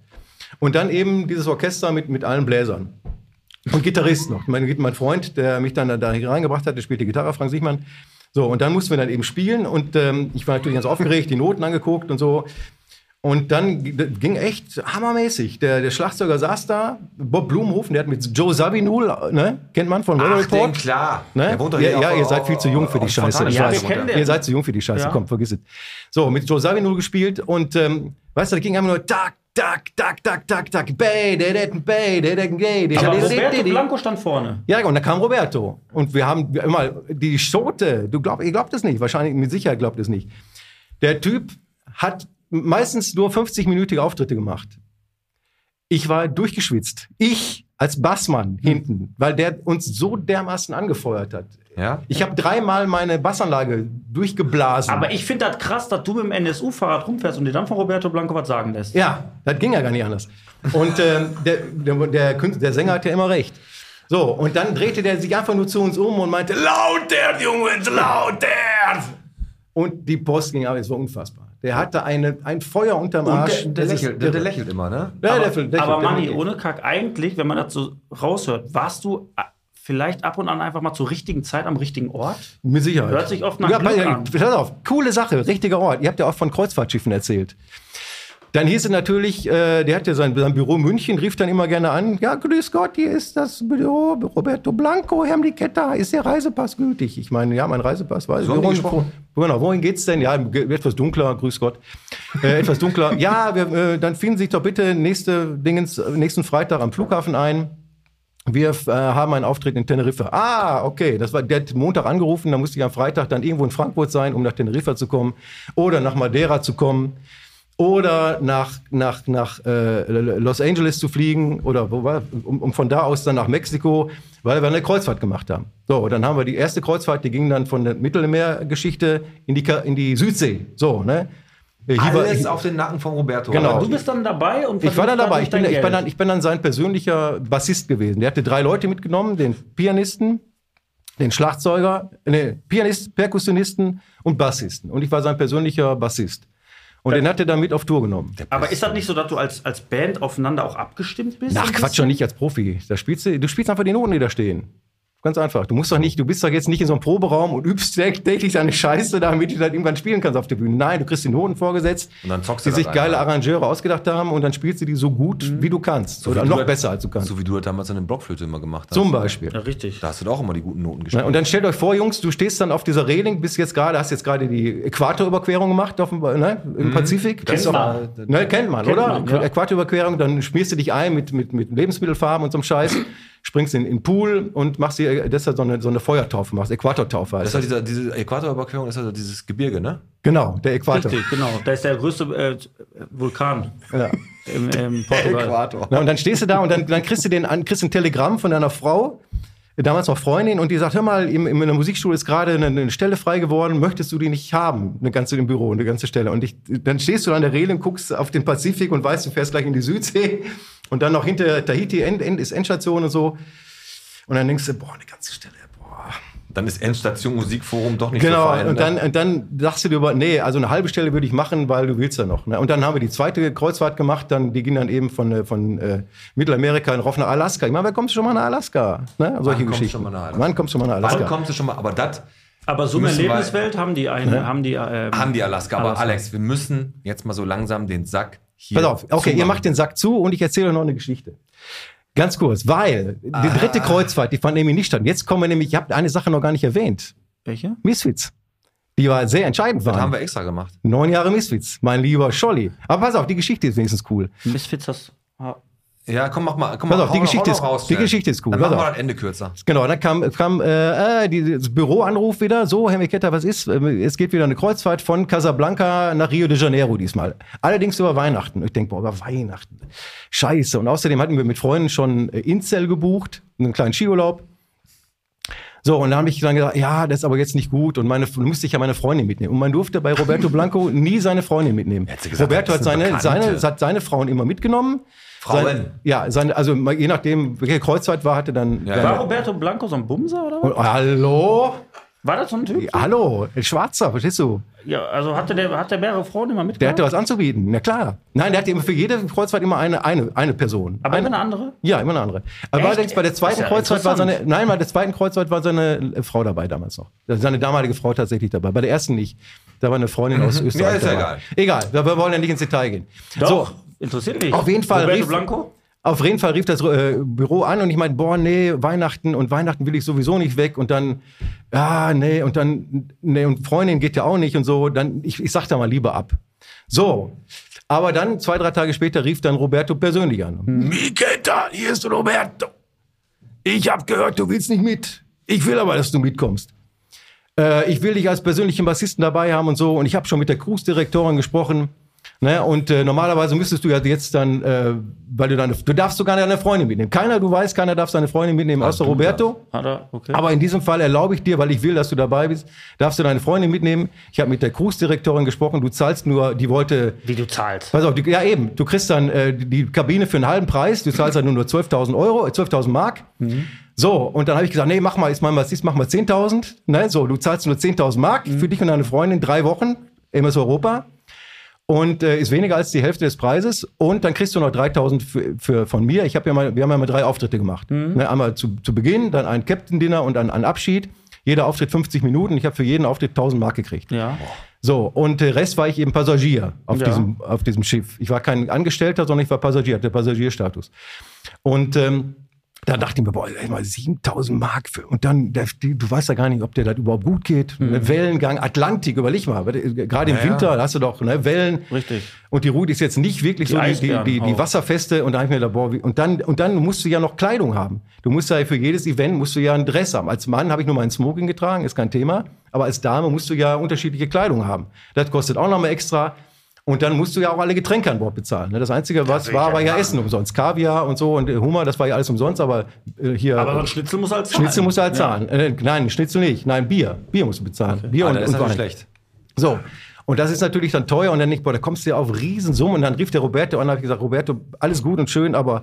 E: Und dann eben dieses Orchester mit, mit allen Bläsern. Und Gitarrist noch. Mein, mein Freund, der mich dann da- da hier reingebracht hat, der spielte Gitarre, Frank Sichmann. So, und dann mussten wir dann eben spielen. Und ähm, ich war natürlich ganz aufgeregt, die Noten angeguckt und so. Und dann g- das ging echt hammermäßig. Der, der Schlagzeuger saß da, Bob Blumenhofen, der hat mit Joe Sabinul, ne, kennt man von Roller
C: Ach, den
E: Report.
C: klar.
E: Ne?
C: Der wohnt doch
E: Ja,
C: hier
E: ja
C: auf-
E: ihr seid
C: auf-
E: viel zu jung für die
C: auf
E: Scheiße.
C: Fontana.
E: Ich
C: Ja,
E: weiß.
C: wir kennen den.
E: Ihr seid zu jung für die Scheiße.
C: Ja.
E: Komm, vergiss es. So, mit Joe Savino gespielt und ähm, weißt du, da ging einfach nur tak, tak, tak, tak, tak, tak, bay, der detten, bay, der detten, gay, der
D: aber
E: der- der-
D: Roberto
E: der- der-
D: Blanco stand vorne.
E: ja, und da kam Roberto. Und wir haben immer die Schote. Du glaub, ihr glaubt es nicht. Wahrscheinlich, mit Sicherheit glaubt es nicht. Der Typ hat meistens nur 50-minütige Auftritte gemacht. Ich war durchgeschwitzt. Ich als Bassmann hinten, weil der uns so dermaßen angefeuert hat.
C: Ja?
E: Ich habe dreimal meine Bassanlage durchgeblasen.
D: Aber ich finde das krass, dass du mit dem NSU-Fahrrad rumfährst und dir dann von Roberto Blanco was sagen lässt.
E: Ja, das ging ja gar nicht anders. Und ähm, der, der, der, Künstler, der Sänger hat ja immer recht. So, und dann drehte der sich einfach nur zu uns um und meinte, lauter, Jungs, lauter! Und die Post ging ab, es war unfassbar. Der hatte eine, ein Feuer unterm
C: Und
E: Arsch.
C: der, der,
E: Das ist
C: lächelt, der, der
E: irre.
C: lächelt immer, ne?
E: Ja,
D: aber,
E: der lächelt,
D: aber
E: der
D: Manni,
E: lächelt.
D: ohne Kack, eigentlich, wenn man das so raushört, warst du äh, vielleicht ab und an einfach mal zur richtigen Zeit am richtigen Ort?
E: Mit Sicherheit.
D: Hört sich oft nach
E: ja,
D: Glück
E: pass-
D: an.
E: Pass auf, coole Sache, richtiger Ort. Ihr habt ja auch von Kreuzfahrtschiffen erzählt. Dann hieß es natürlich, äh, der hatte sein, sein Büro in München, rief dann immer gerne an, ja, grüß Gott, hier ist das Büro Roberto Blanco, Herr Mliketta, ist der Reisepass gültig? Ich meine, ja, mein Reisepass war...
C: So haben die
E: Wohin-
C: gesprochen?
E: Genau, wohin geht's denn? Ja, ge- etwas dunkler, grüß Gott. Äh, etwas dunkler. ja, wir, äh, dann finden Sie sich doch bitte nächste Dingens, äh, nächsten Freitag am Flughafen ein. Wir äh, haben einen Auftritt in Teneriffa. Ah, okay. Das war, der hat Montag angerufen, dann musste ich am Freitag dann irgendwo in Frankfurt sein, um nach Teneriffa zu kommen oder nach Madeira zu kommen oder nach, nach, nach äh, Los Angeles zu fliegen oder wo war, um, um von da aus dann nach Mexiko, weil wir eine Kreuzfahrt gemacht haben. So, und dann haben wir die erste Kreuzfahrt, die ging dann von der Mittelmeergeschichte in die, Ka- in die Südsee. So, ne? Äh, hier war-
C: Alles auf den Nacken von Roberto.
E: Genau.
C: Aber
D: Du bist dann dabei und
E: ich war dann
D: verdienst
E: dabei. Ich bin,
D: dadurch
E: ich,
D: dein
E: bin dann,
D: Geld.
E: ich bin dann sein persönlicher Bassist gewesen. Der hatte drei Leute mitgenommen: den Pianisten, den Schlagzeuger, ne, Pianist, Perkussionisten und Bassisten. Und ich war sein persönlicher Bassist. Und den hat er dann mit auf Tour genommen.
D: Aber ist das nicht so, dass du als, als Band aufeinander auch abgestimmt bist?
E: Ach Quatsch, doch nicht als Profi. Da spielst du, du spielst einfach die Noten, die da stehen. Ganz einfach. Du musst doch nicht, du bist doch jetzt nicht in so einem Proberaum und übst tä- täglich deine Scheiße, damit du dann irgendwann spielen kannst auf der Bühne. Nein, du kriegst die Noten vorgesetzt,
C: Und dann zockst
E: die
C: du
E: sich
C: da rein,
E: geile
C: ja.
E: Arrangeure ausgedacht haben und dann spielst du die so gut,
D: Mhm.
E: wie du kannst. Oder
C: wie halt
E: noch
C: das-
E: besser, als du kannst.
C: So wie du das damals an den Blockflöte immer gemacht hast.
E: Zum Beispiel.
C: Ja,
D: richtig.
C: Da hast du doch auch immer die guten Noten
E: Ne,
C: gespielt.
E: und dann stellt euch vor, Jungs, du stehst dann auf dieser Reling, bist jetzt gerade, hast jetzt gerade die Äquatorüberquerung gemacht auf dem, ne, im Pazifik.
D: Mhm. Kennt
E: Ist doch-
D: man.
E: Ne, kennt man,
D: Kennt
E: oder?
D: man, ja.
E: Äquatorüberquerung, dann schmierst du dich ein mit, mit, mit Lebensmittelfarben und so einem Scheiß, springst in in den Pool und machst dir deshalb so eine, so eine Feuertaufe, machst Äquatortaufe. also.
C: das ist
E: heißt
C: ja
E: das.
C: dieser, diese Äquatorüberquerung ist ja dieses Gebirge, ne?
E: genau, der Äquator.
D: Richtig, genau. Da ist der größte äh, Vulkan
E: Ja.
D: im, im Portugal.
E: Na, und dann stehst du da und dann, dann kriegst du den, an- kriegst ein Telegramm von deiner Frau, damals noch Freundin, und die sagt, hör mal, in, in der Musikschule ist gerade eine, eine Stelle frei geworden, möchtest du die nicht haben? Eine ganze im Büro, eine ganze Stelle. Und ich, dann stehst du an der Reling, guckst auf den Pazifik und weißt, du fährst gleich in die Südsee und dann noch hinter Tahiti End, End, ist Endstation und so. Und dann denkst du, boah, eine ganze Stelle.
C: Dann ist Endstation Musikforum doch nicht so
E: Genau,
C: fein.
E: und,
C: ne?
E: dann, und dann dachtest du dir über, nee, also eine halbe Stelle würde ich machen, weil du willst ja noch. Ne? Und dann haben wir die zweite Kreuzfahrt gemacht, dann, die ging dann eben von, äh, von äh, Mittelamerika in Rauf nach Alaska. Ich meine, wer kommt schon mal nach Alaska? Ne? Solche
C: Wann kommst
E: Geschichten.
C: du schon mal nach Alaska?
E: Wann kommst du schon mal nach
C: Wann
E: Alaska?
C: kommst du schon mal? Aber das
D: Aber so eine
C: Müssen wir-
D: Lebenswelt haben die eine,
E: Ne?
D: haben die. ähm,
C: haben die Alaska. Aber
D: Alaska.
C: Alex, wir müssen jetzt mal so langsam den Sack hier.
E: Pass auf, okay, ihr
C: zumachen.
E: macht den Sack zu und ich erzähle euch noch eine Geschichte. Ganz kurz, weil die dritte Kreuzfahrt, die fand nämlich nicht statt. Und Jetzt kommen wir nämlich, ihr habt eine Sache noch gar nicht erwähnt.
D: Welche?
E: Misfits. Die war sehr entscheidend
C: Das
E: waren.
C: haben wir extra gemacht.
E: Neun Jahre Misfits, mein lieber Scholli. Aber pass auf, die Geschichte ist wenigstens cool.
D: Misfits das. ah,
C: Ja, komm, mach mal. Komm,
E: Pass
C: mal,
E: auf, die
C: hau noch-
E: Geschichte
C: hau
E: ist-
C: noch raus,
E: die
C: schnell.
E: Geschichte ist cool.
C: Dann
E: Pass
C: machen wir
E: auf.
C: das Ende kürzer.
E: Genau, dann kam, kam äh, äh, dieses Büroanruf wieder, so, Herr Meketta, was ist? Ähm, Es geht wieder eine Kreuzfahrt von Casablanca nach Rio de Janeiro diesmal. Allerdings über Weihnachten. Ich denke, boah, über Weihnachten. Scheiße. Und außerdem hatten wir mit Freunden schon äh, Inzell gebucht, einen kleinen Skiurlaub. So, und dann habe ich dann gesagt, ja, das ist aber jetzt nicht gut. Und meine, musste ich ja meine Freundin mitnehmen. Und man durfte bei Roberto Blanco nie seine Freundin mitnehmen.
C: sie gesagt,
E: Roberto
C: das
E: hat
C: sind
E: seine,
C: Bekannte.
E: seine, hat seine Frauen immer mitgenommen.
C: Frauen?
E: Sein, ja, seine, also je nachdem, welche Kreuzfahrt war, hatte dann.
C: Ja,
E: seine-
D: War Roberto Blanco so ein Bumser oder was?
E: und, hallo?
D: War das so ein Typ?
E: Hallo? Ein Schwarzer, verstehst du?
D: Ja, also hatte der, hat der mehrere Frauen immer mitgebracht?
E: Der hatte was anzubieten, na klar. Nein, der hatte immer für jede Kreuzfahrt immer eine, eine, eine Person.
D: Aber immer eine andere?
E: Ja, immer eine andere. Aber
D: Echt?
E: allerdings bei der
D: Ist
E: zweiten
D: ja
E: Kreuzfahrt war seine,
D: interessant.
E: nein, bei der zweiten Kreuzfahrt war seine äh, Frau dabei damals noch. Also Seine damalige Frau tatsächlich dabei. Bei der ersten nicht. Da war eine Freundin aus
D: Mhm.
E: Österreich.
C: Ja, ist ja
E: dabei.
C: egal.
E: Egal, wir wir wollen ja nicht ins Detail gehen.
D: Doch,
E: So,
D: interessiert mich.
E: Auf jeden Fall
D: Roberto
E: rief-
D: Blanco?
E: auf jeden Fall rief das äh, Büro an und ich meinte, boah, nee, Weihnachten und Weihnachten will ich sowieso nicht weg und dann, ah, nee, und dann, nee, und Freundin geht ja auch nicht und so, dann, ich, ich sag da mal lieber ab. So. Aber dann, zwei, drei Tage später, rief dann Roberto persönlich an. Miketa, hier ist Roberto. Ich hab gehört, du willst nicht mit. Ich will aber, dass du mitkommst. Äh, ich will dich als persönlichen Bassisten dabei haben und so. Und ich habe schon mit der Cruise-Direktorin gesprochen. Ne? Und äh, normalerweise müsstest du ja jetzt dann, äh, weil du deine, du darfst sogar deine Freundin mitnehmen. Keiner, du weißt, keiner darf seine Freundin mitnehmen, außer Roberto.
D: Hat er, okay.
E: Aber in diesem Fall erlaube ich dir, weil ich will, dass du dabei bist, darfst du deine Freundin mitnehmen. Ich habe mit der Cruise-Direktorin gesprochen. Du zahlst nur, die wollte
D: Wie du zahlst.
E: Pass auf, die, ja eben, du kriegst dann äh, die- die Kabine für einen halben Preis, du zahlst dann nur nur 12.000 Euro, äh, 12.000 Mark. So, und dann habe ich gesagt, nee, mach mal, ist mein Bassist, mach mal 10.000. Ne? So, du zahlst nur 10.000 Mark für dich und deine Freundin, drei Wochen, MS Europa. Und äh, ist weniger als die Hälfte des Preises. Und dann kriegst du noch 3000 für, für, von mir. Ich hab ja mal, wir haben ja mal drei Auftritte gemacht. Ne, einmal zu, zu Beginn, dann ein Captain Dinner und dann ein Abschied. Jeder Auftritt 50 Minuten. Ich habe für jeden Auftritt 1000 Mark gekriegt.
D: Ja.
E: So, und der Rest war ich eben Passagier auf,
J: Ja.
E: diesem, auf diesem Schiff. Ich war kein Angestellter, sondern ich war Passagier, hatte Passagierstatus. Und ähm, da dachte ich mir, boah, ey, mal 7000 Mark für, und dann, der, die, du weißt ja gar nicht, ob der das überhaupt gut geht. Ne, Wellengang, Atlantik, überleg mal, gerade im
J: Mhm. Ja, ja.
E: Winter, da hast du doch ne, Wellen.
I: Richtig.
E: Und die Route ist jetzt nicht wirklich
J: Die
E: so die, die,
J: Eisbären
E: die, die
J: auch.
E: Wasserfeste und da hab ich mir gedacht, boah, wie, und dann und dann musst du ja noch Kleidung haben. Du musst ja für jedes Event musst du ja einen Dress haben. Als Mann habe ich nur meinen Smoking getragen, ist kein Thema, aber als Dame musst du ja unterschiedliche Kleidung haben. Das kostet auch nochmal extra. Und dann musst du ja auch alle Getränke an Bord bezahlen. ne? Das Einzige, was war, war ja Essen umsonst. Kaviar und so und äh, Hummer, das war ja alles umsonst, aber äh, hier.
D: Aber so ein Schnitzel muss er halt zahlen.
E: Schnitzel musst du halt
D: Ja.
E: zahlen. Äh, nein, Schnitzel nicht. Nein, Bier. Bier musst du bezahlen. Bier
C: Ah, das ist natürlich
E: Wein.
C: schlecht.
E: So. Und das ist natürlich dann teuer und dann nicht, boah, da kommst du ja auf Riesensummen. Und dann rief der Roberto an und habe gesagt, Roberto, alles gut und schön, aber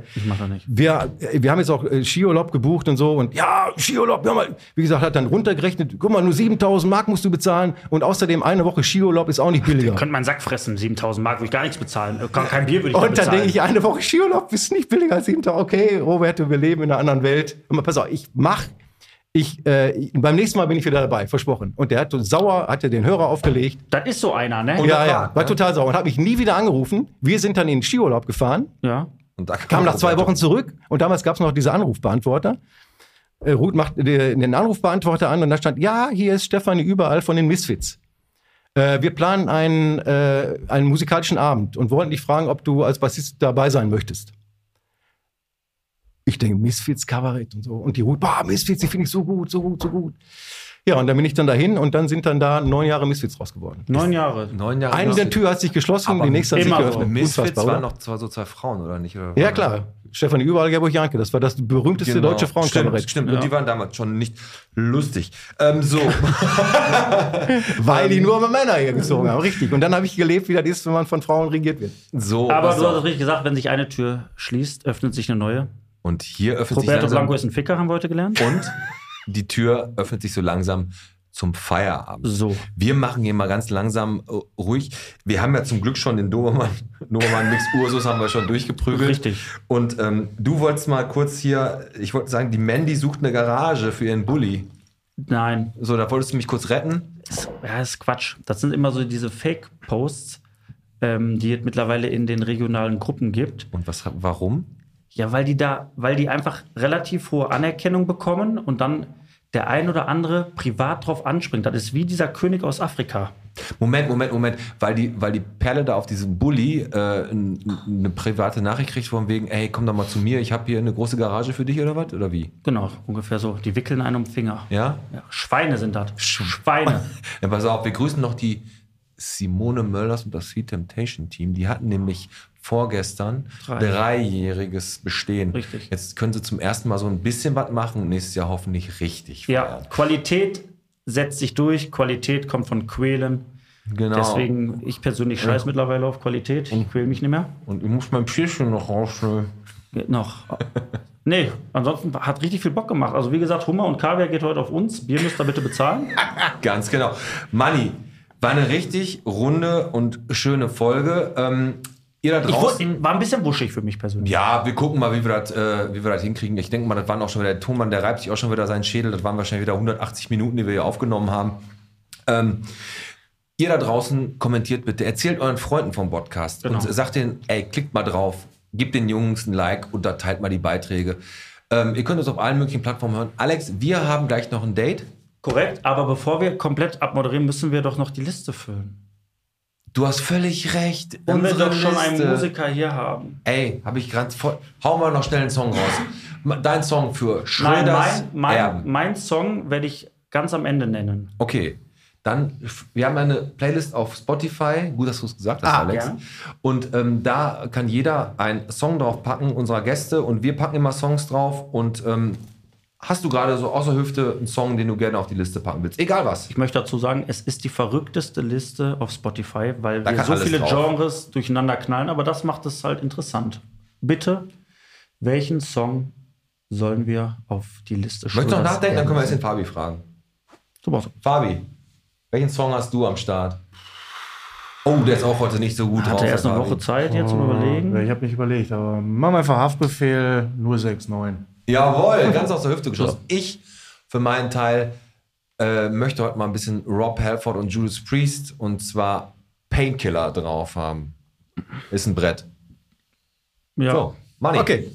E: wir, äh, wir haben jetzt auch äh, Skiurlaub gebucht und so und ja, Skiurlaub, hör mal. wie gesagt, hat dann runtergerechnet, guck mal, nur 7000 Mark musst du bezahlen und außerdem eine Woche Skiurlaub ist auch nicht billiger.
D: Könnte man einen Sack fressen, 7000 Mark, würde ich gar nichts bezahlen. Äh, Kein kein Bier würde ich
E: Und dann
D: bezahlen.
E: denke ich, eine Woche Skiurlaub ist nicht billiger als 7000. Okay, Roberto, wir leben in einer anderen Welt. Aber pass auf, ich mach, ich, äh, ich- beim nächsten Mal bin ich wieder dabei, versprochen. Und der hat so sauer, hat er den Hörer aufgelegt.
D: Das ist so einer, ne?
E: Ja, ja, war total sauer und hat mich nie wieder angerufen. Wir sind dann in den Skiurlaub gefahren,
D: Ja.
C: Und da
E: kamen nach zwei Wochen zurück und damals gab es noch diese Anrufbeantworter. Äh, Ruth macht äh, den Anrufbeantworter an und da stand, ja, hier ist Stefanie überall von den Misfits. Äh, wir planen einen, äh, einen musikalischen Abend und wollten dich fragen, ob du als Bassist dabei sein möchtest. Ich denke, Misfits Kabarett und so. Und die Ruth, boah, Misfits, die finde ich so gut, so gut, so gut. Ja, und dann bin ich dann dahin und dann sind dann da neun Jahre Misfits raus geworden.
D: Neun Jahre.
C: Neun Jahre.
E: Eine der Tür hat sich geschlossen, die nächste hat sich geöffnet.
C: Misfits
E: Unfassbar,
C: waren
E: oder?
C: noch zwei, so zwei Frauen, oder nicht? Oder
E: Ja, klar. Stefanie Überall, Gerburg Janke, das war das berühmteste
C: Genau.
E: deutsche Frauenkabarett.
C: Stimmt, stimmt. Und die waren damals schon nicht lustig. Ähm, so.
E: Weil
L: Ähm,
E: die nur immer Männer hier gezogen haben, richtig. Und dann habe ich gelebt, wie das ist, wenn man von Frauen regiert wird.
C: So,
D: Aber
C: pass
D: du hast
C: auf.
D: es richtig gesagt, wenn sich eine Tür schließt, öffnet sich eine neue.
C: Und hier öffnet
D: Roberto
C: sich langsam.
D: Blanco ist ein Ficker, haben wir heute gelernt.
C: Und die Tür öffnet sich so langsam zum Feierabend.
D: So.
C: Wir machen hier mal ganz langsam äh, ruhig. Wir haben ja zum Glück schon den Dobermann, Dobermann Mix Ursus haben wir schon durchgeprügelt.
D: Richtig.
C: Und ähm, du wolltest mal kurz hier, ich wollte sagen, die Mandy sucht eine Garage für ihren Bulli.
D: Nein.
C: So, da wolltest du mich kurz retten.
D: Ja, ist Quatsch. Das sind immer so diese Fake-Posts, ähm, die es mittlerweile in den regionalen Gruppen gibt.
C: Und was, warum?
D: Ja, weil die da, weil die einfach relativ hohe Anerkennung bekommen und dann der ein oder andere privat drauf anspringt. Das ist wie dieser König aus Afrika.
C: Moment, Moment, Moment, weil die, weil die Perle da auf diesem Bulli äh, n- n- eine private Nachricht kriegt von wegen, ey, komm doch mal zu mir, ich habe hier eine große Garage für dich oder was? Oder wie?
D: Genau, ungefähr so. Die wickeln einen um den Finger.
C: Ja?
D: Ja, Schweine sind das. Schweine.
C: Ja, pass auf, wir grüßen noch die Simone Möllers und das Sweet Temptation Team. Die hatten nämlich vorgestern
D: Drei.
C: dreijähriges Bestehen.
D: Richtig.
C: Jetzt können sie zum ersten Mal so ein bisschen was machen und nächstes Jahr hoffentlich richtig.
D: Ja, Qualität setzt sich durch. Qualität kommt von Quälen.
C: Genau.
D: Deswegen, ich persönlich scheiß
C: Ja. Hm.
D: mittlerweile auf Qualität. Ich quäle mich nicht mehr.
C: Und ich muss mein Pierchen noch rausschneiden.
D: Geht noch. Nee, ansonsten hat richtig viel Bock gemacht. Also wie gesagt, Hummer und Kaviar geht heute auf uns. Bier müsst ihr bitte bezahlen.
C: Ganz genau. Manni, war eine richtig runde und schöne Folge. Ähm, ihr da
D: Ich
C: draußen.
D: wurde, war ein bisschen wuschig für mich persönlich.
C: Ja, wir gucken mal, wie wir das, äh, wie wir das hinkriegen. Ich denke mal, das waren auch schon wieder der Thomann, der reibt sich auch schon wieder seinen Schädel. Das waren wahrscheinlich wieder 180 Minuten, die wir hier aufgenommen haben. Ähm, ihr da draußen kommentiert bitte, erzählt euren Freunden vom Podcast
D: Genau.
C: und sagt denen, ey, klickt mal drauf, gebt den Jungs ein Like und da teilt mal die Beiträge. Ähm, ihr könnt uns auf allen möglichen Plattformen hören. Alex, wir haben gleich noch ein Date.
D: Korrekt, aber bevor wir komplett abmoderieren, müssen wir doch noch die Liste füllen.
C: Du hast völlig recht.
D: Wenn wir
C: Unsere
D: doch schon einen
C: Liste.
D: Musiker hier haben.
C: Ey, habe ich ganz voll. Hau mal noch schnell einen Song raus. Dein Song für
D: Nein,
C: Schröders
D: mein, mein,
C: Erben.
D: mein Song werde ich ganz am Ende nennen.
C: Okay. Dann, f- wir haben eine Playlist auf Spotify. Gut, dass du es gesagt hast,
D: Ah,
C: Alex.
D: ja.
C: Und ähm, da kann jeder einen Song drauf packen, unserer Gäste. Und wir packen immer Songs drauf. Und ähm, hast du gerade so außer Hüfte einen Song, den du gerne auf die Liste packen willst? Egal was.
D: Ich möchte dazu sagen, es ist die verrückteste Liste auf Spotify, weil
C: Da
D: wir
C: kann
D: so
C: alles
D: viele
C: drauf.
D: Genres durcheinander knallen, aber das macht es halt interessant. Bitte, welchen Song sollen wir auf die
C: Möchtest du
D: Liste
C: noch
D: Schröders
C: nachdenken? Dann können wir jetzt
D: Erben?
C: den Fabi fragen.
D: Super.
C: Fabi, welchen Song hast du am Start? Oh, der ist auch heute nicht so gut drauf.
D: Hat er erst
C: der
D: eine
C: Fabi.
D: Woche Zeit jetzt
C: Oh,
D: um überlegen?
L: Ich habe nicht überlegt, aber mach mal einfach Haftbefehl, nur 6-9.
C: Jawohl, ganz aus der Hüfte geschossen. Ich für meinen Teil äh, möchte heute mal ein bisschen Rob Halford und Judas Priest und zwar Painkiller drauf haben. Ist ein Brett.
D: Ja.
C: So, Money.
E: Okay.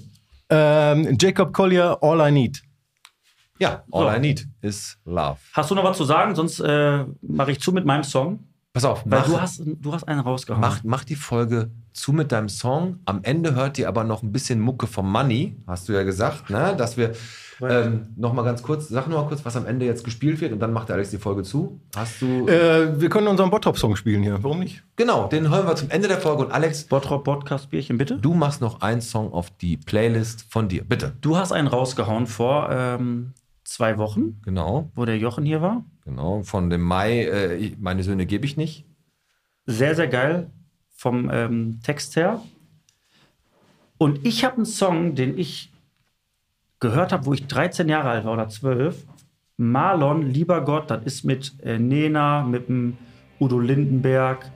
E: Ähm, Jacob Collier, All I Need.
C: Ja, All
D: So.
C: I Need is Love.
D: Hast du noch was zu sagen? Sonst äh, mache ich zu mit meinem Song.
C: Pass auf,
D: Weil
C: mach-
D: du hast, du hast einen rausgehauen.
C: Mach, mach die Folge zu mit deinem Song. Am Ende hört ihr aber noch ein bisschen Mucke vom Money, hast du ja gesagt, ne? dass wir ähm, noch mal ganz kurz, sag nur mal kurz, was am Ende jetzt gespielt wird und dann macht der Alex die Folge zu. Hast du...
E: Äh, wir können unseren Bottrop-Song spielen hier. Warum nicht?
C: Genau, den hören wir zum Ende der Folge und Alex...
D: Bottrop Podcast Bierchen, bitte.
C: Du machst noch einen Song auf die Playlist von dir, bitte.
D: Du hast einen rausgehauen vor ähm, zwei Wochen,
C: Genau,
D: wo der Jochen hier war.
C: genau, von dem Mai, äh, ich, meine Söhne gebe ich nicht.
D: Sehr, sehr geil vom ähm, Text her. Und ich habe einen Song, den ich gehört habe, wo ich 13 Jahre alt war oder 12. Marlon, lieber Gott, das ist mit äh, Nena, mit dem Udo Lindenberg.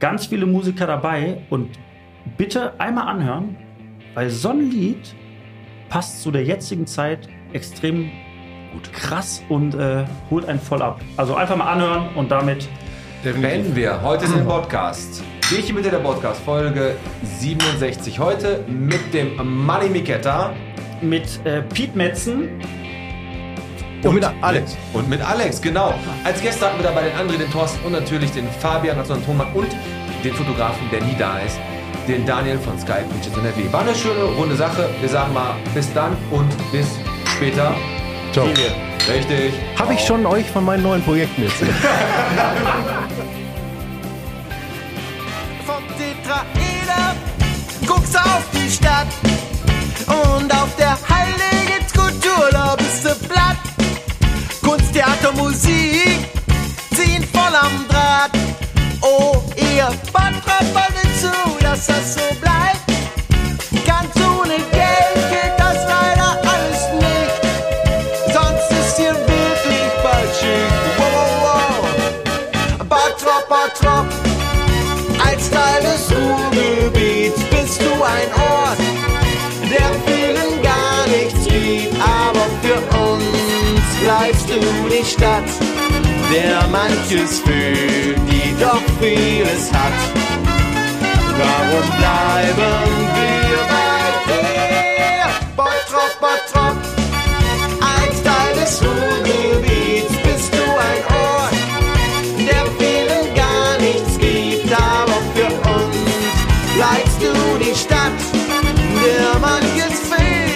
D: Ganz viele Musiker dabei. Und bitte einmal anhören, weil so ein Lied passt zu der jetzigen Zeit extrem gut. krass und äh, holt einen voll ab. Also einfach mal anhören und damit
C: Beenden wir heute den Podcast. Ich mit der Podcast Folge 67 heute mit dem Money Miketta.
D: mit äh, Piet Metzen.
C: Und, mit Alex. Und mit Alex, genau. Als Gäste hatten wir dabei den André, den Thorsten und natürlich den Fabian, also den Thomann und den Fotografen, der nie da ist, den Daniel von Skype Pitches NRW. War eine schöne, runde Sache. Wir sagen mal bis dann und bis später.
E: Ciao.
C: Liebe. Richtig.
E: Habe ich schon euch von meinen neuen Projekten erzählt?
M: vom Tetraeder guckst auf die Stadt und auf der heiligen Skulptur da bist du platt. Kunst, Theater, Musik ziehen voll am Draht. Oh, ihr Bottrop zu, dass das so bleibt. Ganz ohne Geld geht das leider alles nicht. Sonst ist hier wirklich bald schick. Wow, wow, wow. Bottrop, Bottrop. Als Teil des Ruhrgebiets bist du ein Ort, der vielen gar nichts gibt, aber für uns bleibst du die Stadt, der manches fühlt, die doch vieles hat. Warum bleiben wir bei dir? Bottrop, Bottrop, als Teil des Ruhrgebiets bist du ein Ort, der vielen gar nichts gibt, aber für uns bleibst du die Stadt, der manches fehlt.